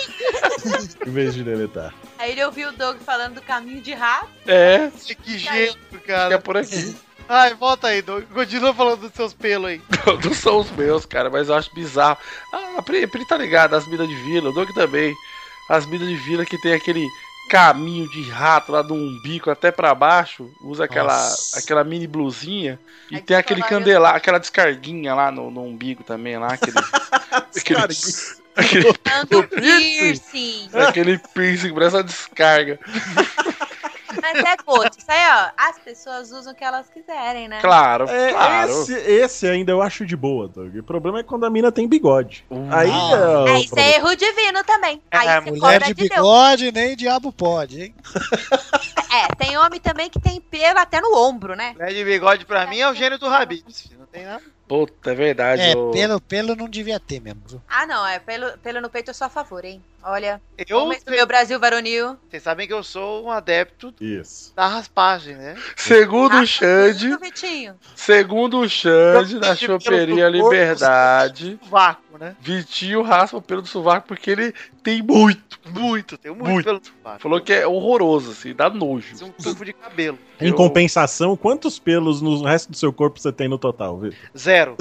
Speaker 4: em vez de deletar.
Speaker 6: Aí ele ouviu o Doug falando do caminho de rato.
Speaker 2: É,
Speaker 1: Que jeito,
Speaker 2: é
Speaker 1: cara.
Speaker 2: por aqui.
Speaker 1: Ai, volta aí, Doug. Continua falando dos seus pelos aí.
Speaker 2: Não são os meus, cara, mas eu acho bizarro. Ah, a Pri, Pri tá ligado, as minas de vila, o Doug também. As minas de vila que tem aquele caminho de rato lá do umbigo até pra baixo, usa aquela,
Speaker 7: Nossa.
Speaker 2: aquela mini blusinha e
Speaker 6: Aí
Speaker 2: tem aquele
Speaker 6: descolorido.
Speaker 2: candelá, aquela descarguinha lá no, no umbigo também, lá, aquele, aquele, aquele,
Speaker 6: Dando
Speaker 2: piercing.
Speaker 6: piercing.
Speaker 2: aquele piercing, parece uma descarga.
Speaker 6: Mas é gosto. Isso aí, ó. As pessoas usam o que elas quiserem, né?
Speaker 2: Claro,
Speaker 4: É,
Speaker 2: claro.
Speaker 4: esse, esse ainda eu acho de boa, Doug. O problema é quando a mina tem bigode.
Speaker 2: Hum.
Speaker 4: Aí
Speaker 7: Ah.
Speaker 4: é o
Speaker 6: É, isso é
Speaker 4: problema.
Speaker 6: erro divino também. Aí
Speaker 1: É,
Speaker 6: você
Speaker 7: Mulher
Speaker 6: cobra de
Speaker 7: de
Speaker 6: Deus.
Speaker 7: bigode, nem diabo pode, hein?
Speaker 6: É, tem homem também que tem pelo até no ombro, né?
Speaker 1: Né, de bigode pra mim é o gênio do Habibs. filho. Não tem nada.
Speaker 2: Puta, é verdade.
Speaker 7: É,
Speaker 2: ô.
Speaker 7: pelo, pelo não devia ter mesmo. viu?
Speaker 6: Ah, não, é pelo, pelo no peito eu sou a favor, hein? Olha,
Speaker 1: Eu,
Speaker 6: começo do meu Brasil varonil.
Speaker 1: vocês sabem que eu sou um adepto
Speaker 4: Isso.
Speaker 1: da raspagem, né?
Speaker 2: Segundo o Xande,
Speaker 6: Tudo, Vitinho.
Speaker 2: segundo o Xande, na
Speaker 1: Eu-
Speaker 2: choperia
Speaker 1: pelo do corpo,
Speaker 2: Liberdade...
Speaker 1: Vácuo, mesmo, né?
Speaker 2: Vitinho raspa o pelo do sovaco porque ele tem muito.
Speaker 1: Muito, tenho muito,
Speaker 2: Muito.
Speaker 1: pelo sovaco.
Speaker 2: Falou que é horroroso, assim, dá nojo.
Speaker 1: Tem um tufo de cabelo.
Speaker 4: Em compensação, quantos pelos no resto do seu corpo você tem no total, Vitor?
Speaker 1: Zero.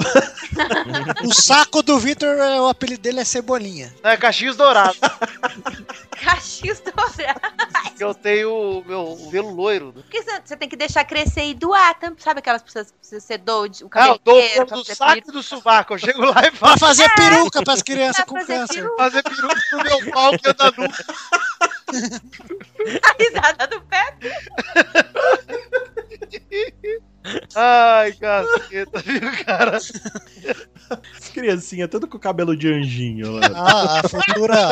Speaker 7: O saco do Vitor, é, o apelido dele é Cebolinha.
Speaker 1: Não, é cachinhos dourados.
Speaker 6: Cachis do
Speaker 1: que eu tenho o meu o pelo loiro. né?
Speaker 6: Porque você você tem que deixar crescer e doar. tam- Sabe aquelas pessoas que precisam ser doad? O
Speaker 1: Ah,
Speaker 6: cabelo
Speaker 1: eu dou o pelo do saco e do sovaco. Eu chego lá e faço
Speaker 7: Pra fazer peruca pras crianças
Speaker 6: Pra
Speaker 7: com
Speaker 6: fazer
Speaker 7: câncer.
Speaker 6: peruca.
Speaker 1: fazer peruca pro meu pau que anda nu.
Speaker 6: A risada do pé.
Speaker 1: Ai, caceta, viu, cara?
Speaker 4: As criancinhas, tudo com o cabelo de anjinho né? lá.
Speaker 7: Ah, a futura.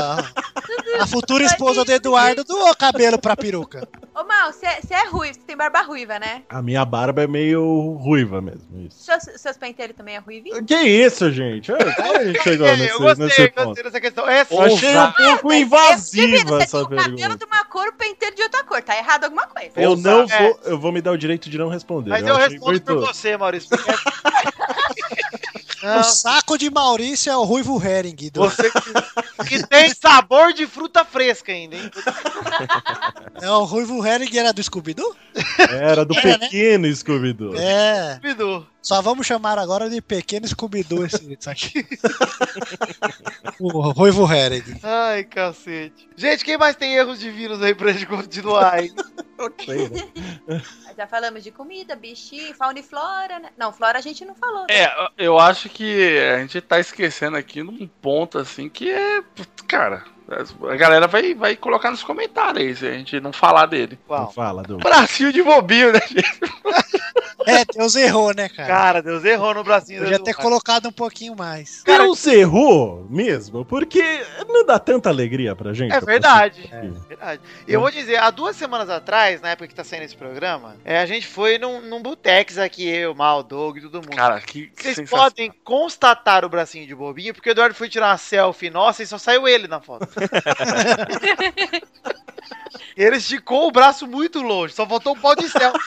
Speaker 7: A futura esposa do Eduardo doou cabelo pra peruca.
Speaker 6: Ô, Mal, você é- você é ruivo, você tem barba ruiva, né?
Speaker 4: A minha barba é meio ruiva mesmo, isso.
Speaker 6: Seus, seus penteiros também é ruivinho?
Speaker 4: Que isso, gente? Olha, Como a gente chegou
Speaker 1: Ei, eu
Speaker 4: nesse,
Speaker 1: gostei,
Speaker 4: nesse ponto?
Speaker 1: gostei dessa questão. É, Essa
Speaker 4: Eu achei um pouco invasiva
Speaker 6: Você tem
Speaker 4: essa
Speaker 6: o cabelo
Speaker 4: pergunta.
Speaker 6: de uma cor, o penteiro de outra cor. Tá errado alguma coisa.
Speaker 4: Eu não
Speaker 1: É.
Speaker 4: vou, eu vou me dar o direito de não responder.
Speaker 1: Mas
Speaker 4: eu
Speaker 1: eu
Speaker 4: achei
Speaker 1: respondo por
Speaker 4: muito-
Speaker 1: você, Maurício. porque-
Speaker 7: O
Speaker 1: Não,
Speaker 7: É um saco de Maurício é o Ruivo Hering. do-
Speaker 1: Ah. você que, que tem sabor de fruta fresca ainda, hein?
Speaker 7: É, o Ruivo Hering era do Scooby-Doo?
Speaker 4: Era do
Speaker 7: Era, né?
Speaker 4: pequeno Scooby-Doo.
Speaker 7: É.
Speaker 1: Duvidou.
Speaker 7: Só vamos chamar agora de pequeno Scooby-Doo esse isso aqui. o Ruivo Hering.
Speaker 1: Ai, cacete. Gente, quem mais tem erros divinos aí pra gente continuar, hein?
Speaker 4: Sei, né?
Speaker 6: É, Já falamos de comida, bichinho, fauna e flora, né? Não, flora a gente não falou. né?
Speaker 2: É, eu acho que a gente tá esquecendo aqui num ponto assim que é. putz, Cara, a galera vai, vai colocar nos comentários aí se a gente não falar dele.
Speaker 4: Não
Speaker 1: Qual?
Speaker 4: fala, do.
Speaker 2: Bracinho de bobinho, né, gente?
Speaker 7: É, Deus errou, né, cara?
Speaker 1: Cara, Deus errou no bracinho.
Speaker 7: Podia
Speaker 1: do
Speaker 7: ter
Speaker 1: Eduardo.
Speaker 7: colocado um pouquinho mais.
Speaker 4: Deus errou mesmo, porque não dá tanta alegria pra gente.
Speaker 1: É verdade.
Speaker 4: É.
Speaker 1: Verdade. E eu vou dizer, há duas semanas atrás, na época que tá saindo esse programa, é, a gente foi num, num Butex aqui, eu, Mal, Doug e todo mundo.
Speaker 2: Cara, que, que
Speaker 1: Vocês
Speaker 2: sensação.
Speaker 1: podem constatar o bracinho de bobinho, porque o Eduardo foi tirar uma selfie nossa e só saiu ele na foto. ele esticou o braço muito longe, só faltou um pau de selfie.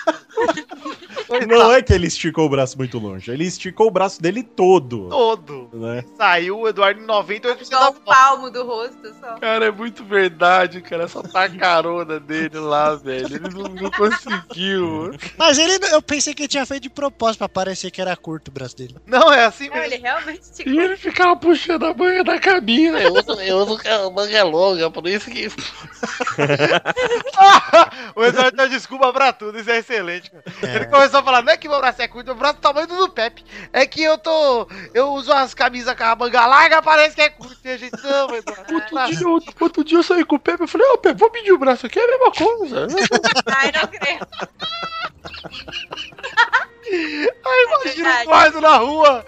Speaker 4: Não é que ele esticou o braço muito longe, ele esticou o braço dele todo.
Speaker 1: Todo.
Speaker 4: Né?
Speaker 1: Saiu o Eduardo em 98%
Speaker 6: Só
Speaker 1: da
Speaker 6: um
Speaker 1: foto.
Speaker 6: palmo do rosto, só.
Speaker 2: Cara, é muito verdade, cara. Só tá a carona dele lá, velho. Ele não, não conseguiu.
Speaker 7: Mas ele, eu pensei que ele tinha feito de propósito pra parecer que era curto o braço dele.
Speaker 1: Não, é assim
Speaker 6: Não, ele
Speaker 1: mesmo.
Speaker 6: realmente te
Speaker 2: E ele ficava puxando a manga da cabina.
Speaker 3: Eu uso, eu uso ca- manga longa, por isso que.
Speaker 1: o Eduardo dá desculpa pra tudo, isso é excelente. cara.
Speaker 7: É.
Speaker 1: Ele começou a falar, não é que meu braço é curto, meu braço é do tamanho do do Pepe. É que eu tô... Eu uso as camisas com a manga larga, parece que é curto. E a gente, não, Eduardo.
Speaker 6: É.
Speaker 1: tá
Speaker 2: Outro dia, outro, outro dia eu saí com o Pepe e falei, ô Pepe, vou pedir o braço aqui, é a mesma coisa.
Speaker 6: Ai, não creio. É
Speaker 1: Imagina o Eduardo na rua,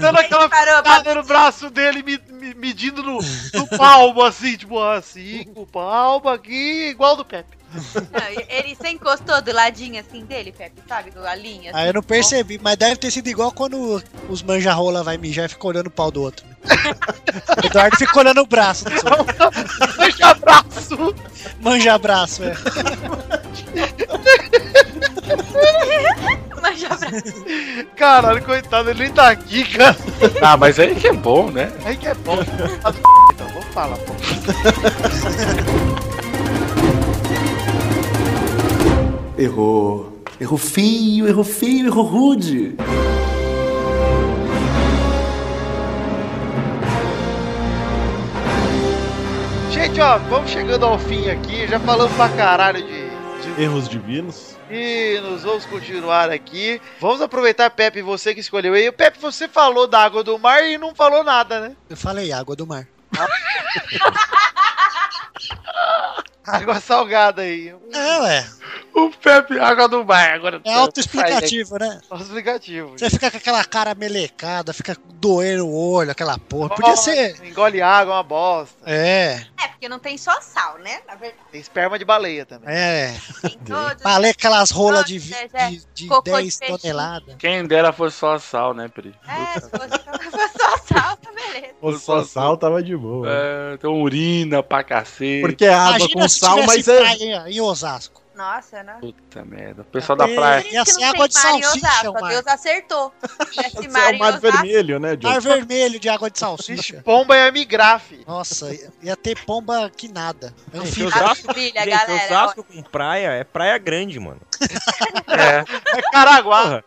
Speaker 1: dando aquela
Speaker 6: Parou,
Speaker 1: Tá no braço dele, me, me- medindo no, no palmo, assim, tipo, ah, cinco palmo aqui, igual do Pepe.
Speaker 6: Não, e- ele você encostou do ladinho assim dele, Pepe, sabe? Do a linha.
Speaker 7: É
Speaker 6: assim.
Speaker 7: Aí Ah, eu não percebi, mas deve ter sido igual quando os manjarrola vai mijar e fica olhando o pau do outro. né? o Eduardo fica olhando o braço do seu.
Speaker 1: Fecha abraço!
Speaker 7: Manja braço, é.
Speaker 6: Mas já pra
Speaker 1: Caralho, coitado, ele nem tá aqui, cara.
Speaker 2: Ah, mas aí que é bom, né?
Speaker 1: Aí que é bom. Ah, do Então, vamos falar, pô.
Speaker 9: Errou. Errou feio, errou feio, errou rude.
Speaker 1: Gente, ó, vamos chegando ao fim aqui, já falamos pra caralho de... de...
Speaker 4: Erros divinos.
Speaker 1: E nos vamos continuar aqui. Vamos aproveitar, Pepe, você que escolheu aí. Pepe, você falou da água do mar e não falou nada, né?
Speaker 7: Eu falei, É "Ah, água do mar.
Speaker 1: Água salgada aí.
Speaker 7: É, ué.
Speaker 2: O Pepe, água do mar, agora.
Speaker 7: É autoexplicativo, né?
Speaker 1: Nosso explicativo.
Speaker 7: Você fica com aquela cara melecada, fica doendo o olho, aquela porra. Podia ser.
Speaker 1: Engole água, é uma bosta.
Speaker 7: É,
Speaker 6: É, porque não tem só sal, né? Na verdade,
Speaker 1: Tem esperma de baleia também.
Speaker 7: é.
Speaker 6: tem todos.
Speaker 7: Falei aquelas rolas de, vi- de, de
Speaker 6: Cocô de
Speaker 7: 10
Speaker 6: peixinho.
Speaker 7: toneladas.
Speaker 2: Quem dera fosse só sal, né, Pri?
Speaker 6: É, se fosse se fosse só sal, tá beleza.
Speaker 4: O só sal tava de boa.
Speaker 2: É, então urina pra cacete.
Speaker 4: Porque é água com sal, mas é.
Speaker 7: praia em Osasco.
Speaker 6: Nossa, né?
Speaker 2: Puta merda. O pessoal da praia.
Speaker 7: Essa é água de salsicha, Omar.
Speaker 6: Deus acertou. Esse
Speaker 4: Esse é o mar vermelho, né, Diogo?
Speaker 7: Mar vermelho de água de salsicha.
Speaker 1: Pomba é amigrafe.
Speaker 7: Nossa, ia- ia ter pomba que nada. É um
Speaker 5: Gente,
Speaker 7: Anfíbio.
Speaker 5: Osasco,
Speaker 6: Maravilha,
Speaker 5: gente,
Speaker 6: galera,
Speaker 5: Osasco com praia é praia grande, mano.
Speaker 2: É,
Speaker 1: É Caraguá.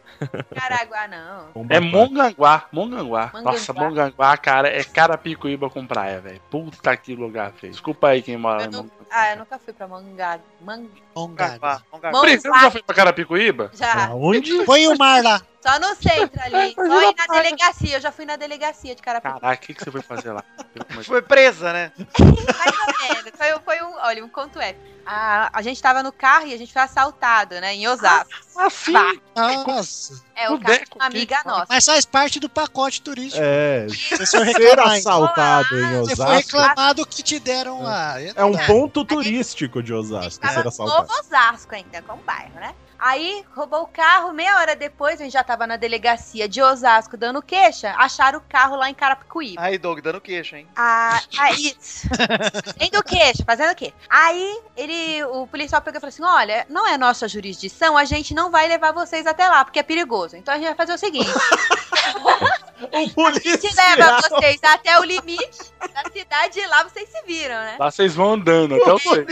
Speaker 6: Caraguá, não.
Speaker 4: Pomba
Speaker 2: é
Speaker 4: praia.
Speaker 2: Monganguá. Monganguá.
Speaker 6: Mongaguá.
Speaker 2: Nossa, Monganguá, cara, é Carapicuíba com praia, velho. Puta que lugar, feio. Desculpa aí quem mora
Speaker 6: Eu
Speaker 2: em
Speaker 6: não-
Speaker 2: Monganguá.
Speaker 6: Ah, eu nunca fui pra Mangá. Mangá.
Speaker 7: Mongaguá.
Speaker 1: Caraguá. Caraguá.
Speaker 6: Mon-
Speaker 2: Pri, você já foi pra Carapicuíba?
Speaker 6: Já. um
Speaker 4: Aonde?
Speaker 7: Põe o um mar lá.
Speaker 6: Só no centro ali. Só ir na delegacia. Eu já fui na delegacia de Carapicuíba.
Speaker 2: Caraca, o que, que você foi fazer lá? Eu comecei-
Speaker 1: Foi presa, né?
Speaker 6: Mais ou menos. Foi, um- foi um, olha, um conto épico. A, a gente tava no carro e a gente foi assaltado, né? Em Osasco.
Speaker 2: Ah, sim.
Speaker 6: Vá.
Speaker 7: Nossa.
Speaker 6: É o
Speaker 2: O
Speaker 6: carro de
Speaker 2: Deco,
Speaker 6: uma amiga nossa.
Speaker 7: Mas faz parte do pacote turístico.
Speaker 4: É,
Speaker 7: Você só
Speaker 4: ser
Speaker 7: reclamar. hein?
Speaker 4: assaltado em
Speaker 7: Você foi
Speaker 4: Osasco
Speaker 7: reclamado que te deram
Speaker 2: Ah.
Speaker 7: lá.
Speaker 4: é um
Speaker 7: Não dá.
Speaker 4: ponto turístico de
Speaker 6: A gente
Speaker 4: Osasco,
Speaker 6: tava
Speaker 4: ser
Speaker 6: no
Speaker 4: assaltado.
Speaker 6: Novo Osasco ainda, como bairro, né? Aí roubou o carro, meia hora depois, a gente já tava na delegacia de Osasco dando queixa, acharam o carro lá em Carapicuíba.
Speaker 1: Aí, Doug, dando queixo, hein?
Speaker 6: Ah, aí, fazendo queixa, fazendo o quê? Aí ele, o policial pegou e falou assim: olha, não é nossa jurisdição, a gente não vai levar vocês até lá, porque é perigoso. Então a gente vai fazer o seguinte:
Speaker 4: O
Speaker 6: a gente leva vocês até o limite da cidade e lá vocês se viram, né?
Speaker 2: Lá vocês vão andando até o centro.
Speaker 6: um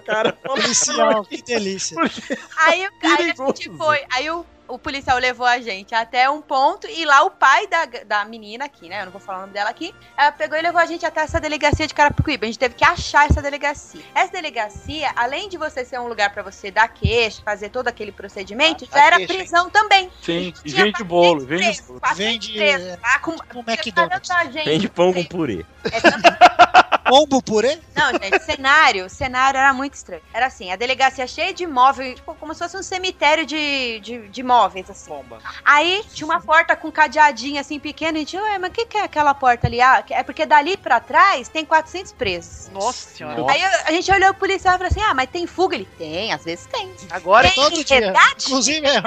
Speaker 4: cara.
Speaker 7: Policial, que delícia.
Speaker 6: Aí, o- aí a
Speaker 4: Perigoso.
Speaker 6: gente foi. Aí o, o policial levou a gente até um ponto e lá o pai da, da menina aqui, né? Eu não vou falar o nome dela aqui. Ela pegou e levou a gente até essa delegacia de Carapicuíba. A gente teve que achar essa delegacia. Essa delegacia, além de você ser um lugar pra você dar queixa, fazer todo aquele procedimento,
Speaker 1: Ah,
Speaker 6: já
Speaker 1: a
Speaker 6: era
Speaker 1: queixa,
Speaker 6: prisão também.
Speaker 2: Sim, e
Speaker 6: Tinha
Speaker 2: vende bolo,
Speaker 6: bastante
Speaker 2: vende
Speaker 6: preso, bastante
Speaker 7: Vende,
Speaker 6: preso,
Speaker 7: é,
Speaker 6: tá? Com-
Speaker 7: Tipo um
Speaker 6: separando
Speaker 7: McDonald's.
Speaker 6: a gente.
Speaker 5: Vende pão com purê.
Speaker 6: É tanto
Speaker 7: Pombo purê?
Speaker 6: Não, gente, cenário, cenário era muito estranho. Era assim, a delegacia cheia de imóveis, tipo, como se fosse um cemitério de, de, de imóveis, assim.
Speaker 1: Pomba.
Speaker 6: Aí tinha uma porta com cadeadinho, assim, pequeno, e a gente, ué, mas o que, que é aquela porta ali? Ah, é porque dali pra trás tem 400 presos.
Speaker 1: Nossa senhora.
Speaker 2: Nossa.
Speaker 6: Aí a gente olhou o policial e falou assim, ah, mas tem fuga? Ele, tem, às vezes tem.
Speaker 1: Agora,
Speaker 6: tem
Speaker 7: todo dia.
Speaker 6: resgate?
Speaker 7: Inclusive, é,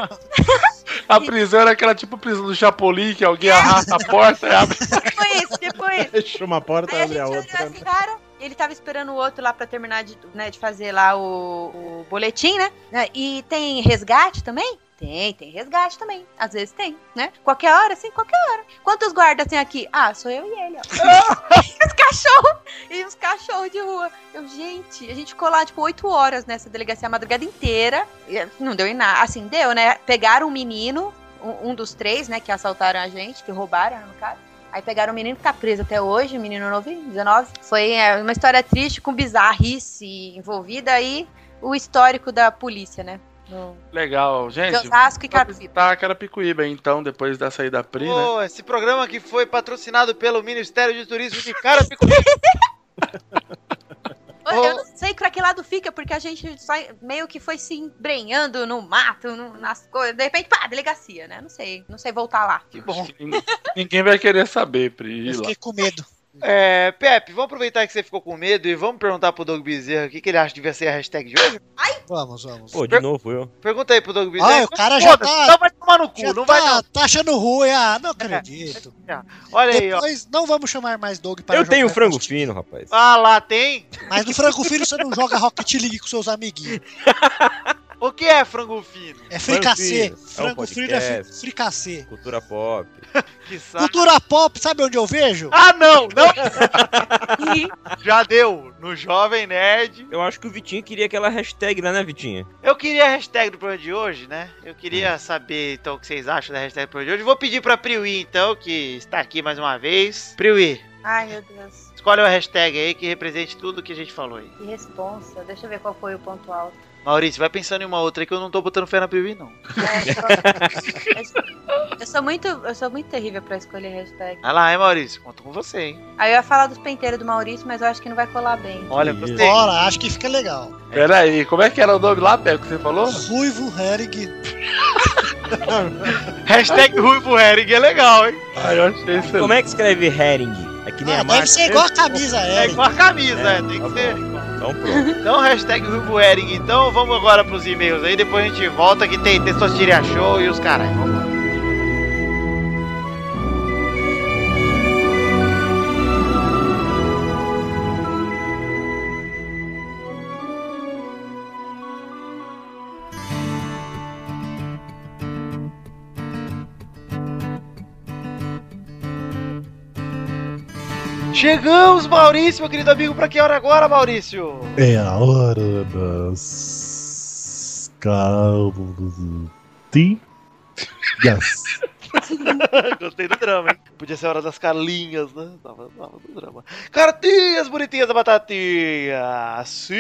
Speaker 2: A prisão era aquela tipo prisão do Chapolin, que
Speaker 6: É.
Speaker 2: alguém arrasta a porta e abre.
Speaker 6: Tipo isso, tipo isso.
Speaker 4: Fecha uma porta,
Speaker 6: Aí a
Speaker 4: abre
Speaker 6: gente
Speaker 4: a
Speaker 6: olhou
Speaker 4: outra.
Speaker 7: tá
Speaker 6: assim, cara. Ele tava esperando o outro lá pra terminar de, né, de fazer lá o, o boletim, né? Né, E tem resgate também? Tem, tem resgate também. Às vezes tem, né? Qualquer hora, sim, qualquer hora. Quantos guardas tem aqui? Ah, sou eu e ele, ó. os cachorros! E os cachorros de rua. Eu, gente, a gente ficou lá, tipo, oito horas nessa delegacia a madrugada inteira. E eh, Não deu em nada. Assim, deu, né? Pegaram um menino, um, um dos três, né, que assaltaram a gente, que roubaram, no caso. Aí pegaram o menino que tá preso até hoje, um menino novinho, 19. Foi é, uma história triste, com bizarrice envolvida aí o histórico da polícia, né? No
Speaker 2: Legal,
Speaker 6: de
Speaker 2: gente.
Speaker 6: Osasco e
Speaker 2: Vou
Speaker 6: Carapicuíba.
Speaker 2: visitar Carapicuíba, então, depois da saída da Pri, né?
Speaker 1: pô, esse programa que foi patrocinado pelo Ministério de Turismo de Carapicuíba.
Speaker 6: Eu eu não sei pra que lado fica, porque a gente só meio que foi se embrenhando no mato, no- nas coisas. De repente, pá, delegacia, né? Não sei, não sei voltar lá.
Speaker 1: Que bom.
Speaker 2: Acho que ninguém- Ninguém vai querer saber, Pri. ir
Speaker 7: eu
Speaker 2: lá.
Speaker 7: fiquei com medo.
Speaker 1: É, Pepe, vamos aproveitar que você ficou com medo e vamos perguntar pro Doug Bezerra o que, que ele acha que devia ser a hashtag de hoje?
Speaker 7: Vamos, vamos.
Speaker 5: Pô, de novo eu.
Speaker 1: Pergunta aí pro Doug Bezerra.
Speaker 7: Ah, o cara já
Speaker 1: né? Foda-se,
Speaker 7: tá,
Speaker 1: Não vai tomar no cu,
Speaker 7: já
Speaker 1: não
Speaker 7: tá,
Speaker 1: vai não. É.
Speaker 7: tá achando ruim. Ah, não acredito.
Speaker 1: Olha aí, ó.
Speaker 7: Depois não vamos chamar mais Doug para
Speaker 5: Eu
Speaker 7: jogar
Speaker 5: tenho frango
Speaker 7: Rocket
Speaker 5: fino, rapaz.
Speaker 1: Ah, lá tem?
Speaker 7: League. Mas no frango filho você não joga Rocket League com seus amiguinhos.
Speaker 1: O que é frango fino?
Speaker 7: É fricassê.
Speaker 5: Frango Filho, é um
Speaker 7: Frango filho é fri-
Speaker 5: podcast.
Speaker 7: fricassê.
Speaker 5: Cultura pop.
Speaker 1: Que saco.
Speaker 7: Cultura pop, sabe onde eu vejo?
Speaker 1: Ah, não, não. Já deu. No Jovem Nerd.
Speaker 5: Eu acho que o Vitinho queria aquela hashtag lá, né, Vitinho?
Speaker 1: Eu queria a hashtag do programa de hoje, né? Eu queria saber, então, o que vocês acham da hashtag do programa de hoje. Vou pedir pra Priwi, então, que está aqui mais uma vez. Priwi,
Speaker 6: Ai, meu Deus,
Speaker 1: escolhe uma hashtag aí que represente tudo que a gente falou aí.
Speaker 6: que responsa. Deixa eu ver qual foi o ponto alto.
Speaker 1: Maurício, vai pensando em uma outra aí que eu não tô botando fé na Priwi, não.
Speaker 6: É, eu, sou, eu sou muito, eu sou muito terrível pra escolher hashtag.
Speaker 1: Vai lá, hein, Maurício? Conto com você, hein?
Speaker 6: Aí eu ia falar dos penteiros do Maurício, mas eu acho que não vai colar bem.
Speaker 1: Olha,
Speaker 4: Isso.
Speaker 1: gostei.
Speaker 7: Bora, acho que fica legal.
Speaker 2: Pera aí, como é que era o nome lá, Pepe, que você falou?
Speaker 7: Ruivo Herrig.
Speaker 1: Hashtag Ruivo Hering é legal, hein?
Speaker 2: Ai, Ah, eu achei isso.
Speaker 5: Como é que escreve herring? É que nem
Speaker 7: Ah,
Speaker 5: a
Speaker 7: deve
Speaker 5: marca.
Speaker 7: ser igual a camisa
Speaker 1: É
Speaker 7: Herring.
Speaker 1: com a camisa,
Speaker 5: É,
Speaker 1: é, tem
Speaker 5: tá
Speaker 1: que ser.
Speaker 5: Então pronto.
Speaker 1: Então, hashtag Rubo Hering. Então, vamos agora pros e-mails aí. Depois a gente volta que tem Testosteria Show e os caras. Vamos lá. Chegamos, Maurício, meu querido amigo. Pra que hora agora, Maurício?
Speaker 4: É a hora das calminhas.
Speaker 1: Gostei do drama, hein? Podia ser a hora das Carlinhas, né? Tava, tava do drama. Cartinhas bonitinhas da batatinha! Sim!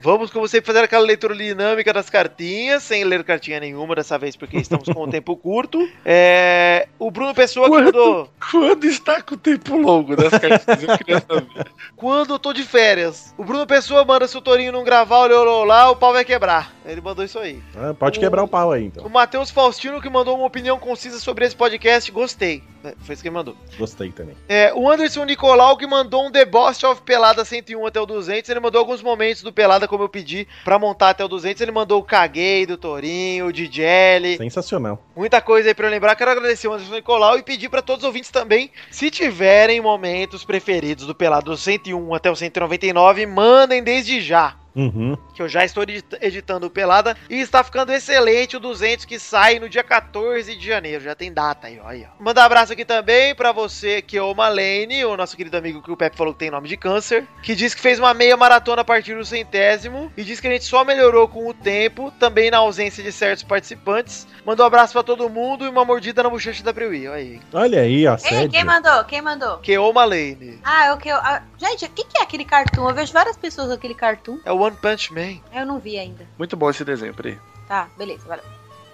Speaker 1: Vamos, como sempre, fazer aquela leitura dinâmica das cartinhas, sem ler cartinha nenhuma dessa vez, porque estamos com um tempo curto. É... O Bruno Pessoa que
Speaker 2: Quanto?
Speaker 1: mandou.
Speaker 2: Quando está com o tempo longo das cartinhas? Eu queria saber.
Speaker 1: Quando eu tô de férias, o Bruno Pessoa manda se o Torinho não gravar, olhou olhou lá, o pau vai quebrar. Ele mandou isso aí.
Speaker 4: Ah, pode quebrar o pau aí,
Speaker 1: O
Speaker 4: então.
Speaker 1: Matheus Faustino que mandou uma opinião concisa sobre esse podcast, gostei. É, Foi isso que ele mandou.
Speaker 4: Gostei também.
Speaker 1: É, o Anderson Nicolau que mandou um The Boss of Pelada 101 até o 200. Ele mandou alguns momentos do Pelada, como eu pedi, pra montar até o 200. Ele mandou o Caguei do Torinho, de Jelly,
Speaker 4: Sensacional.
Speaker 1: muita coisa aí pra eu lembrar. Quero agradecer o Anderson Nicolau e pedir pra todos os ouvintes também, se tiverem momentos preferidos do Pelada do 101 até o 199, mandem desde já
Speaker 4: Uhum.
Speaker 1: que eu já estou edit- editando o Pelada, e está ficando excelente o 200 que sai no dia 14 de janeiro, já tem data aí, ó, aí, ó. Mandar um abraço aqui também pra você, que é o Malene, o nosso querido amigo que o Pepe falou que tem nome de câncer, que diz que fez uma meia maratona a partir do centésimo, e diz que a gente só melhorou com o tempo, também na ausência de certos participantes. Manda um abraço pra todo mundo e uma mordida na bochecha da Priui, olha aí.
Speaker 4: Olha aí, a
Speaker 6: Ei,
Speaker 4: sede.
Speaker 6: quem mandou? Quem mandou?
Speaker 1: Que é o Malene.
Speaker 6: Ah, é o que eu. ah, gente, o que, que é aquele cartoon? Eu vejo várias pessoas naquele cartoon.
Speaker 1: É o One Punch Man.
Speaker 6: Eu não vi ainda.
Speaker 2: Muito bom esse desenho, peraí.
Speaker 6: Tá, beleza, valeu.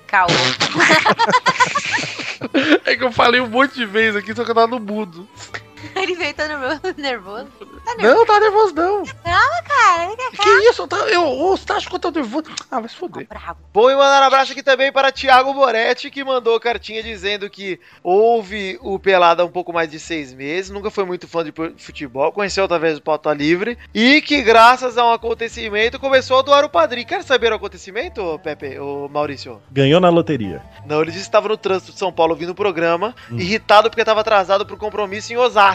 Speaker 6: Calma.
Speaker 2: É que eu falei um monte de vezes aqui, só que eu tava no mudo.
Speaker 6: Ele veio tá nervo- nervoso. Tá nervoso,
Speaker 2: Não, tá nervoso não.
Speaker 6: cara. Ele
Speaker 2: Que isso? Tá, eu, ô, você tá achando que eu tô nervoso? Ah, vai se
Speaker 6: tá
Speaker 2: foder.
Speaker 6: bravo.
Speaker 1: Bom, e mandar um abraço aqui também para Thiago Moretti, que mandou cartinha dizendo que houve o Pelada há um pouco mais de seis meses, nunca foi muito fã de pu- futebol, conheceu através do Pauta Livre, e que graças a um acontecimento começou a doar o padrinho. Quer saber o acontecimento, ô Pepe, o Maurício?
Speaker 4: Ganhou na loteria.
Speaker 1: Não, ele disse que estava no trânsito de São Paulo ouvindo o programa, irritado porque estava atrasado para o compromisso em Osasco.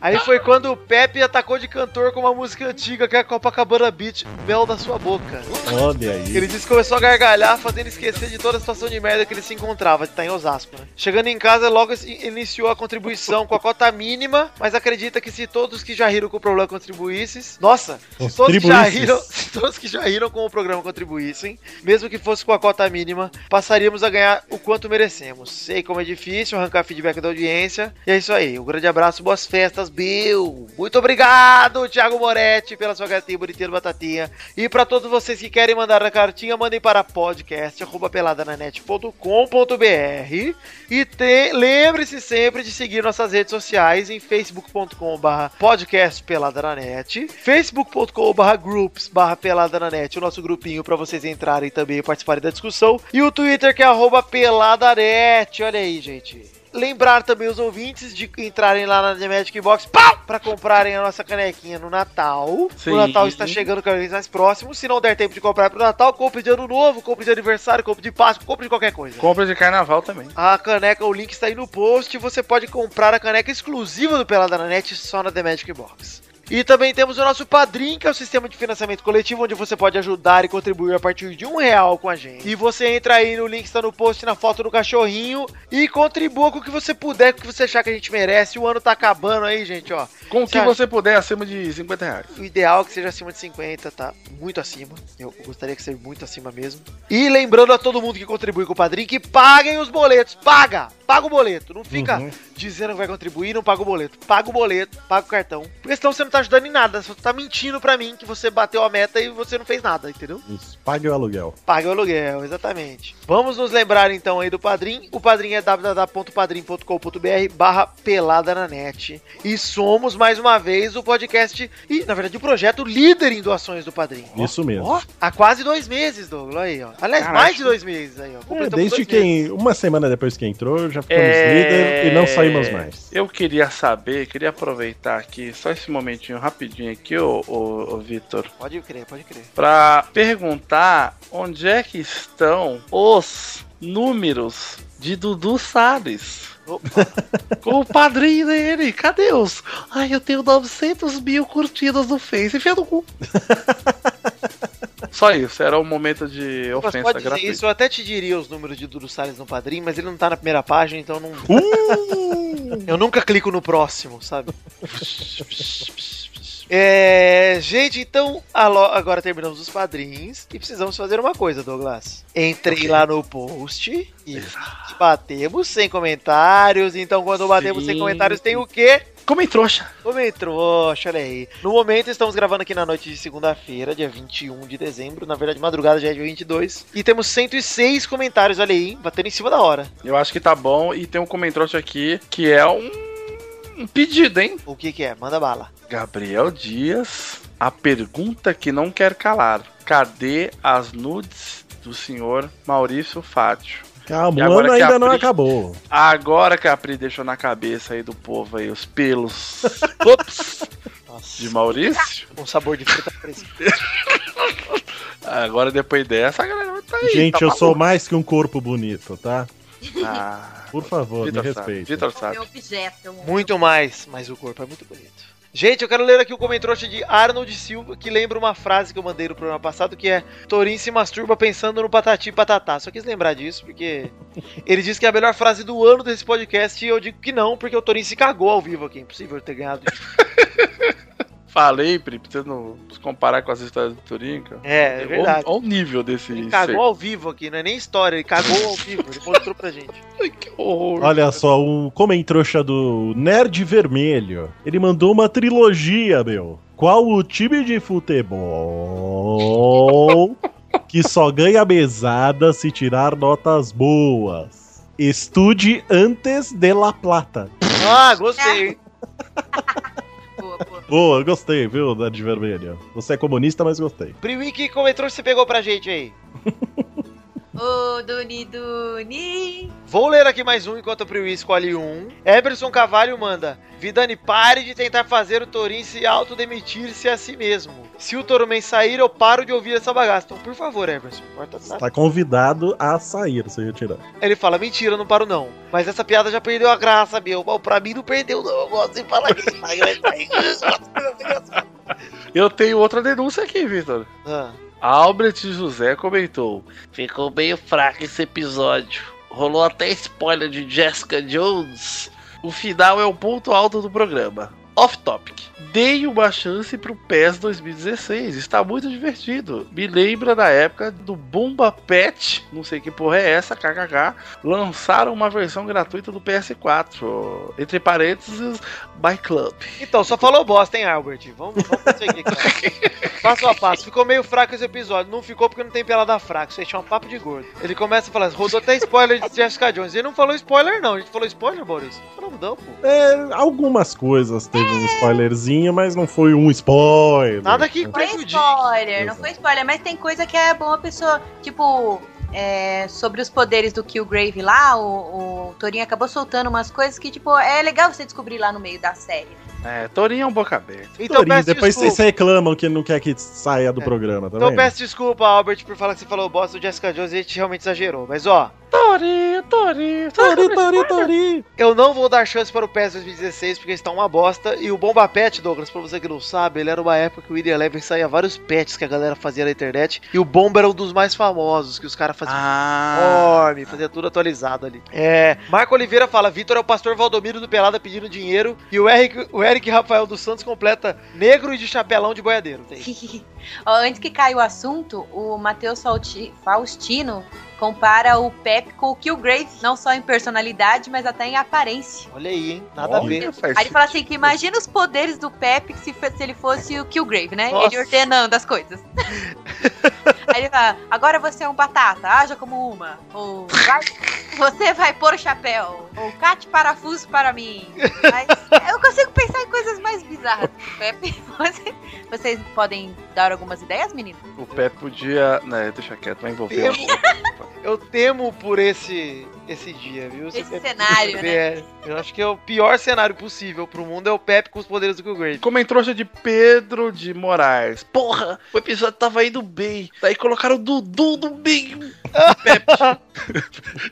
Speaker 1: Aí foi quando o Pepe atacou de cantor com uma música antiga que é a Copacabana Beach, Mel da Sua Boca.
Speaker 4: Olha aí.
Speaker 1: Ele disse que começou a gargalhar, fazendo esquecer de toda a situação de merda que ele se encontrava, de estar em Osasco, né? Chegando em casa, logo se- iniciou a contribuição com a cota mínima, mas acredita que se todos que já riram com o problema contribuíssem. Nossa! Se todos, que já
Speaker 4: Contribuísses.
Speaker 1: riram, se todos que já riram com o programa contribuíssem, mesmo que fosse com a cota mínima, passaríamos a ganhar o quanto merecemos. Sei como é difícil arrancar feedback da audiência. E é isso aí. Um grande abraço, boas festas, Bill! Muito obrigado, Thiago Moretti, pela sua gatinha bonitinha do batatinha. E para todos vocês que querem mandar a cartinha, mandem para podcast@peladananet.com.br e te- lembre-se sempre de seguir nossas redes sociais em facebook.com/barra podcastpeladananet, facebook.com/barra groups/peladananet, o nosso grupinho para vocês entrarem também e participarem da discussão e o Twitter que é arroba @peladanet. Olha aí, gente. Lembrar também os ouvintes de entrarem lá na The Magic Box pau, pra comprarem a nossa canequinha no Natal.
Speaker 2: Sim.
Speaker 1: O Natal está chegando cada vez mais próximo. Se não der tempo de comprar pro Natal, compre de ano novo, compre de aniversário, compre de Páscoa, compre de qualquer coisa.
Speaker 2: Compra de carnaval também.
Speaker 1: A caneca, o link está aí no post. Você pode comprar a caneca exclusiva do Pelada na Net só na The Magic Box. E também temos o nosso Padrim, que é o sistema de financiamento coletivo, onde você pode ajudar e contribuir a partir de um real com a gente. E você entra aí no link que está no post, na foto do cachorrinho, e contribua com o que você puder, com o que você achar que a gente merece. O ano tá acabando aí, gente, ó.
Speaker 2: Com o que
Speaker 1: Sério.
Speaker 2: você puder, acima de 50 reais.
Speaker 1: O ideal é que seja acima de 50, tá? Muito acima. Eu gostaria que seja muito acima mesmo. E lembrando a todo mundo que contribui com o Padrim que paguem os boletos. Paga! Paga o boleto. Não fica
Speaker 4: Uhum.
Speaker 1: dizendo que vai contribuir não paga o boleto. Paga o boleto, paga o cartão. Porque senão você não tá ajudando em nada. Você tá mentindo pra mim que você bateu a meta e você não fez nada, entendeu?
Speaker 4: Isso, Pague o aluguel.
Speaker 1: Pague o aluguel, exatamente. Vamos nos lembrar então aí do Padrim. O Padrim é www.padrim.com.br barra pelada na net. E somos, mais uma vez, o podcast e, na verdade, o projeto líder em doações do Padrim.
Speaker 4: Isso mesmo.
Speaker 1: Ó, há quase dois meses, Douglas, aí, ó. Aliás,
Speaker 2: Caraca.
Speaker 1: mais de dois meses aí, ó.
Speaker 4: É,
Speaker 1: Completamos
Speaker 4: desde
Speaker 1: dois
Speaker 4: que
Speaker 1: meses.
Speaker 4: uma semana depois que entrou, já ficamos
Speaker 2: É.
Speaker 4: líder e não saímos mais.
Speaker 2: Eu queria saber, queria aproveitar aqui, só esse momentinho rapidinho aqui, ô, ô, ô Vitor,
Speaker 1: Pode crer, pode crer.
Speaker 2: pra perguntar onde é que estão os números de Dudu Salles.
Speaker 1: Opa.
Speaker 2: Com o padrinho dele, cadê os? Ai, eu tenho 900 mil curtidas no Face, enfia no cu. Só isso, era um momento de
Speaker 1: Mas
Speaker 2: ofensa
Speaker 1: pode dizer
Speaker 2: gratuita.
Speaker 1: isso, eu até te diria os números de Dudu Salles no Padrim, mas ele não tá na primeira página, então não.
Speaker 4: Uh!
Speaker 1: eu nunca clico no próximo, sabe? É, gente, então alo- agora terminamos os padrinhos e precisamos fazer uma coisa, Douglas. Entrei lá no post e batemos sem comentários. Então, quando batemos sem
Speaker 2: Sim.
Speaker 1: comentários, tem o quê?
Speaker 2: Como em trouxa.
Speaker 1: Comentário, olha aí. No momento, estamos gravando aqui na noite de segunda-feira, dia 21 de dezembro. Na verdade, madrugada já é dia 22. E temos 106 comentários, olha aí, batendo em cima da hora.
Speaker 2: Eu acho que tá bom. E tem um comentário aqui que é um, um pedido, hein?
Speaker 1: O que que é? Manda bala.
Speaker 2: Gabriel Dias, a pergunta que não quer calar. Cadê as nudes do senhor Maurício Fátio? E
Speaker 4: Calma, o
Speaker 2: agora
Speaker 4: "Ah, um ano
Speaker 2: que
Speaker 4: ainda não
Speaker 2: abri-
Speaker 4: acabou.
Speaker 2: Agora que a Pri deixou na cabeça aí do povo aí os pelos tops
Speaker 1: Nossa,
Speaker 2: de Maurício,
Speaker 1: um sabor de fruta fresca.
Speaker 2: agora depois dessa a galera vai tá aí.
Speaker 4: Gente,
Speaker 2: tá
Speaker 4: eu sou
Speaker 2: maluco.
Speaker 4: mais que um corpo bonito, tá?
Speaker 2: Ah,
Speaker 4: Por favor, me
Speaker 2: Vitor sabe.
Speaker 4: respeita.
Speaker 2: Vitor
Speaker 6: Meu
Speaker 2: sabe.
Speaker 6: objeto.
Speaker 1: Muito mais, mas o corpo é muito bonito. Gente, eu quero ler aqui o comentário de Arnold Silva, que lembra uma frase que eu mandei no programa passado, que é Torin se masturba pensando no patati e patatá. Só quis lembrar disso, porque ele disse que é a melhor frase do ano desse podcast, e eu digo que não, porque o Torin se cagou ao vivo aqui. É Impossível ter ganhado. isso.
Speaker 2: Falei, Pri, pra você não se comparar com as histórias do Turinca.
Speaker 1: É, é verdade.
Speaker 2: Olha o nível desse
Speaker 1: Ele
Speaker 2: ser.
Speaker 1: cagou ao vivo aqui, não é nem história, ele cagou ao vivo, ele mostrou pra gente.
Speaker 2: Ai, que horror.
Speaker 4: Olha só, o comentrouxa do Nerd Vermelho. Ele mandou uma trilogia, meu. Qual o time de futebol que só ganha mesada se tirar notas boas? Estude antes de La Plata.
Speaker 1: Ah, gostei, hein?
Speaker 6: Boa, boa.
Speaker 4: Boa, gostei, viu, Nerd Vermelho? Você é comunista, mas gostei.
Speaker 1: Priwick, como entrou, você pegou pra gente aí?
Speaker 6: Ô, Duni Duni.
Speaker 1: Vou ler aqui mais um enquanto o Priui escolhe um. Emerson Cavalho manda: Vidani, pare de tentar fazer o Torin se autodemitir-se a si mesmo. Se o Torumen sair, eu paro de ouvir essa bagaça. Então, por favor, Emerson, corta essa.
Speaker 4: Tá convidado a sair, se retirar.
Speaker 1: Ele fala: Mentira, eu não paro não. Mas essa piada já perdeu a graça, meu. Bom, pra mim não perdeu, não. Eu gosto de falar que
Speaker 2: Eu tenho outra denúncia aqui, Vitor.
Speaker 1: ah,
Speaker 2: Albert José comentou.
Speaker 8: Ficou meio fraco esse episódio. Rolou até spoiler de Jessica Jones.
Speaker 2: O final é o ponto alto do programa. Off topic. Dei uma chance pro PES 2016. Está muito divertido. Me lembra da época do Bomba Pet. Não sei que porra é essa, kkk. Lançaram uma versão gratuita do PS4. Entre parênteses, by Club.
Speaker 1: Então, só falou bosta, hein, Albert? Vamos, vamos seguir, cara. Passo a passo. Ficou meio fraco esse episódio. Não ficou porque não tem pelada fraca. Isso aí chama papo de gordo. Ele começa a falar, rodou até spoiler de Jessica Jones. Ele não falou spoiler, não. A gente falou spoiler, Boris? Falamos não, pô.
Speaker 4: É, algumas coisas teve um spoilerzinho, mas não foi um spoiler.
Speaker 1: Nada que
Speaker 6: Foi
Speaker 1: prejudique.
Speaker 6: spoiler, não foi spoiler, mas tem coisa que é bom a pessoa. Tipo, é, sobre os poderes do Killgrave lá, o, o Torinho acabou soltando umas coisas que, tipo, é legal você descobrir lá no meio da série.
Speaker 2: É, Torinho é um boca aberta.
Speaker 1: Então,
Speaker 4: Torinho,
Speaker 1: peço
Speaker 4: depois vocês
Speaker 1: desculpa.
Speaker 4: reclamam que não quer que saia do programa, tá
Speaker 1: Então,
Speaker 4: vendo?
Speaker 1: peço desculpa, Albert, por falar que você falou bosta do Jessica Jones. A gente realmente exagerou. Mas, ó,
Speaker 2: Torinho, Torinho.
Speaker 4: Tori, Tori, Tori.
Speaker 1: Eu não vou dar chance para o PES 2016 porque está uma bosta. E o Bomba Pet, Douglas, pra você que não sabe, ele era uma época que o William Eleven saía vários pets que a galera fazia na internet. E o Bomba era um dos mais famosos, que os caras faziam
Speaker 2: Ah.
Speaker 1: enorme, fazia tudo atualizado ali. É, Marco Oliveira fala: Vitor é o pastor Valdomiro do Pelada pedindo dinheiro. E o Eric, o Eric Rafael dos Santos completa negro e de chapelão de boiadeiro. Tem.
Speaker 6: Ó, Antes que caia o assunto, o Matheus Fauti- Faustino compara o Pep com o Killgrave, não só em personalidade, mas até em aparência.
Speaker 1: Olha aí, hein? Nada a
Speaker 4: Olha.
Speaker 1: ver.
Speaker 6: Aí ele fala assim que imagina os poderes do Pepe se, fe- se ele fosse o Killgrave, né?
Speaker 1: Nossa.
Speaker 6: Ele ordenando as coisas. Aí ele fala, agora você é um batata, haja como uma. Ou vai- você vai pôr o chapéu. Ou cate parafuso para mim. Mas eu consigo pensar em coisas mais bizarras. Pepe, você- vocês podem dar algumas ideias, menino?
Speaker 2: O Pé podia. Né, deixa quieto, vai envolver.
Speaker 1: Temos- Eu temo por esse esse dia, viu?
Speaker 6: Esse
Speaker 1: Você-
Speaker 6: cenário, né?
Speaker 1: É, eu acho que é o pior cenário possível pro mundo é o Pepe com os poderes do Grave.
Speaker 2: Comentroxa de Pedro de Moraes.
Speaker 8: Porra, o episódio tava indo bem. Daí colocaram o Dudu no meio.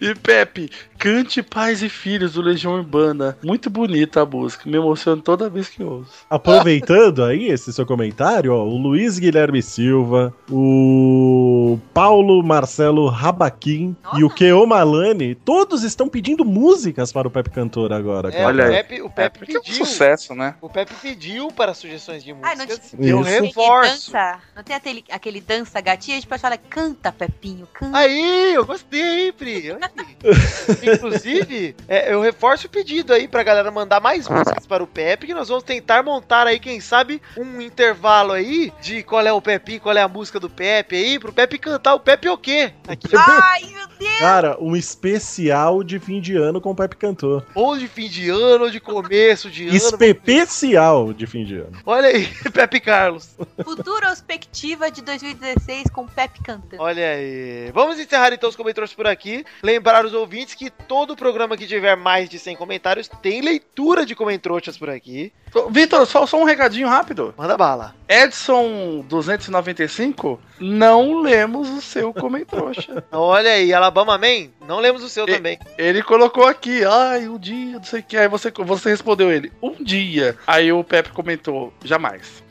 Speaker 2: E Pepe, cante Pais e Filhos do Legião Urbana. Muito bonita a música, me emociona toda vez que ouço.
Speaker 4: Aproveitando aí esse seu comentário, ó, o Luiz Guilherme Silva, o Paulo Marcelo Rabaquim e o
Speaker 6: Nossa.
Speaker 4: Keo Malani, todos estão pedindo músicas para o Pepe Cantor agora.
Speaker 1: É,
Speaker 4: cara.
Speaker 2: Olha
Speaker 1: o
Speaker 2: aí.
Speaker 1: Pepe, o
Speaker 2: É
Speaker 1: Pepe
Speaker 2: porque é um
Speaker 1: pediu.
Speaker 2: sucesso, né?
Speaker 1: o Pepe pediu para sugestões de
Speaker 6: Ai, Ah, não
Speaker 1: músicas.
Speaker 6: te-
Speaker 1: eu
Speaker 4: Isso.
Speaker 1: reforço.
Speaker 6: Dança, não tem aquele, aquele dança gatinha, a gente pode falar, canta, Pepinho, canta.
Speaker 1: Aí, eu gostei, Pri. olha aí. Inclusive, é, eu reforço o pedido aí pra galera mandar mais músicas para o Pepe, que nós vamos tentar montar aí, quem sabe, um intervalo aí de qual é o Pepinho, qual é a música do Pepe aí, pro Pepe cantar o Pepe o quê? Aqui.
Speaker 6: Ai, meu Deus!
Speaker 4: Cara, um especial de fim de ano com o Pepe Cantor.
Speaker 1: Ou de fim de ano, ou de começo de ano.
Speaker 4: Especial de fim de ano.
Speaker 1: Olha aí, Pepe Carlos.
Speaker 6: Futurospectiva de 2016 com Pepe cantando.
Speaker 1: Olha aí. Vamos encerrar então os comentários por aqui. Lembrar os ouvintes que todo programa que tiver mais de 100 comentários tem leitura de comentroxas por aqui.
Speaker 2: Ô, Vitor, só, só um recadinho rápido.
Speaker 1: Manda bala.
Speaker 2: Edson 295, não lemos o seu comentroxa.
Speaker 1: Olha aí, Alabama Man, não lemos o seu
Speaker 2: E-
Speaker 1: também.
Speaker 2: ele colocou aqui, ai, um dia, não sei o que. Aí você, você respondeu ele, um dia. Aí o Pepe comentou, jamais.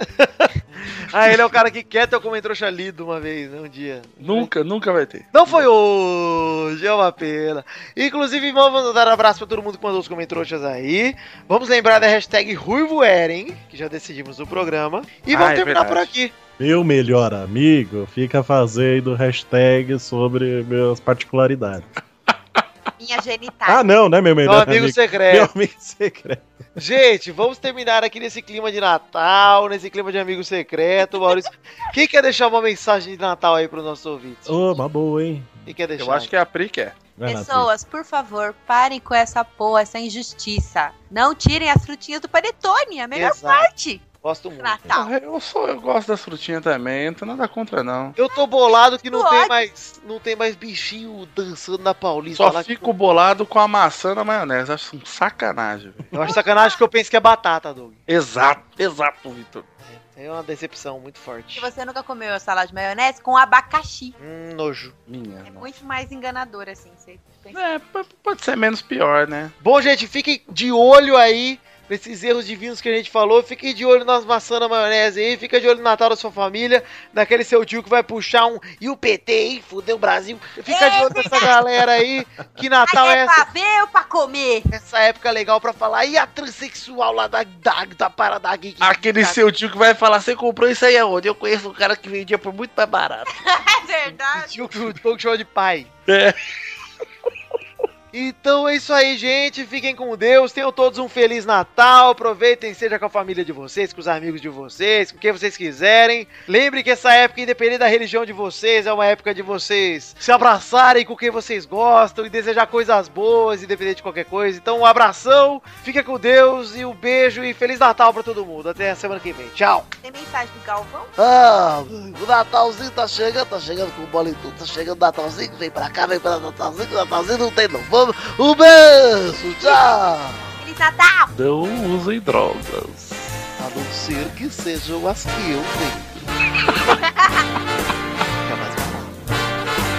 Speaker 1: Ah, ele é o cara que quer ter o comentroxa lido uma vez, né, um dia.
Speaker 2: Nunca, nunca vai ter.
Speaker 1: Não foi hoje, é uma pena. Inclusive, vamos dar um abraço pra todo mundo que mandou os comentroxas aí. Vamos lembrar da hashtag Ruivo Eren, que já decidimos no programa. E vamos
Speaker 2: Ah, é
Speaker 1: terminar por
Speaker 2: verdade.
Speaker 1: aqui.
Speaker 4: Meu melhor amigo fica fazendo hashtag sobre minhas particularidades.
Speaker 6: Minha genitália.
Speaker 4: Ah, não, né, meu
Speaker 1: Meu
Speaker 4: melhor
Speaker 1: amigo
Speaker 4: amigo?
Speaker 1: secreto.
Speaker 4: Meu amigo secreto.
Speaker 1: Gente, vamos terminar aqui nesse clima de Natal, nesse clima de amigo secreto, Maurício. Quem quer deixar uma mensagem de Natal aí pros nossos ouvintes?
Speaker 4: Ô, uma boa, hein?
Speaker 1: Quem quer deixar?
Speaker 2: Eu acho que é a Pri quer.
Speaker 4: Vai lá, Pri.
Speaker 6: Pessoas, por favor, parem com essa porra, essa injustiça. Não tirem as frutinhas do panetone, a melhor
Speaker 1: Exato.
Speaker 6: parte do
Speaker 1: Gosto
Speaker 7: Ah,
Speaker 1: muito.
Speaker 6: Natal.
Speaker 7: tá.
Speaker 2: Porra, Ah, Eu, sou, eu gosto das frutinhas também, não tem nada contra, não.
Speaker 1: Eu tô bolado que não
Speaker 6: Tô
Speaker 1: tem
Speaker 6: ótimo.
Speaker 1: mais, não tem mais bichinho dançando na Paulista.
Speaker 2: Só
Speaker 1: lá que-
Speaker 2: fico bolado com a maçã na maionese. Acho um sacanagem, velho.
Speaker 1: Eu acho sacanagem que eu penso que é batata, Doug.
Speaker 2: Exato, exato, Vitor.
Speaker 1: É uma decepção muito forte.
Speaker 6: Se você nunca comeu salada de maionese com abacaxi,
Speaker 1: Hum, nojo.
Speaker 2: Minha.
Speaker 6: é
Speaker 2: nossa.
Speaker 6: muito mais enganador, assim. Você pensa.
Speaker 2: É, p- pode ser menos pior, né?
Speaker 1: Bom, gente, fiquem de olho aí nesses erros divinos que a gente falou. Fiquem de olho nas maçãs na maionese aí. Fica de olho no Natal da sua família. Naquele seu tio que vai puxar um. E o PT, hein? Fudeu o Brasil. Fica de olho nessa galera É, aí. Que Natal
Speaker 6: Mas
Speaker 1: é
Speaker 6: é
Speaker 1: essa?
Speaker 6: pra ver ou pra comer?
Speaker 1: Essa época é legal pra falar. E a transexual lá da, da, da Parada Geek?
Speaker 8: Aquele seu tio que vai falar, você comprou isso aí aonde? Eu conheço um cara que vendia por muito mais barato.
Speaker 6: É verdade.
Speaker 1: tio um que o Doug chama de pai. Então é isso aí, gente. Fiquem com Deus. Tenham todos um feliz Natal. Aproveitem, seja com a família de vocês, com os amigos de vocês, com quem vocês quiserem. Lembre que essa época, independente da religião de vocês, é uma época de vocês se abraçarem com quem vocês gostam e desejar coisas boas, independente de qualquer coisa. Então, um abração, fica com Deus e um beijo e feliz Natal pra todo mundo. Até a semana que vem. Tchau.
Speaker 6: Tem mensagem do Galvão?
Speaker 3: Ah, o Natalzinho tá chegando, tá chegando com bola em tudo, tá chegando o Natalzinho, vem pra cá, vem pra Natalzinho, Natalzinho não tem não. Vamos, um beijo, tchau!
Speaker 6: Feliz Natal!
Speaker 2: Não usem drogas.
Speaker 1: Tá
Speaker 3: A não ser que sejam as que eu tenho. Fica mais barato.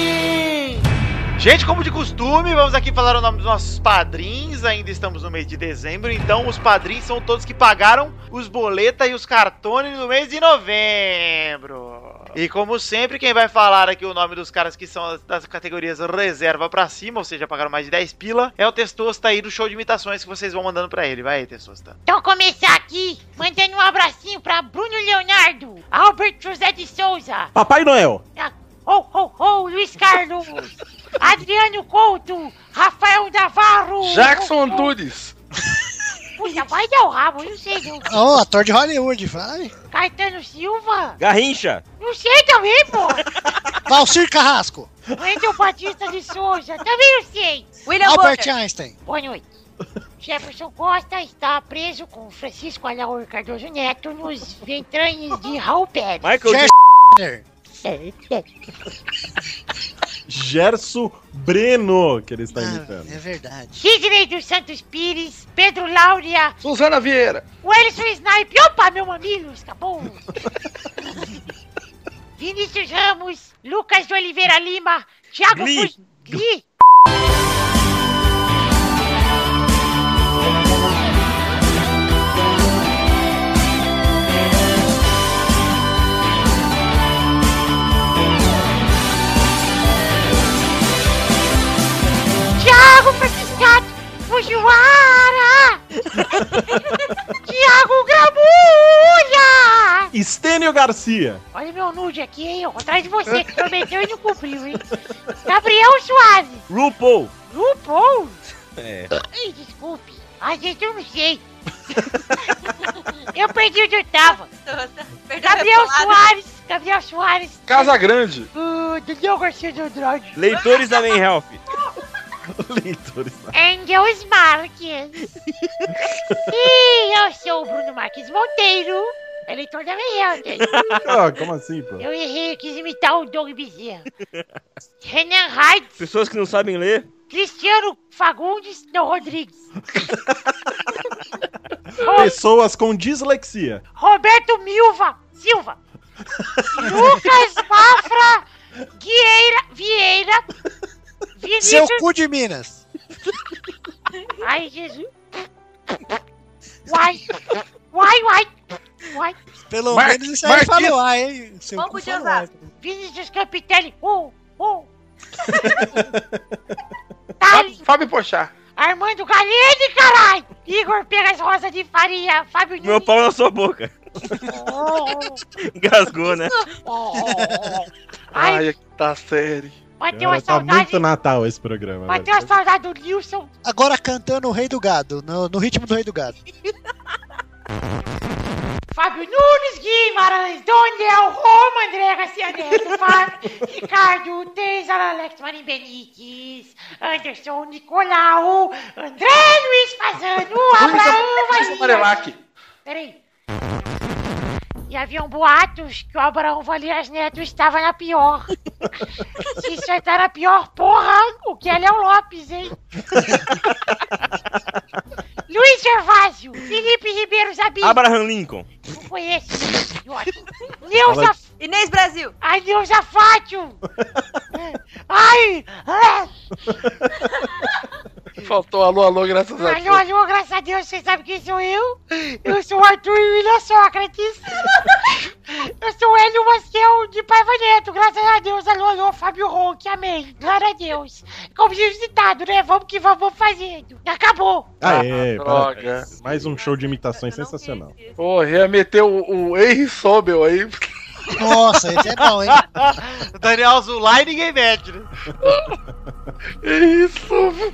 Speaker 1: Gente, como de costume, vamos aqui falar o nome dos nossos padrinhos. Ainda estamos no mês de dezembro, então os padrinhos são todos que pagaram os boletas e os cartões no mês de novembro. E como sempre, quem vai falar aqui o nome dos caras que são das categorias reserva pra cima, ou seja, pagaram mais de 10 pila, é o Testosta aí do show de imitações que vocês vão mandando pra ele. Vai aí, Testosta.
Speaker 10: Então começar aqui, mandando um abracinho pra Bruno Leonardo, Albert José de Souza,
Speaker 4: Papai Noel!
Speaker 10: ho ho ho Luiz Carlos, Adriano Couto, Rafael Navarro.
Speaker 2: Jackson Antunes.
Speaker 10: Puxa, vai dar o rabo, não sei não.
Speaker 7: Ó, Ah, ator de Hollywood, vai.
Speaker 10: Caetano Silva.
Speaker 5: Garrincha.
Speaker 10: Não sei também, pô.
Speaker 7: Valcir Carrasco.
Speaker 10: Wendel Batista de Souza, também não sei.
Speaker 7: Albert Einstein.
Speaker 10: Boa noite. Jefferson Costa está preso com Francisco Alaor Cardoso Neto nos ventranhos de Raul Pérez. É,
Speaker 5: Michael Ger-
Speaker 4: Gerson Breno, que ele está imitando.
Speaker 7: É verdade.
Speaker 10: Sidney dos Santos Pires, Pedro Laura,
Speaker 2: Suzana Vieira.
Speaker 10: o Elson Snipe, opa, meu mamilo, escapou. Vinícius Ramos, Lucas de Oliveira Lima, Thiago
Speaker 5: Gli.
Speaker 10: Fus- Gli. Thiago Franciscato, Fujiwara, Thiago Gramulha.
Speaker 4: Estênio Garcia.
Speaker 10: Olha meu nude aqui, hein? Eu vou atrás de você que prometeu e não cumpriu, hein? Gabriel Soares,
Speaker 5: RuPaul.
Speaker 10: RuPaul.
Speaker 5: É.
Speaker 10: Ei, desculpe. Ai, gente, eu não sei. eu perdi onde eu tava. Gabriel Soares, Gabriel Soares.
Speaker 2: Casa Grande.
Speaker 10: Uh, Daniel Garcia de Andrade.
Speaker 5: Leitores da Main Health.
Speaker 4: Leitores.
Speaker 10: Engels Marques. e eu sou o Bruno Marques Monteiro, eleitor da Meia.
Speaker 4: Ah, como assim, pô?
Speaker 10: Eu errei, eu quis imitar o Doug Bezerra. Renan Hyde,
Speaker 5: Pessoas que não sabem ler.
Speaker 10: Cristiano Fagundes, não Rodrigues. Ro-
Speaker 4: Pessoas com dislexia.
Speaker 10: Roberto Milva Silva. Lucas Mafra Guieira, Vieira.
Speaker 7: Seu
Speaker 10: Vinícius.
Speaker 7: cu de Minas.
Speaker 10: Ai, Jesus. Uai, uai, uai. Uai.
Speaker 7: Pelo
Speaker 2: Mar-
Speaker 7: menos isso aí
Speaker 2: Marquinhos.
Speaker 7: falou, ah, hein? Seu
Speaker 6: Vamos
Speaker 7: cu
Speaker 6: de
Speaker 7: falou,
Speaker 6: Osasco.
Speaker 7: ah.
Speaker 10: Vinícius Campitelli. Uh, uh.
Speaker 6: Tá
Speaker 2: Fábio,
Speaker 10: Thales,
Speaker 2: Fábio Pochá.
Speaker 10: Armando Galene, caralho. Igor Pegas Rosa de Faria. Fábio
Speaker 5: Meu
Speaker 10: Nunes.
Speaker 5: pau na sua boca.
Speaker 10: Oh,
Speaker 5: Engasgou, né?
Speaker 10: oh, oh, oh. Ai,
Speaker 2: Ai, aqui tá série.
Speaker 10: bateu uma
Speaker 4: Cara, tá
Speaker 10: saudade.
Speaker 4: muito Natal esse programa.
Speaker 10: Bateu uma
Speaker 4: velho.
Speaker 10: saudade do Nilson.
Speaker 7: Agora cantando o Rei do Gado, no, no ritmo do Rei do Gado.
Speaker 10: Fábio Nunes, Guimarães, Daniel, Roma, André Garcia Neto, Fábio, Ricardo, Teixeira, Alex Marim Benites, Anderson, Nicolau, André Luiz Fazano, Abraão,
Speaker 2: Luiz
Speaker 10: Valias.
Speaker 2: Amarelac.
Speaker 10: Peraí. E haviam boatos que o Abraão Valias Neto estava na pior. Se isso aí tá na pior, porra, o que é Léo Lopes, hein? Luiz Gervásio, Felipe Ribeiro Zabim.
Speaker 5: Abraham Lincoln.
Speaker 10: Não foi esse, idiota. Neuza,
Speaker 6: Inês Brasil.
Speaker 10: ai, Neuza Fátio. Ai, ah,
Speaker 2: Faltou alô, alô, graças a
Speaker 10: alô,
Speaker 2: Deus.
Speaker 10: alô, graças a Deus, você sabe quem sou eu? Eu sou o Arthur William Sócrates. Eu sou o Hélio Masquel de Paiva Neto, graças a Deus. Alô, alô, Fábio Ronque, amém. Glória a Deus. Como diz o ditado, né? Vamos que vamos fazendo. Acabou.
Speaker 4: Aê,
Speaker 2: Ah,
Speaker 4: parabéns.
Speaker 2: droga.
Speaker 4: Mais um show de imitações
Speaker 6: Eu não
Speaker 4: sensacional.
Speaker 6: fiz isso.
Speaker 2: Porra, ia meter o, o Henry Sobel aí.
Speaker 7: Nossa, esse é bom, hein?
Speaker 1: Daniel Zulay ninguém mede, né?
Speaker 2: Henry Sobel.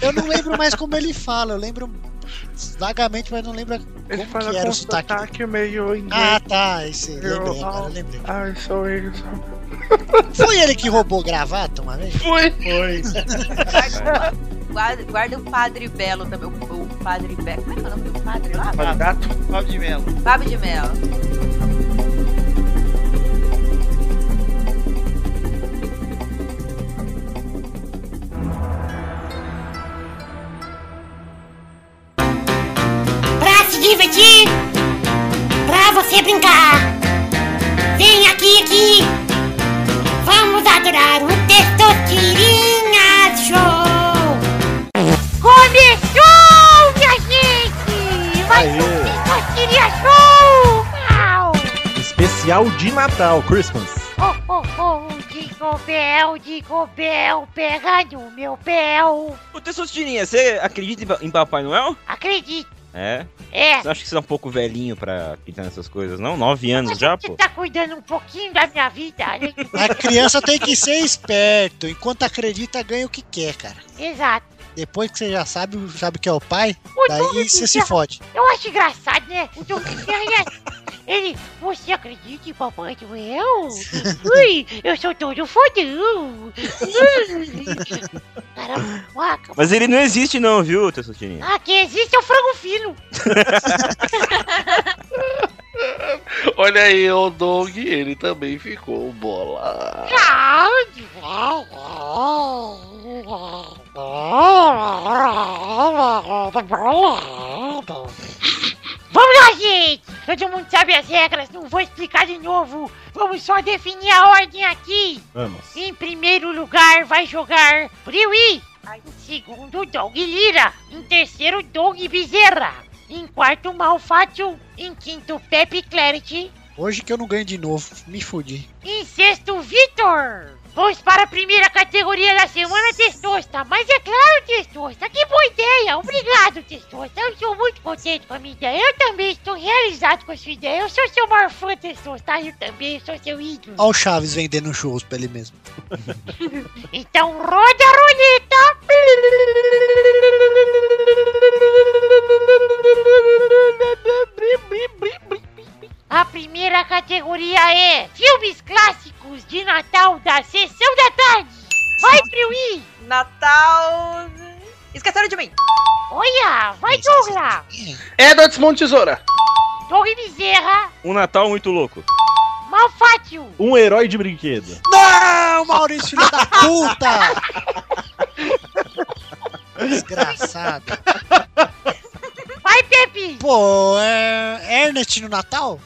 Speaker 7: Eu não lembro mais como ele fala, eu lembro vagamente, mas não lembro.
Speaker 2: Ele
Speaker 7: Como
Speaker 2: fala
Speaker 7: que era
Speaker 2: com
Speaker 7: o sotaque dele?
Speaker 2: sotaque meio
Speaker 7: Ah,
Speaker 2: inglês. ah,
Speaker 7: tá, esse. Lembrei, agora eu lembrei.
Speaker 2: Ai, sou Henry Sobel.
Speaker 7: Foi ele que roubou gravata uma vez?
Speaker 2: Foi.
Speaker 6: Guarda, guarda, guarda o Padre Belo também. O, o Padre Belo. Como é que é o nome do padre lá?
Speaker 2: Gato.
Speaker 1: Fábio de Melo.
Speaker 6: Fábio de Mello.
Speaker 10: Pra se divertir, pra você brincar. Vem aqui, aqui. Vamos adorar o Testosterinha Show. Começou, minha gente! Vai
Speaker 4: Aê.
Speaker 10: ser o Testosterinha Show! Uau!
Speaker 4: Especial de Natal, Christmas.
Speaker 10: Oh, oh, oh, Jingle Bell, Jingle Bell, pega no meu pé.
Speaker 5: Ô, Tessostirinha, você acredita em pa- em Papai Noel?
Speaker 10: Acredite,
Speaker 5: É?
Speaker 10: É.
Speaker 5: Você acha que você é um pouco velhinho pra pintar nessas coisas, não? Nove anos já,
Speaker 10: Você
Speaker 5: pô?
Speaker 10: tá cuidando um pouquinho da minha vida. né?
Speaker 7: A criança tem que ser esperto. Enquanto acredita, ganha o que quer, cara.
Speaker 10: Exato.
Speaker 7: Depois que você já sabe, sabe que é o pai,
Speaker 10: O
Speaker 7: daí
Speaker 10: Doug
Speaker 7: você se
Speaker 10: Bezerra-
Speaker 7: fode.
Speaker 10: Eu acho engraçado, né? O Doug Bezerra, né? Ele, você acredita em Papai Noel? Ui, eu sou todo fodão. Ui. Caramba, uaca.
Speaker 5: Mas assim, ele não existe não, viu, Tessotirinha?
Speaker 10: Ah, quem existe é o frango fino.
Speaker 8: Olha aí, o Doug, ele também ficou bola.
Speaker 10: Ah, Vamos lá, gente! Todo mundo sabe as regras, não vou explicar de novo. Vamos só definir a ordem aqui.
Speaker 4: Vamos.
Speaker 10: Em primeiro lugar vai jogar Priwi. Em segundo, Doug Lira. Em terceiro, Doug Bezerra. Em quarto, Malfátio. Em quinto, Pepe Clarity.
Speaker 7: Hoje que eu não ganho de novo, me fudi.
Speaker 10: Em sexto, Vitor! Vamos para a primeira categoria da semana, Testosta! Mas é claro, Testosta, que boa ideia! Obrigado, Testosta! Eu estou muito contente com a minha ideia. Eu também estou realizado com a sua ideia. Eu sou seu maior fã, Testosta. Eu também sou seu ídolo.
Speaker 7: Olha o Chaves vendendo churros pra ele mesmo.
Speaker 10: Então roda a roleta! A primeira categoria é Filmes Clássicos de Natal da Sessão da Tarde! Vai, Priui!
Speaker 6: Natal. Esqueceram de mim.
Speaker 10: Olha! Vai, Douglas!
Speaker 2: É da Desmão Tesoura.
Speaker 10: Doug Bezerra!
Speaker 5: Um Natal muito louco.
Speaker 10: Malfátio!
Speaker 4: Um herói de brinquedo.
Speaker 7: Não, Maurício, filho da puta! Desgraçado.
Speaker 10: Vai, Pepe!
Speaker 7: Pô, é Ernest no Natal?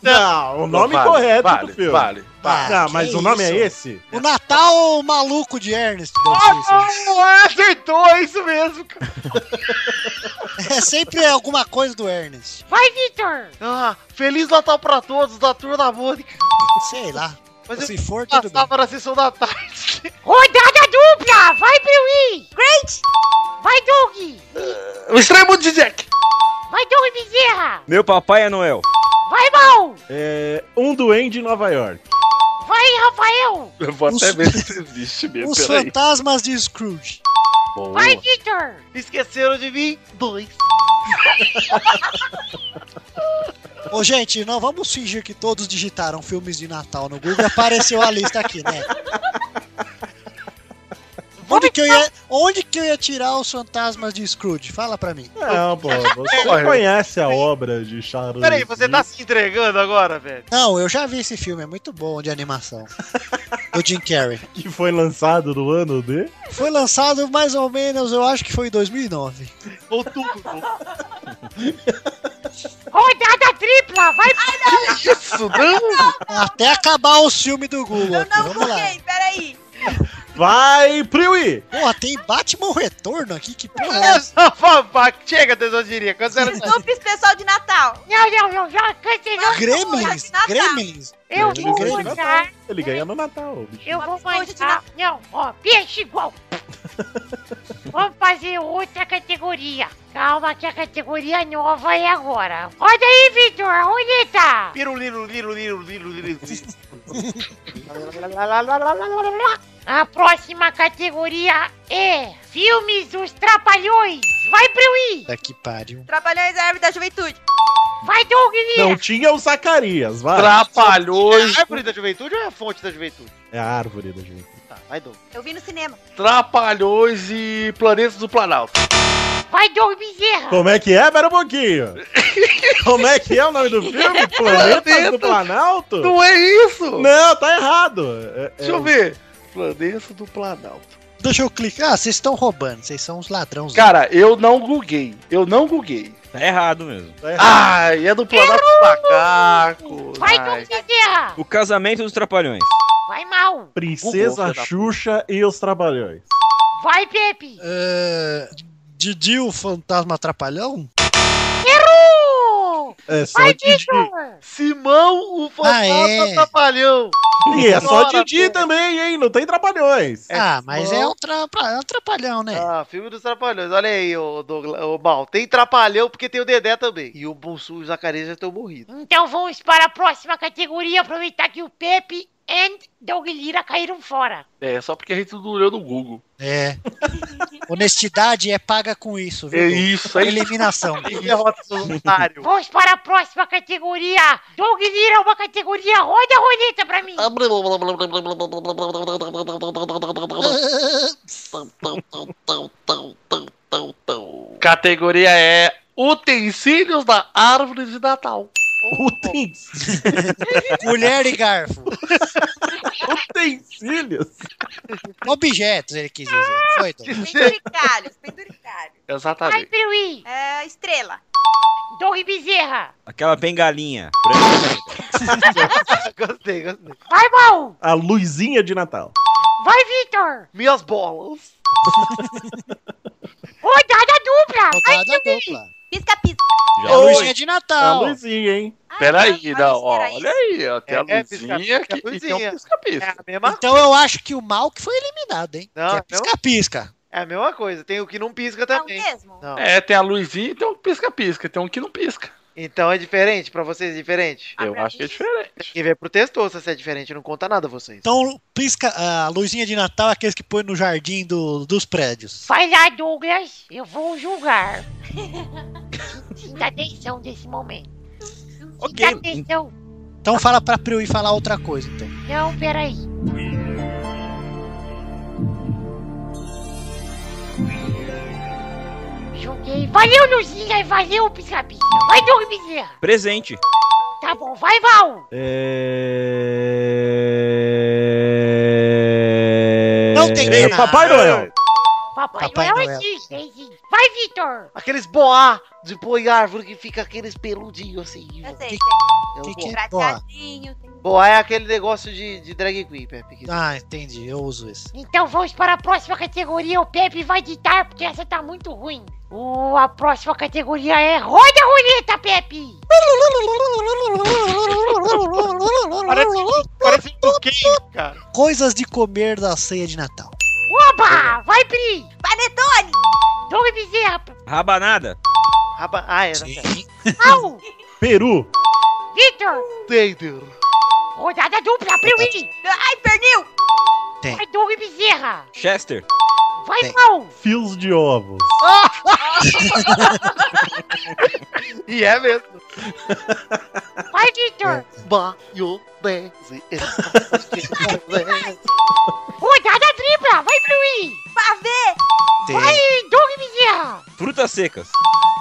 Speaker 4: Não, o nome
Speaker 2: Vale,
Speaker 4: correto
Speaker 2: vale,
Speaker 4: do filme.
Speaker 2: vale,
Speaker 7: vale.
Speaker 4: Ah, mas
Speaker 7: que
Speaker 4: o nome é
Speaker 7: isso?
Speaker 4: esse?
Speaker 7: O Natal maluco de Ernest. Deve
Speaker 1: acertou, é isso mesmo, cara.
Speaker 7: ser. É sempre alguma coisa do Ernest.
Speaker 10: Vai, Vitor!
Speaker 1: Ah, Feliz Natal pra todos da Turma da Mônica.
Speaker 7: Sei lá. Assim,
Speaker 1: Mas
Speaker 7: Se
Speaker 1: eu Ah!
Speaker 7: for, tudo bem.
Speaker 1: passava na sessão da tarde.
Speaker 10: Rodada dupla! Vai, Priui! Great! Vai, Doug!
Speaker 2: O
Speaker 1: é
Speaker 2: Estranho Mundo de Jack.
Speaker 10: Vai, Doug Bezerra!
Speaker 5: Meu papai é Noel.
Speaker 10: Vai, Mal!
Speaker 4: É, um duende em Nova York.
Speaker 10: Vai, Rafael!
Speaker 2: Eu vou
Speaker 7: Os-
Speaker 2: até ver se existe mesmo,
Speaker 7: Os
Speaker 2: peraí.
Speaker 7: fantasmas de Scrooge.
Speaker 2: Boa.
Speaker 10: Vai, Vitor!
Speaker 1: Esqueceram de mim? Dois.
Speaker 7: Ô, gente, não vamos fingir que todos digitaram filmes de Natal no Google e apareceu a lista aqui, né? Onde que, eu ia, onde que eu ia tirar os fantasmas de Scrooge? Fala pra mim.
Speaker 4: Não, pô, você
Speaker 2: Olha.
Speaker 4: conhece a obra de Charles.
Speaker 1: Peraí, você
Speaker 7: né?
Speaker 1: tá se entregando agora, velho?
Speaker 7: Não, eu já vi esse filme, é muito bom de animação. Do Jim Carrey.
Speaker 4: Que foi lançado no ano de.
Speaker 7: Foi lançado mais ou menos, eu acho que foi em 2009.
Speaker 1: Outubro.
Speaker 10: Rodada tripla! Vai,
Speaker 2: Isso, não!
Speaker 7: Até acabar o filme do Google
Speaker 6: Eu
Speaker 7: aqui,
Speaker 6: não
Speaker 7: vamos lá.
Speaker 6: buguei, peraí.
Speaker 4: Vai, Priwi!
Speaker 7: Porra, tem Batman Retorno aqui, que porra é
Speaker 1: É
Speaker 7: essa?
Speaker 1: só fofoca. Chega, tesourinha. Cancela isso.
Speaker 6: Desculpa esse pessoal de Natal.
Speaker 10: Não, não, não, já cancelou.
Speaker 7: Gremlins,
Speaker 6: Natal.
Speaker 7: Gremlins.
Speaker 10: Eu
Speaker 4: Ele
Speaker 10: vou
Speaker 4: no
Speaker 7: ganha
Speaker 10: mandar.
Speaker 4: Natal. Ele ganha no Natal. bicho.
Speaker 10: Eu vou
Speaker 6: Biscoito de
Speaker 10: mandar. Não, ó, peixe igual. Vamos fazer outra categoria. Calma que a categoria nova é agora. Roda aí, Vitor, tá? a roleta.
Speaker 1: Piruliro, liro, liro, liro, liro.
Speaker 10: A próxima categoria é Filmes dos Trapalhões. Vai, Priui.
Speaker 7: Puta que pariu.
Speaker 6: Trabalhões da é Árvore da Juventude.
Speaker 10: Vai, Doug.
Speaker 4: Não tinha o Zacarias, vai.
Speaker 2: Trapalhou,
Speaker 1: É a árvore da juventude ou é a fonte da juventude?
Speaker 4: É a árvore da juventude.
Speaker 1: Tá, vai, Doug.
Speaker 6: Eu vi no cinema.
Speaker 2: Trapalhões e Planetas do Planalto.
Speaker 10: Vai, Doug Bezerra.
Speaker 4: Como é que é? Pera um pouquinho. Como é que é o nome do filme? Planetas do Planalto?
Speaker 2: Não é isso?
Speaker 4: Não, tá errado. É- é
Speaker 2: Deixa eu ver. Planetas do Planalto.
Speaker 7: Deixa eu clicar. Ah, vocês estão roubando, vocês são uns ladrões.
Speaker 2: Cara, eu não guguei. Eu não guguei.
Speaker 5: Tá errado mesmo.
Speaker 4: Tá errado.
Speaker 2: Ai, é do Planalto dos Macacos.
Speaker 10: Vai,
Speaker 2: Ai.
Speaker 10: Doug Bezerra.
Speaker 5: O casamento dos trapalhões.
Speaker 10: Vai, Mal.
Speaker 4: Princesa
Speaker 2: Google, filho da
Speaker 4: Xuxa e os Trabalhões.
Speaker 10: Vai, Pepe.
Speaker 7: é, Ah, Didi, o fantasma atrapalhão?
Speaker 10: Errou!
Speaker 4: É só
Speaker 10: Vai,
Speaker 4: Didi.
Speaker 1: Simão, o fantasma
Speaker 7: é?
Speaker 1: trapalhão.
Speaker 4: E é só
Speaker 1: Bora,
Speaker 4: Didi também, hein? Não tem trapalhões.
Speaker 7: Ah, mas é um, trapa- é um trapalhão, né?
Speaker 1: Ah, filme dos Trapalhões. Olha aí, ô, Douglas, ô Mal. Tem Trapalhão porque tem o Dedé também. E o Bonsu e o Zacarias já estão morridos.
Speaker 10: Então vamos para a próxima categoria, aproveitar que o Pepe e Doug Lira caíram fora.
Speaker 2: É, só porque a gente não olhou no Google.
Speaker 7: É. Honestidade é paga com isso, viu?
Speaker 2: É
Speaker 7: Dudu?
Speaker 2: isso, é isso.
Speaker 7: Eliminação.
Speaker 1: Derrota seus otários.
Speaker 10: Vamos para a próxima categoria. Doug Lira, é uma categoria. Roda a roleta pra mim.
Speaker 2: Categoria é Utensílios da Árvore de Natal.
Speaker 7: Colher e garfo.
Speaker 4: Utensílios.
Speaker 7: Objetos, ele quis dizer. Foi, Dudu?
Speaker 6: Penduricalhos, penduricalhos.
Speaker 5: Tá
Speaker 2: Exatamente.
Speaker 10: Piruí.
Speaker 6: É, estrela.
Speaker 10: Doug Bezerra.
Speaker 5: Aquela bengalinha. branca.
Speaker 1: Gostei, gostei.
Speaker 10: Vai, Mal.
Speaker 4: A luzinha de Natal.
Speaker 10: Vai, Vitor.
Speaker 1: Minhas bolas.
Speaker 10: Rodada dupla. Vai,
Speaker 7: Rodada
Speaker 10: Piruí.
Speaker 7: dupla. É
Speaker 6: Pisca, pisca.
Speaker 7: A
Speaker 2: Já
Speaker 7: luzinha de
Speaker 4: A
Speaker 7: Natal.
Speaker 4: luzinha, hein?
Speaker 2: Peraí,
Speaker 6: Ah,
Speaker 2: não, ó,
Speaker 6: olha isso,
Speaker 2: olha aí, ó, tem a
Speaker 1: É, é,
Speaker 2: luzinha
Speaker 1: pisca-
Speaker 2: aqui
Speaker 1: é
Speaker 2: e tem um
Speaker 1: luzinha. É
Speaker 2: pisca-pisca.
Speaker 1: a mesma,
Speaker 7: Então eu acho que o mal que foi eliminado, hein?
Speaker 1: Não,
Speaker 7: Que é
Speaker 1: não.
Speaker 7: pisca-pisca.
Speaker 1: é a mesma coisa. Tem o que não pisca
Speaker 6: É o
Speaker 1: também.
Speaker 6: mesmo?
Speaker 1: Não.
Speaker 2: É, tem a luzinha e tem um pisca-pisca, tem um que não pisca.
Speaker 1: Então é diferente? Pra vocês é diferente?
Speaker 6: Ah,
Speaker 2: Eu
Speaker 6: pra
Speaker 2: acho que é
Speaker 6: mim-
Speaker 2: diferente.
Speaker 1: Quem vê pro texto se é diferente, não conta nada vocês.
Speaker 7: Então pisca, a luzinha de Natal é aqueles que põe no jardim do- dos prédios.
Speaker 10: Vai lá, Douglas. Eu vou julgar. Sinta a atenção desse momento.
Speaker 5: Ok.
Speaker 10: Sinta atenção.
Speaker 7: Então fala pra Priui falar outra coisa, então.
Speaker 10: Não, peraí. Joguei. Valeu, Luzinha. Valeu, Piscabinha. Vai, Doug Bezerra.
Speaker 5: Presente.
Speaker 10: Tá bom. Vai, Val.
Speaker 4: É...
Speaker 7: Não tem
Speaker 4: é
Speaker 7: nada.
Speaker 4: Papai Noel.
Speaker 10: Papai,
Speaker 7: Papai
Speaker 10: Noel
Speaker 7: Noel.
Speaker 10: existe, existe. Vai, Vitor.
Speaker 1: Aqueles boá de pôr em árvore que fica aqueles peludinhos assim.
Speaker 6: Eu sei,
Speaker 7: Que-
Speaker 6: sei.
Speaker 1: É o
Speaker 7: que
Speaker 1: boá.
Speaker 7: que-
Speaker 6: Prateadinho. tem-
Speaker 1: Boá é aquele negócio de, de drag queen, Pepe. que-
Speaker 7: Ah, entendi. Eu uso esse.
Speaker 10: Então vamos para a próxima categoria. O Pepe vai ditar, porque essa tá muito ruim. O- a próxima categoria é Roda a Roleta, Pepe.
Speaker 1: Parece um tuquinho, cara.
Speaker 7: Coisas de comer da ceia de Natal.
Speaker 10: Oba! Vai, Pri.
Speaker 6: Panetone!
Speaker 10: Doug Bezerra.
Speaker 5: Rabanada.
Speaker 1: Raba... Ah, é.
Speaker 7: Sim.
Speaker 10: Pau.
Speaker 4: Peru.
Speaker 10: Vitor.
Speaker 1: Tender.
Speaker 10: Rodada dupla, Priui.
Speaker 6: Ai, pernil!
Speaker 10: Vai, Doug Bezerra.
Speaker 5: Chester.
Speaker 10: Vai,
Speaker 7: Tem.
Speaker 10: Mal.
Speaker 4: Fios de ovos.
Speaker 1: E é mesmo.
Speaker 10: Vai, Vitor.
Speaker 1: Maionese. é?
Speaker 10: Rodada tripla. Vai, Priui.
Speaker 6: Pavê!
Speaker 7: Tem,
Speaker 10: Vai, Doug Bezerra.
Speaker 5: Frutas secas.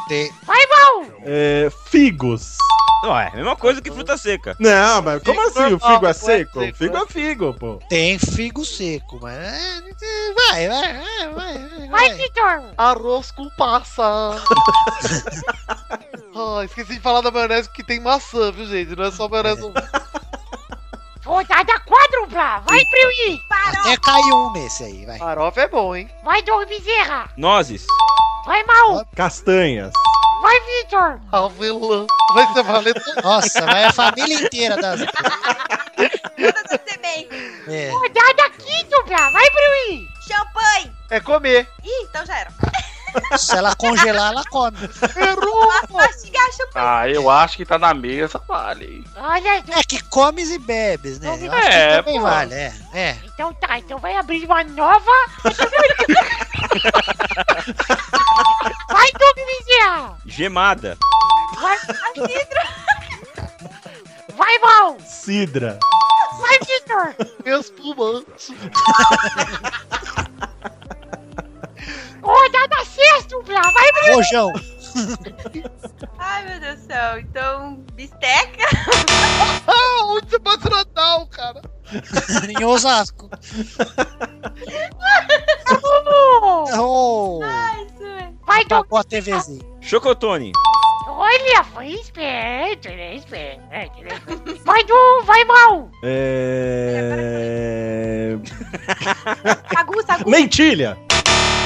Speaker 7: tem.
Speaker 10: Vai, Mal.
Speaker 4: É, figos.
Speaker 5: Não, é a mesma coisa que fruta seca.
Speaker 4: Não, mas como
Speaker 1: Figo
Speaker 4: assim? O
Speaker 1: normal,
Speaker 4: figo é
Speaker 1: não é
Speaker 4: seco?
Speaker 1: seco,
Speaker 4: Figo
Speaker 1: né?
Speaker 4: é figo, pô.
Speaker 7: Tem figo seco, mas. é, é, Vai, vai, vai, vai,
Speaker 10: Vai,
Speaker 7: vai.
Speaker 10: Vitor.
Speaker 1: Arroz com passa. Ah, esqueci de falar da maionese que tem maçã, viu, gente? Não é só maionese. não.
Speaker 10: Rodada quádrupla. Vai, Priui.
Speaker 7: Até caiu um nesse aí, vai.
Speaker 1: Farofa é bom, hein?
Speaker 10: Vai, Doug Bezerra.
Speaker 5: Nozes.
Speaker 10: Vai, Mal.
Speaker 4: Castanhas.
Speaker 10: Vai, Vitor.
Speaker 1: Avelã. Vai ser valendo.
Speaker 7: Nossa, vai a família inteira das.
Speaker 6: Todas as sementes!
Speaker 7: É.
Speaker 10: Rodada quíntupla. Vai, Bruí.
Speaker 6: Champanhe!
Speaker 1: É comer.
Speaker 6: Ih, então já era.
Speaker 7: Se ela congelar, ela come.
Speaker 6: Posso mastigar champanhe?
Speaker 2: Ah, eu acho que tá na mesa, vale. hein?
Speaker 10: Olha,
Speaker 7: É que comes e bebes, né? Eu acho
Speaker 2: É,
Speaker 7: que também
Speaker 2: pô.
Speaker 7: vale, é. É.
Speaker 10: então tá. Então vai abrir uma nova. vai, Doug Bezerra.
Speaker 5: Gemada.
Speaker 10: Vai, vai, Mal.
Speaker 4: Sidra.
Speaker 10: Vai, Vitor.
Speaker 1: Meus pulmões.
Speaker 10: Rodada sextupla. Vai, Bruí.
Speaker 7: Rojão.
Speaker 6: Ai, meu Deus do céu. Então, bisteca.
Speaker 1: Ah, onde você passa o Natal, cara?
Speaker 7: em Osasco. Oh,
Speaker 6: Isso é.
Speaker 10: Vai, Doug.
Speaker 7: pagou a TVzinha.
Speaker 5: Chocotone.
Speaker 10: Olha, foi esperto. Ele é esperto. ele é esperto. Vai, Doug. Vai, Mal.
Speaker 4: É...
Speaker 6: Aguça, aguça.
Speaker 4: Lentilha.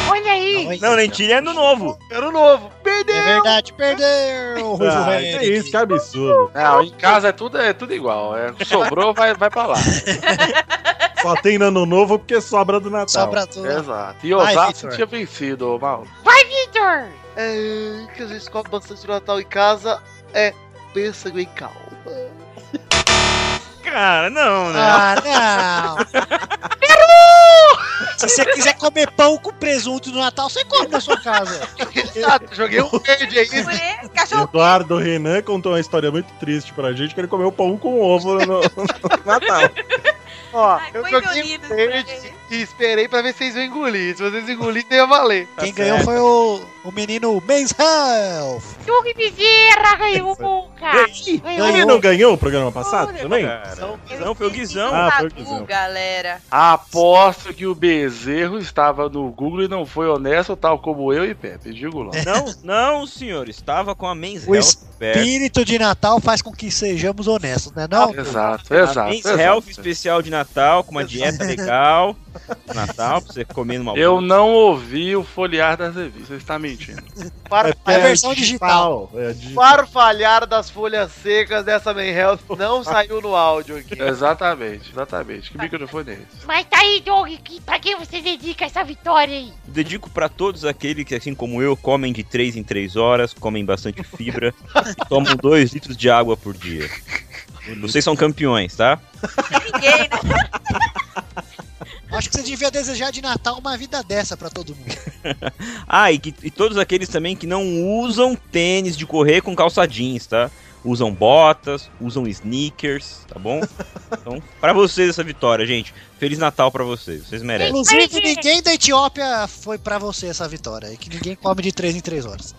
Speaker 10: Olha aí.
Speaker 5: Não, lentilha é no novo.
Speaker 1: Era o novo. Perdeu!
Speaker 7: É verdade, perdeu! Ruivo
Speaker 4: Ah,
Speaker 7: Henrique.
Speaker 4: é isso, que absurdo.
Speaker 2: Não, em casa é tudo, é tudo igual. É, sobrou, vai, vai pra lá.
Speaker 4: Só tem ano novo porque sobra do Natal.
Speaker 7: Sobra tudo.
Speaker 2: Exato. E
Speaker 4: Vai,
Speaker 2: Osasco
Speaker 4: Vitor.
Speaker 2: tinha vencido, ô, Mauro.
Speaker 10: Vai, Victor!
Speaker 1: É, que a gente come bastante Natal em casa é pêssego em calma.
Speaker 5: Cara, não, né?
Speaker 7: Ah, não! Se você quiser comer pão com presunto no Natal, você come na sua casa.
Speaker 1: Exato, joguei um verde aí.
Speaker 6: Purê, cachorro
Speaker 4: Eduardo Renan contou uma história muito triste pra gente, que ele comeu pão com ovo no, no- no Natal.
Speaker 1: Ó,
Speaker 6: Ai,
Speaker 1: eu
Speaker 6: foi
Speaker 1: joguei
Speaker 6: engolido,
Speaker 1: verde e esperei pra ver se vocês iam engolir. Se vocês engolirem, ia valer.
Speaker 7: Quem ganhou foi o, o menino Men's Health.
Speaker 10: Doug Bezerra ganhou,
Speaker 1: Tá,
Speaker 10: cara!
Speaker 1: um
Speaker 4: Ele não ganhou o programa passado também?
Speaker 5: Não, foi o Guizão.
Speaker 4: Ah, foi o
Speaker 6: Tatu,
Speaker 4: Guizão.
Speaker 6: galera.
Speaker 2: Aposto que o Bezerro estava no Google e não foi honesto, tal como eu e Pepe. Digo lá.
Speaker 5: Não, não, senhor. Estava com a Men's
Speaker 7: O
Speaker 5: Health perto.
Speaker 7: Espírito de Natal faz com que sejamos honestos, né não?
Speaker 2: Exato,
Speaker 5: A
Speaker 2: exato.
Speaker 5: Men's
Speaker 2: exato.
Speaker 5: Health especial de Natal, com uma dieta legal. Natal, pra você comer numa
Speaker 2: Eu não ouvi o folhear das revistas, você está mentindo.
Speaker 1: Farfalhar,
Speaker 7: É a versão digital.
Speaker 4: É, de-
Speaker 1: farfalhar das folhas secas dessa Man Health não saiu no áudio aqui.
Speaker 2: exatamente, exatamente. Que microfone é esse?
Speaker 10: Mas tá aí, Doug, que, pra quem você dedica essa vitória, hein?
Speaker 5: Dedico pra todos aqueles que, assim como eu, comem de 3 em 3 horas, comem bastante fibra e tomam 2 litros de água por dia. Vocês são campeões, tá?
Speaker 6: Ninguém, né?
Speaker 7: Acho que você devia desejar de Natal uma vida dessa pra todo mundo.
Speaker 5: Ah, e, que, e todos aqueles também que não usam tênis de correr com calça jeans, tá? Usam botas, usam sneakers, tá bom? Então, pra vocês essa vitória, gente. Feliz Natal pra vocês, vocês merecem.
Speaker 7: Inclusive,
Speaker 10: Entendi.
Speaker 7: ninguém da Etiópia foi pra você essa vitória. E que ninguém come de 3 em 3 horas.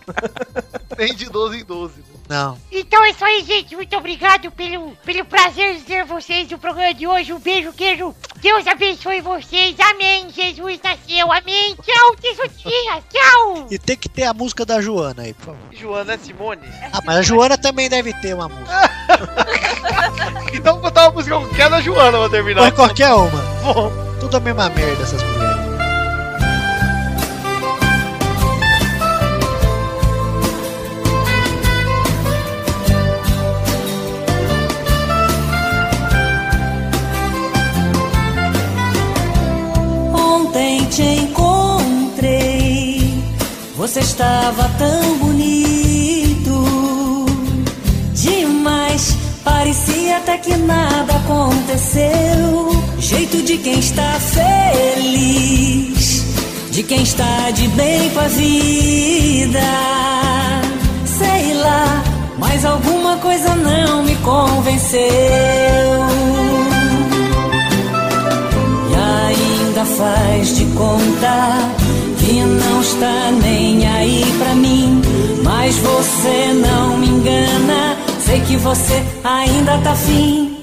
Speaker 1: Nem de 12 em 12.
Speaker 7: Não.
Speaker 10: Então é isso aí, gente. Muito obrigado pelo, pelo prazer de ter vocês no programa de hoje. Um beijo, queijo. Deus abençoe vocês. Amém. Jesus nasceu. Amém. Tchau, tesourinha. Tchau.
Speaker 7: E tem que ter a música da Joana aí, por favor.
Speaker 1: Joana é Simone?
Speaker 7: Ah, mas a Joana também deve ter uma música.
Speaker 1: Então vou botar uma música qualquer da Joana pra terminar.
Speaker 7: Põe qualquer uma. Tudo a mesma merda essas mulheres.
Speaker 11: Ontem te encontrei, você estava tão bonito. Demais, parecia até que nada aconteceu. Jeito de quem está feliz, de quem está de bem com a vida. Sei lá, mas alguma coisa não me convenceu. E ainda faz de conta que não está nem aí pra mim. Mas você não me engana, sei que você ainda tá fim.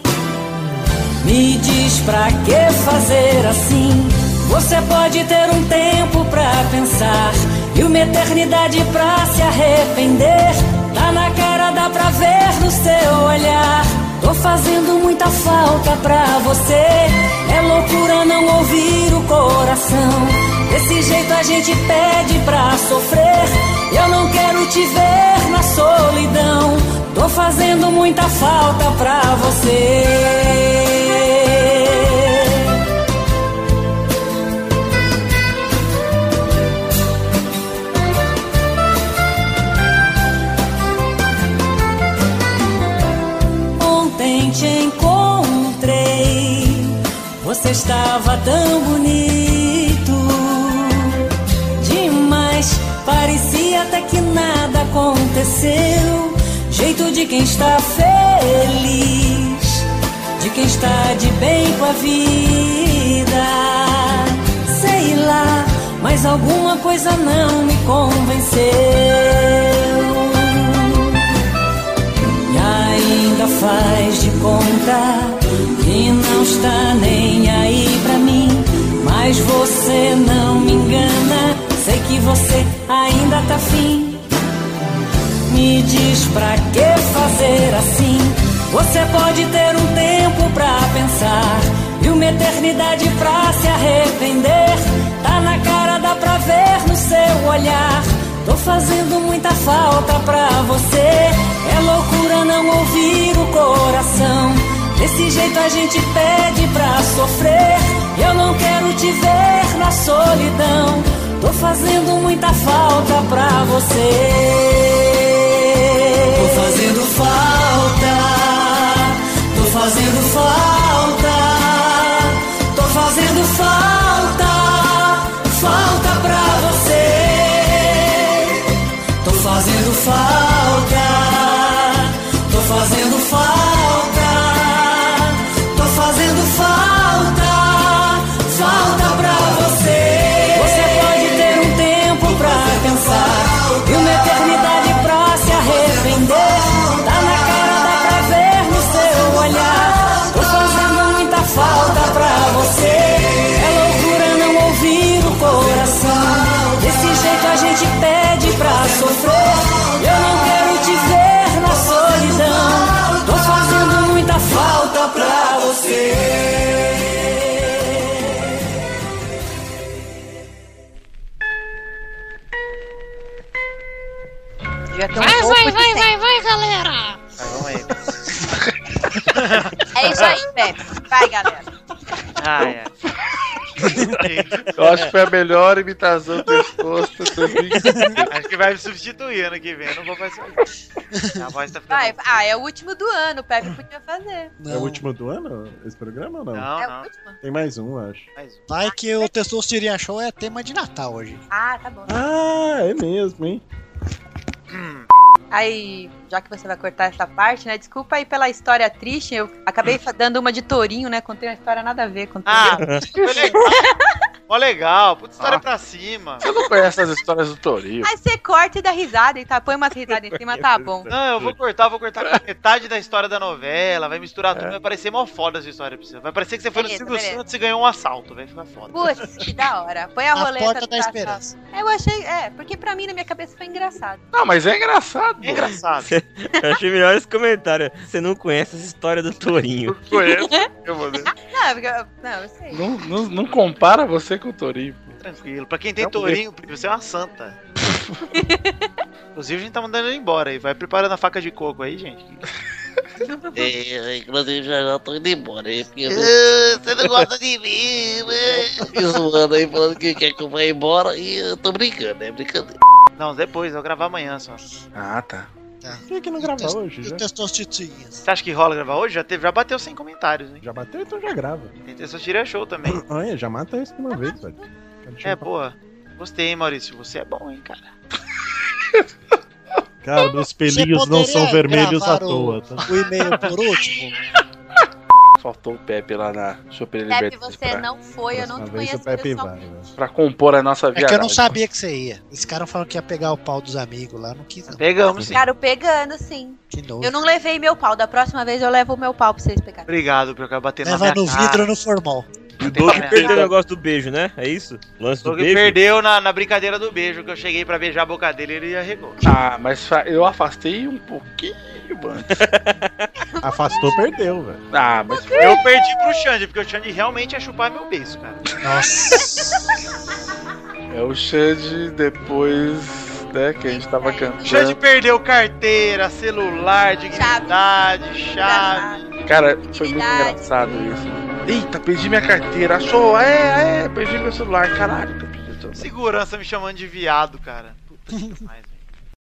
Speaker 11: Me diz pra que fazer assim? Você pode ter um tempo pra pensar e uma eternidade pra se arrepender. Tá na cara, dá pra ver no seu olhar. Tô fazendo muita falta pra você. É loucura não ouvir o coração. Desse jeito a gente pede pra sofrer. Eu não quero te ver na solidão. Tô fazendo muita falta pra você. Ontem te encontrei, você estava tão bonito. Demais, parecia até que nada aconteceu. Jeito de quem está feliz, de quem está de bem com a vida. Sei lá, mas alguma coisa não me convenceu. E ainda faz de conta que não está nem aí pra mim. Mas você não me engana, sei que você ainda tá fim. Me diz pra que fazer assim? Você pode ter um tempo pra pensar e uma eternidade pra se arrepender. Tá na cara, dá pra ver no seu olhar. Tô fazendo muita falta pra você. É loucura não ouvir o coração. Desse jeito a gente pede pra sofrer. Eu não quero te ver na solidão. Tô fazendo muita falta pra você. Tô fazendo falta. Tô fazendo falta. Tô fazendo falta. Falta pra você. Tô fazendo falta. Tô fazendo falta. Tô fazendo falta. Falta pra você. Você pode ter um tempo pra pensar. E uma eternidade pra se arrepender. Tá na cara, dá pra ver no seu olhar. Tô fazendo muita falta pra você. É loucura não ouvir o coração. Desse jeito a gente pede pra sofrer. Eu não quero te ver na solidão. Tô fazendo muita falta pra você.
Speaker 6: Devia ter um
Speaker 10: Vai, vai,
Speaker 6: pouco de
Speaker 10: vai,
Speaker 6: tempo.
Speaker 10: vai, vai, galera!
Speaker 6: É isso aí, Pepe. Vai, galera.
Speaker 2: Ah, é.
Speaker 6: é.
Speaker 2: Eu acho que foi a melhor imitação do exposto.
Speaker 1: Acho que vai me substituir ano que vem. Eu não vou fazer isso. A voz tá ficando.
Speaker 6: Vai. Ah, é o último do ano. O Pepe podia fazer.
Speaker 4: É o último do ano esse programa ou não?
Speaker 1: Não,
Speaker 6: É o
Speaker 1: não.
Speaker 6: último?
Speaker 4: Tem mais um, acho.
Speaker 7: Vai que o Testosterinha Show é tema de Natal hoje.
Speaker 6: Ah, tá bom.
Speaker 4: Ah, é mesmo, hein?
Speaker 6: Aí, já que você vai cortar essa parte, né? Desculpa aí pela história triste. Eu acabei fa- dando uma de tourinho, né? Contei uma história nada a ver com
Speaker 1: Ah,
Speaker 6: tourinho.
Speaker 1: foi legal. Mó legal. Puta história pra cima.
Speaker 2: Você não conhece as histórias do Torinho?
Speaker 6: Aí você corta e dá risada e tá, põe umas risadas em cima, tá bom.
Speaker 1: Não, eu vou cortar, vou cortar com metade da história da novela, vai misturar tudo, vai parecer mó foda essa história pra você. Vai parecer que você foi no
Speaker 6: Beleza,
Speaker 1: Silvio
Speaker 6: beleza.
Speaker 1: Santos e ganhou um assalto, vai ficar foda.
Speaker 6: Putz, que da hora. Põe a,
Speaker 7: A
Speaker 6: roleta
Speaker 7: porta
Speaker 6: do
Speaker 7: da
Speaker 6: Natal.
Speaker 7: esperança.
Speaker 6: Eu achei, é, porque pra mim na minha cabeça foi engraçado.
Speaker 2: Não, mas é engraçado.
Speaker 1: É engraçado.
Speaker 5: Eu achei melhor esse comentário. Você não conhece essa história do Torinho.
Speaker 2: Conhece? Eu vou ver.
Speaker 6: Não, porque eu- não, eu sei.
Speaker 2: Não, não, não compara você com o Torinho.
Speaker 1: Tranquilo. Pra quem tem
Speaker 2: É um
Speaker 1: tourinho, você é uma santa. Inclusive, a gente tá mandando ele embora aí. Vai preparando a faca de coco aí, gente.
Speaker 8: É, inclusive, já já tô indo embora aí, porque eu
Speaker 1: Ah,
Speaker 8: você não gosta de mim, né? me zoando aí, falando que quer que eu vá embora, e eu tô brincando, é brincadeira.
Speaker 1: Não, depois, eu vou gravar amanhã só.
Speaker 2: Ah, tá.
Speaker 7: Por
Speaker 4: é que, não
Speaker 7: gravar
Speaker 4: hoje, né?
Speaker 7: E o Testostirinha?
Speaker 1: Você acha que rola gravar hoje? Já, teve, já bateu 100 comentários, hein?
Speaker 4: Já bateu, então já grava.
Speaker 1: Tem que tirar show também.
Speaker 4: Olha, já mata isso de
Speaker 1: Tá
Speaker 4: uma vez, velho.
Speaker 1: É, porra. Gostei, hein, Maurício? Você é bom, hein, cara?
Speaker 4: Cara, meus pelinhos
Speaker 1: Você
Speaker 4: não são
Speaker 1: poderia
Speaker 4: vermelhos à
Speaker 1: gravar
Speaker 4: toa.
Speaker 1: o-
Speaker 4: Tá?
Speaker 7: O e-mail por último?
Speaker 2: Faltou o Pepe lá na Super
Speaker 6: Pepe,
Speaker 2: Libertadores.
Speaker 6: você não foi, eu não te conheço pessoalmente.
Speaker 2: Pra compor a nossa
Speaker 7: É que eu não
Speaker 2: viagem.
Speaker 7: sabia que você ia. Esse cara falou que ia pegar o pau dos amigos lá, não quis não.
Speaker 1: Pegamos, sim.
Speaker 6: Ficaram pegando, sim.
Speaker 7: Que nojo.
Speaker 6: Eu não levei meu pau. Da próxima vez eu levo o meu pau pra vocês pegarem.
Speaker 1: Obrigado por bater na
Speaker 7: Leva no
Speaker 1: minha cara.
Speaker 7: vidro ou no formal.
Speaker 5: O Doug
Speaker 1: merda.
Speaker 5: perdeu o negócio do beijo, né? É isso? O Lance do
Speaker 1: Só que
Speaker 5: beijo?
Speaker 1: perdeu na, na brincadeira do beijo, que eu cheguei pra beijar a boca dele e ele arregou.
Speaker 2: Ah, mas fa- eu afastei um pouquinho, mano.
Speaker 4: Afastou, perdeu, velho.
Speaker 2: Ah, mas
Speaker 1: Eu perdi pro Xande, porque o Xande realmente ia chupar meu beijo, cara.
Speaker 2: é o Xande depois, né, que a gente tava
Speaker 1: O Xande
Speaker 2: cantando.
Speaker 1: perdeu carteira, celular, dignidade, chave.
Speaker 2: Cara, foi muito engraçado isso. Eita, perdi minha carteira, achou? É, é, perdi meu celular, caralho.
Speaker 1: Segurança me chamando de viado, cara. Puta que mais,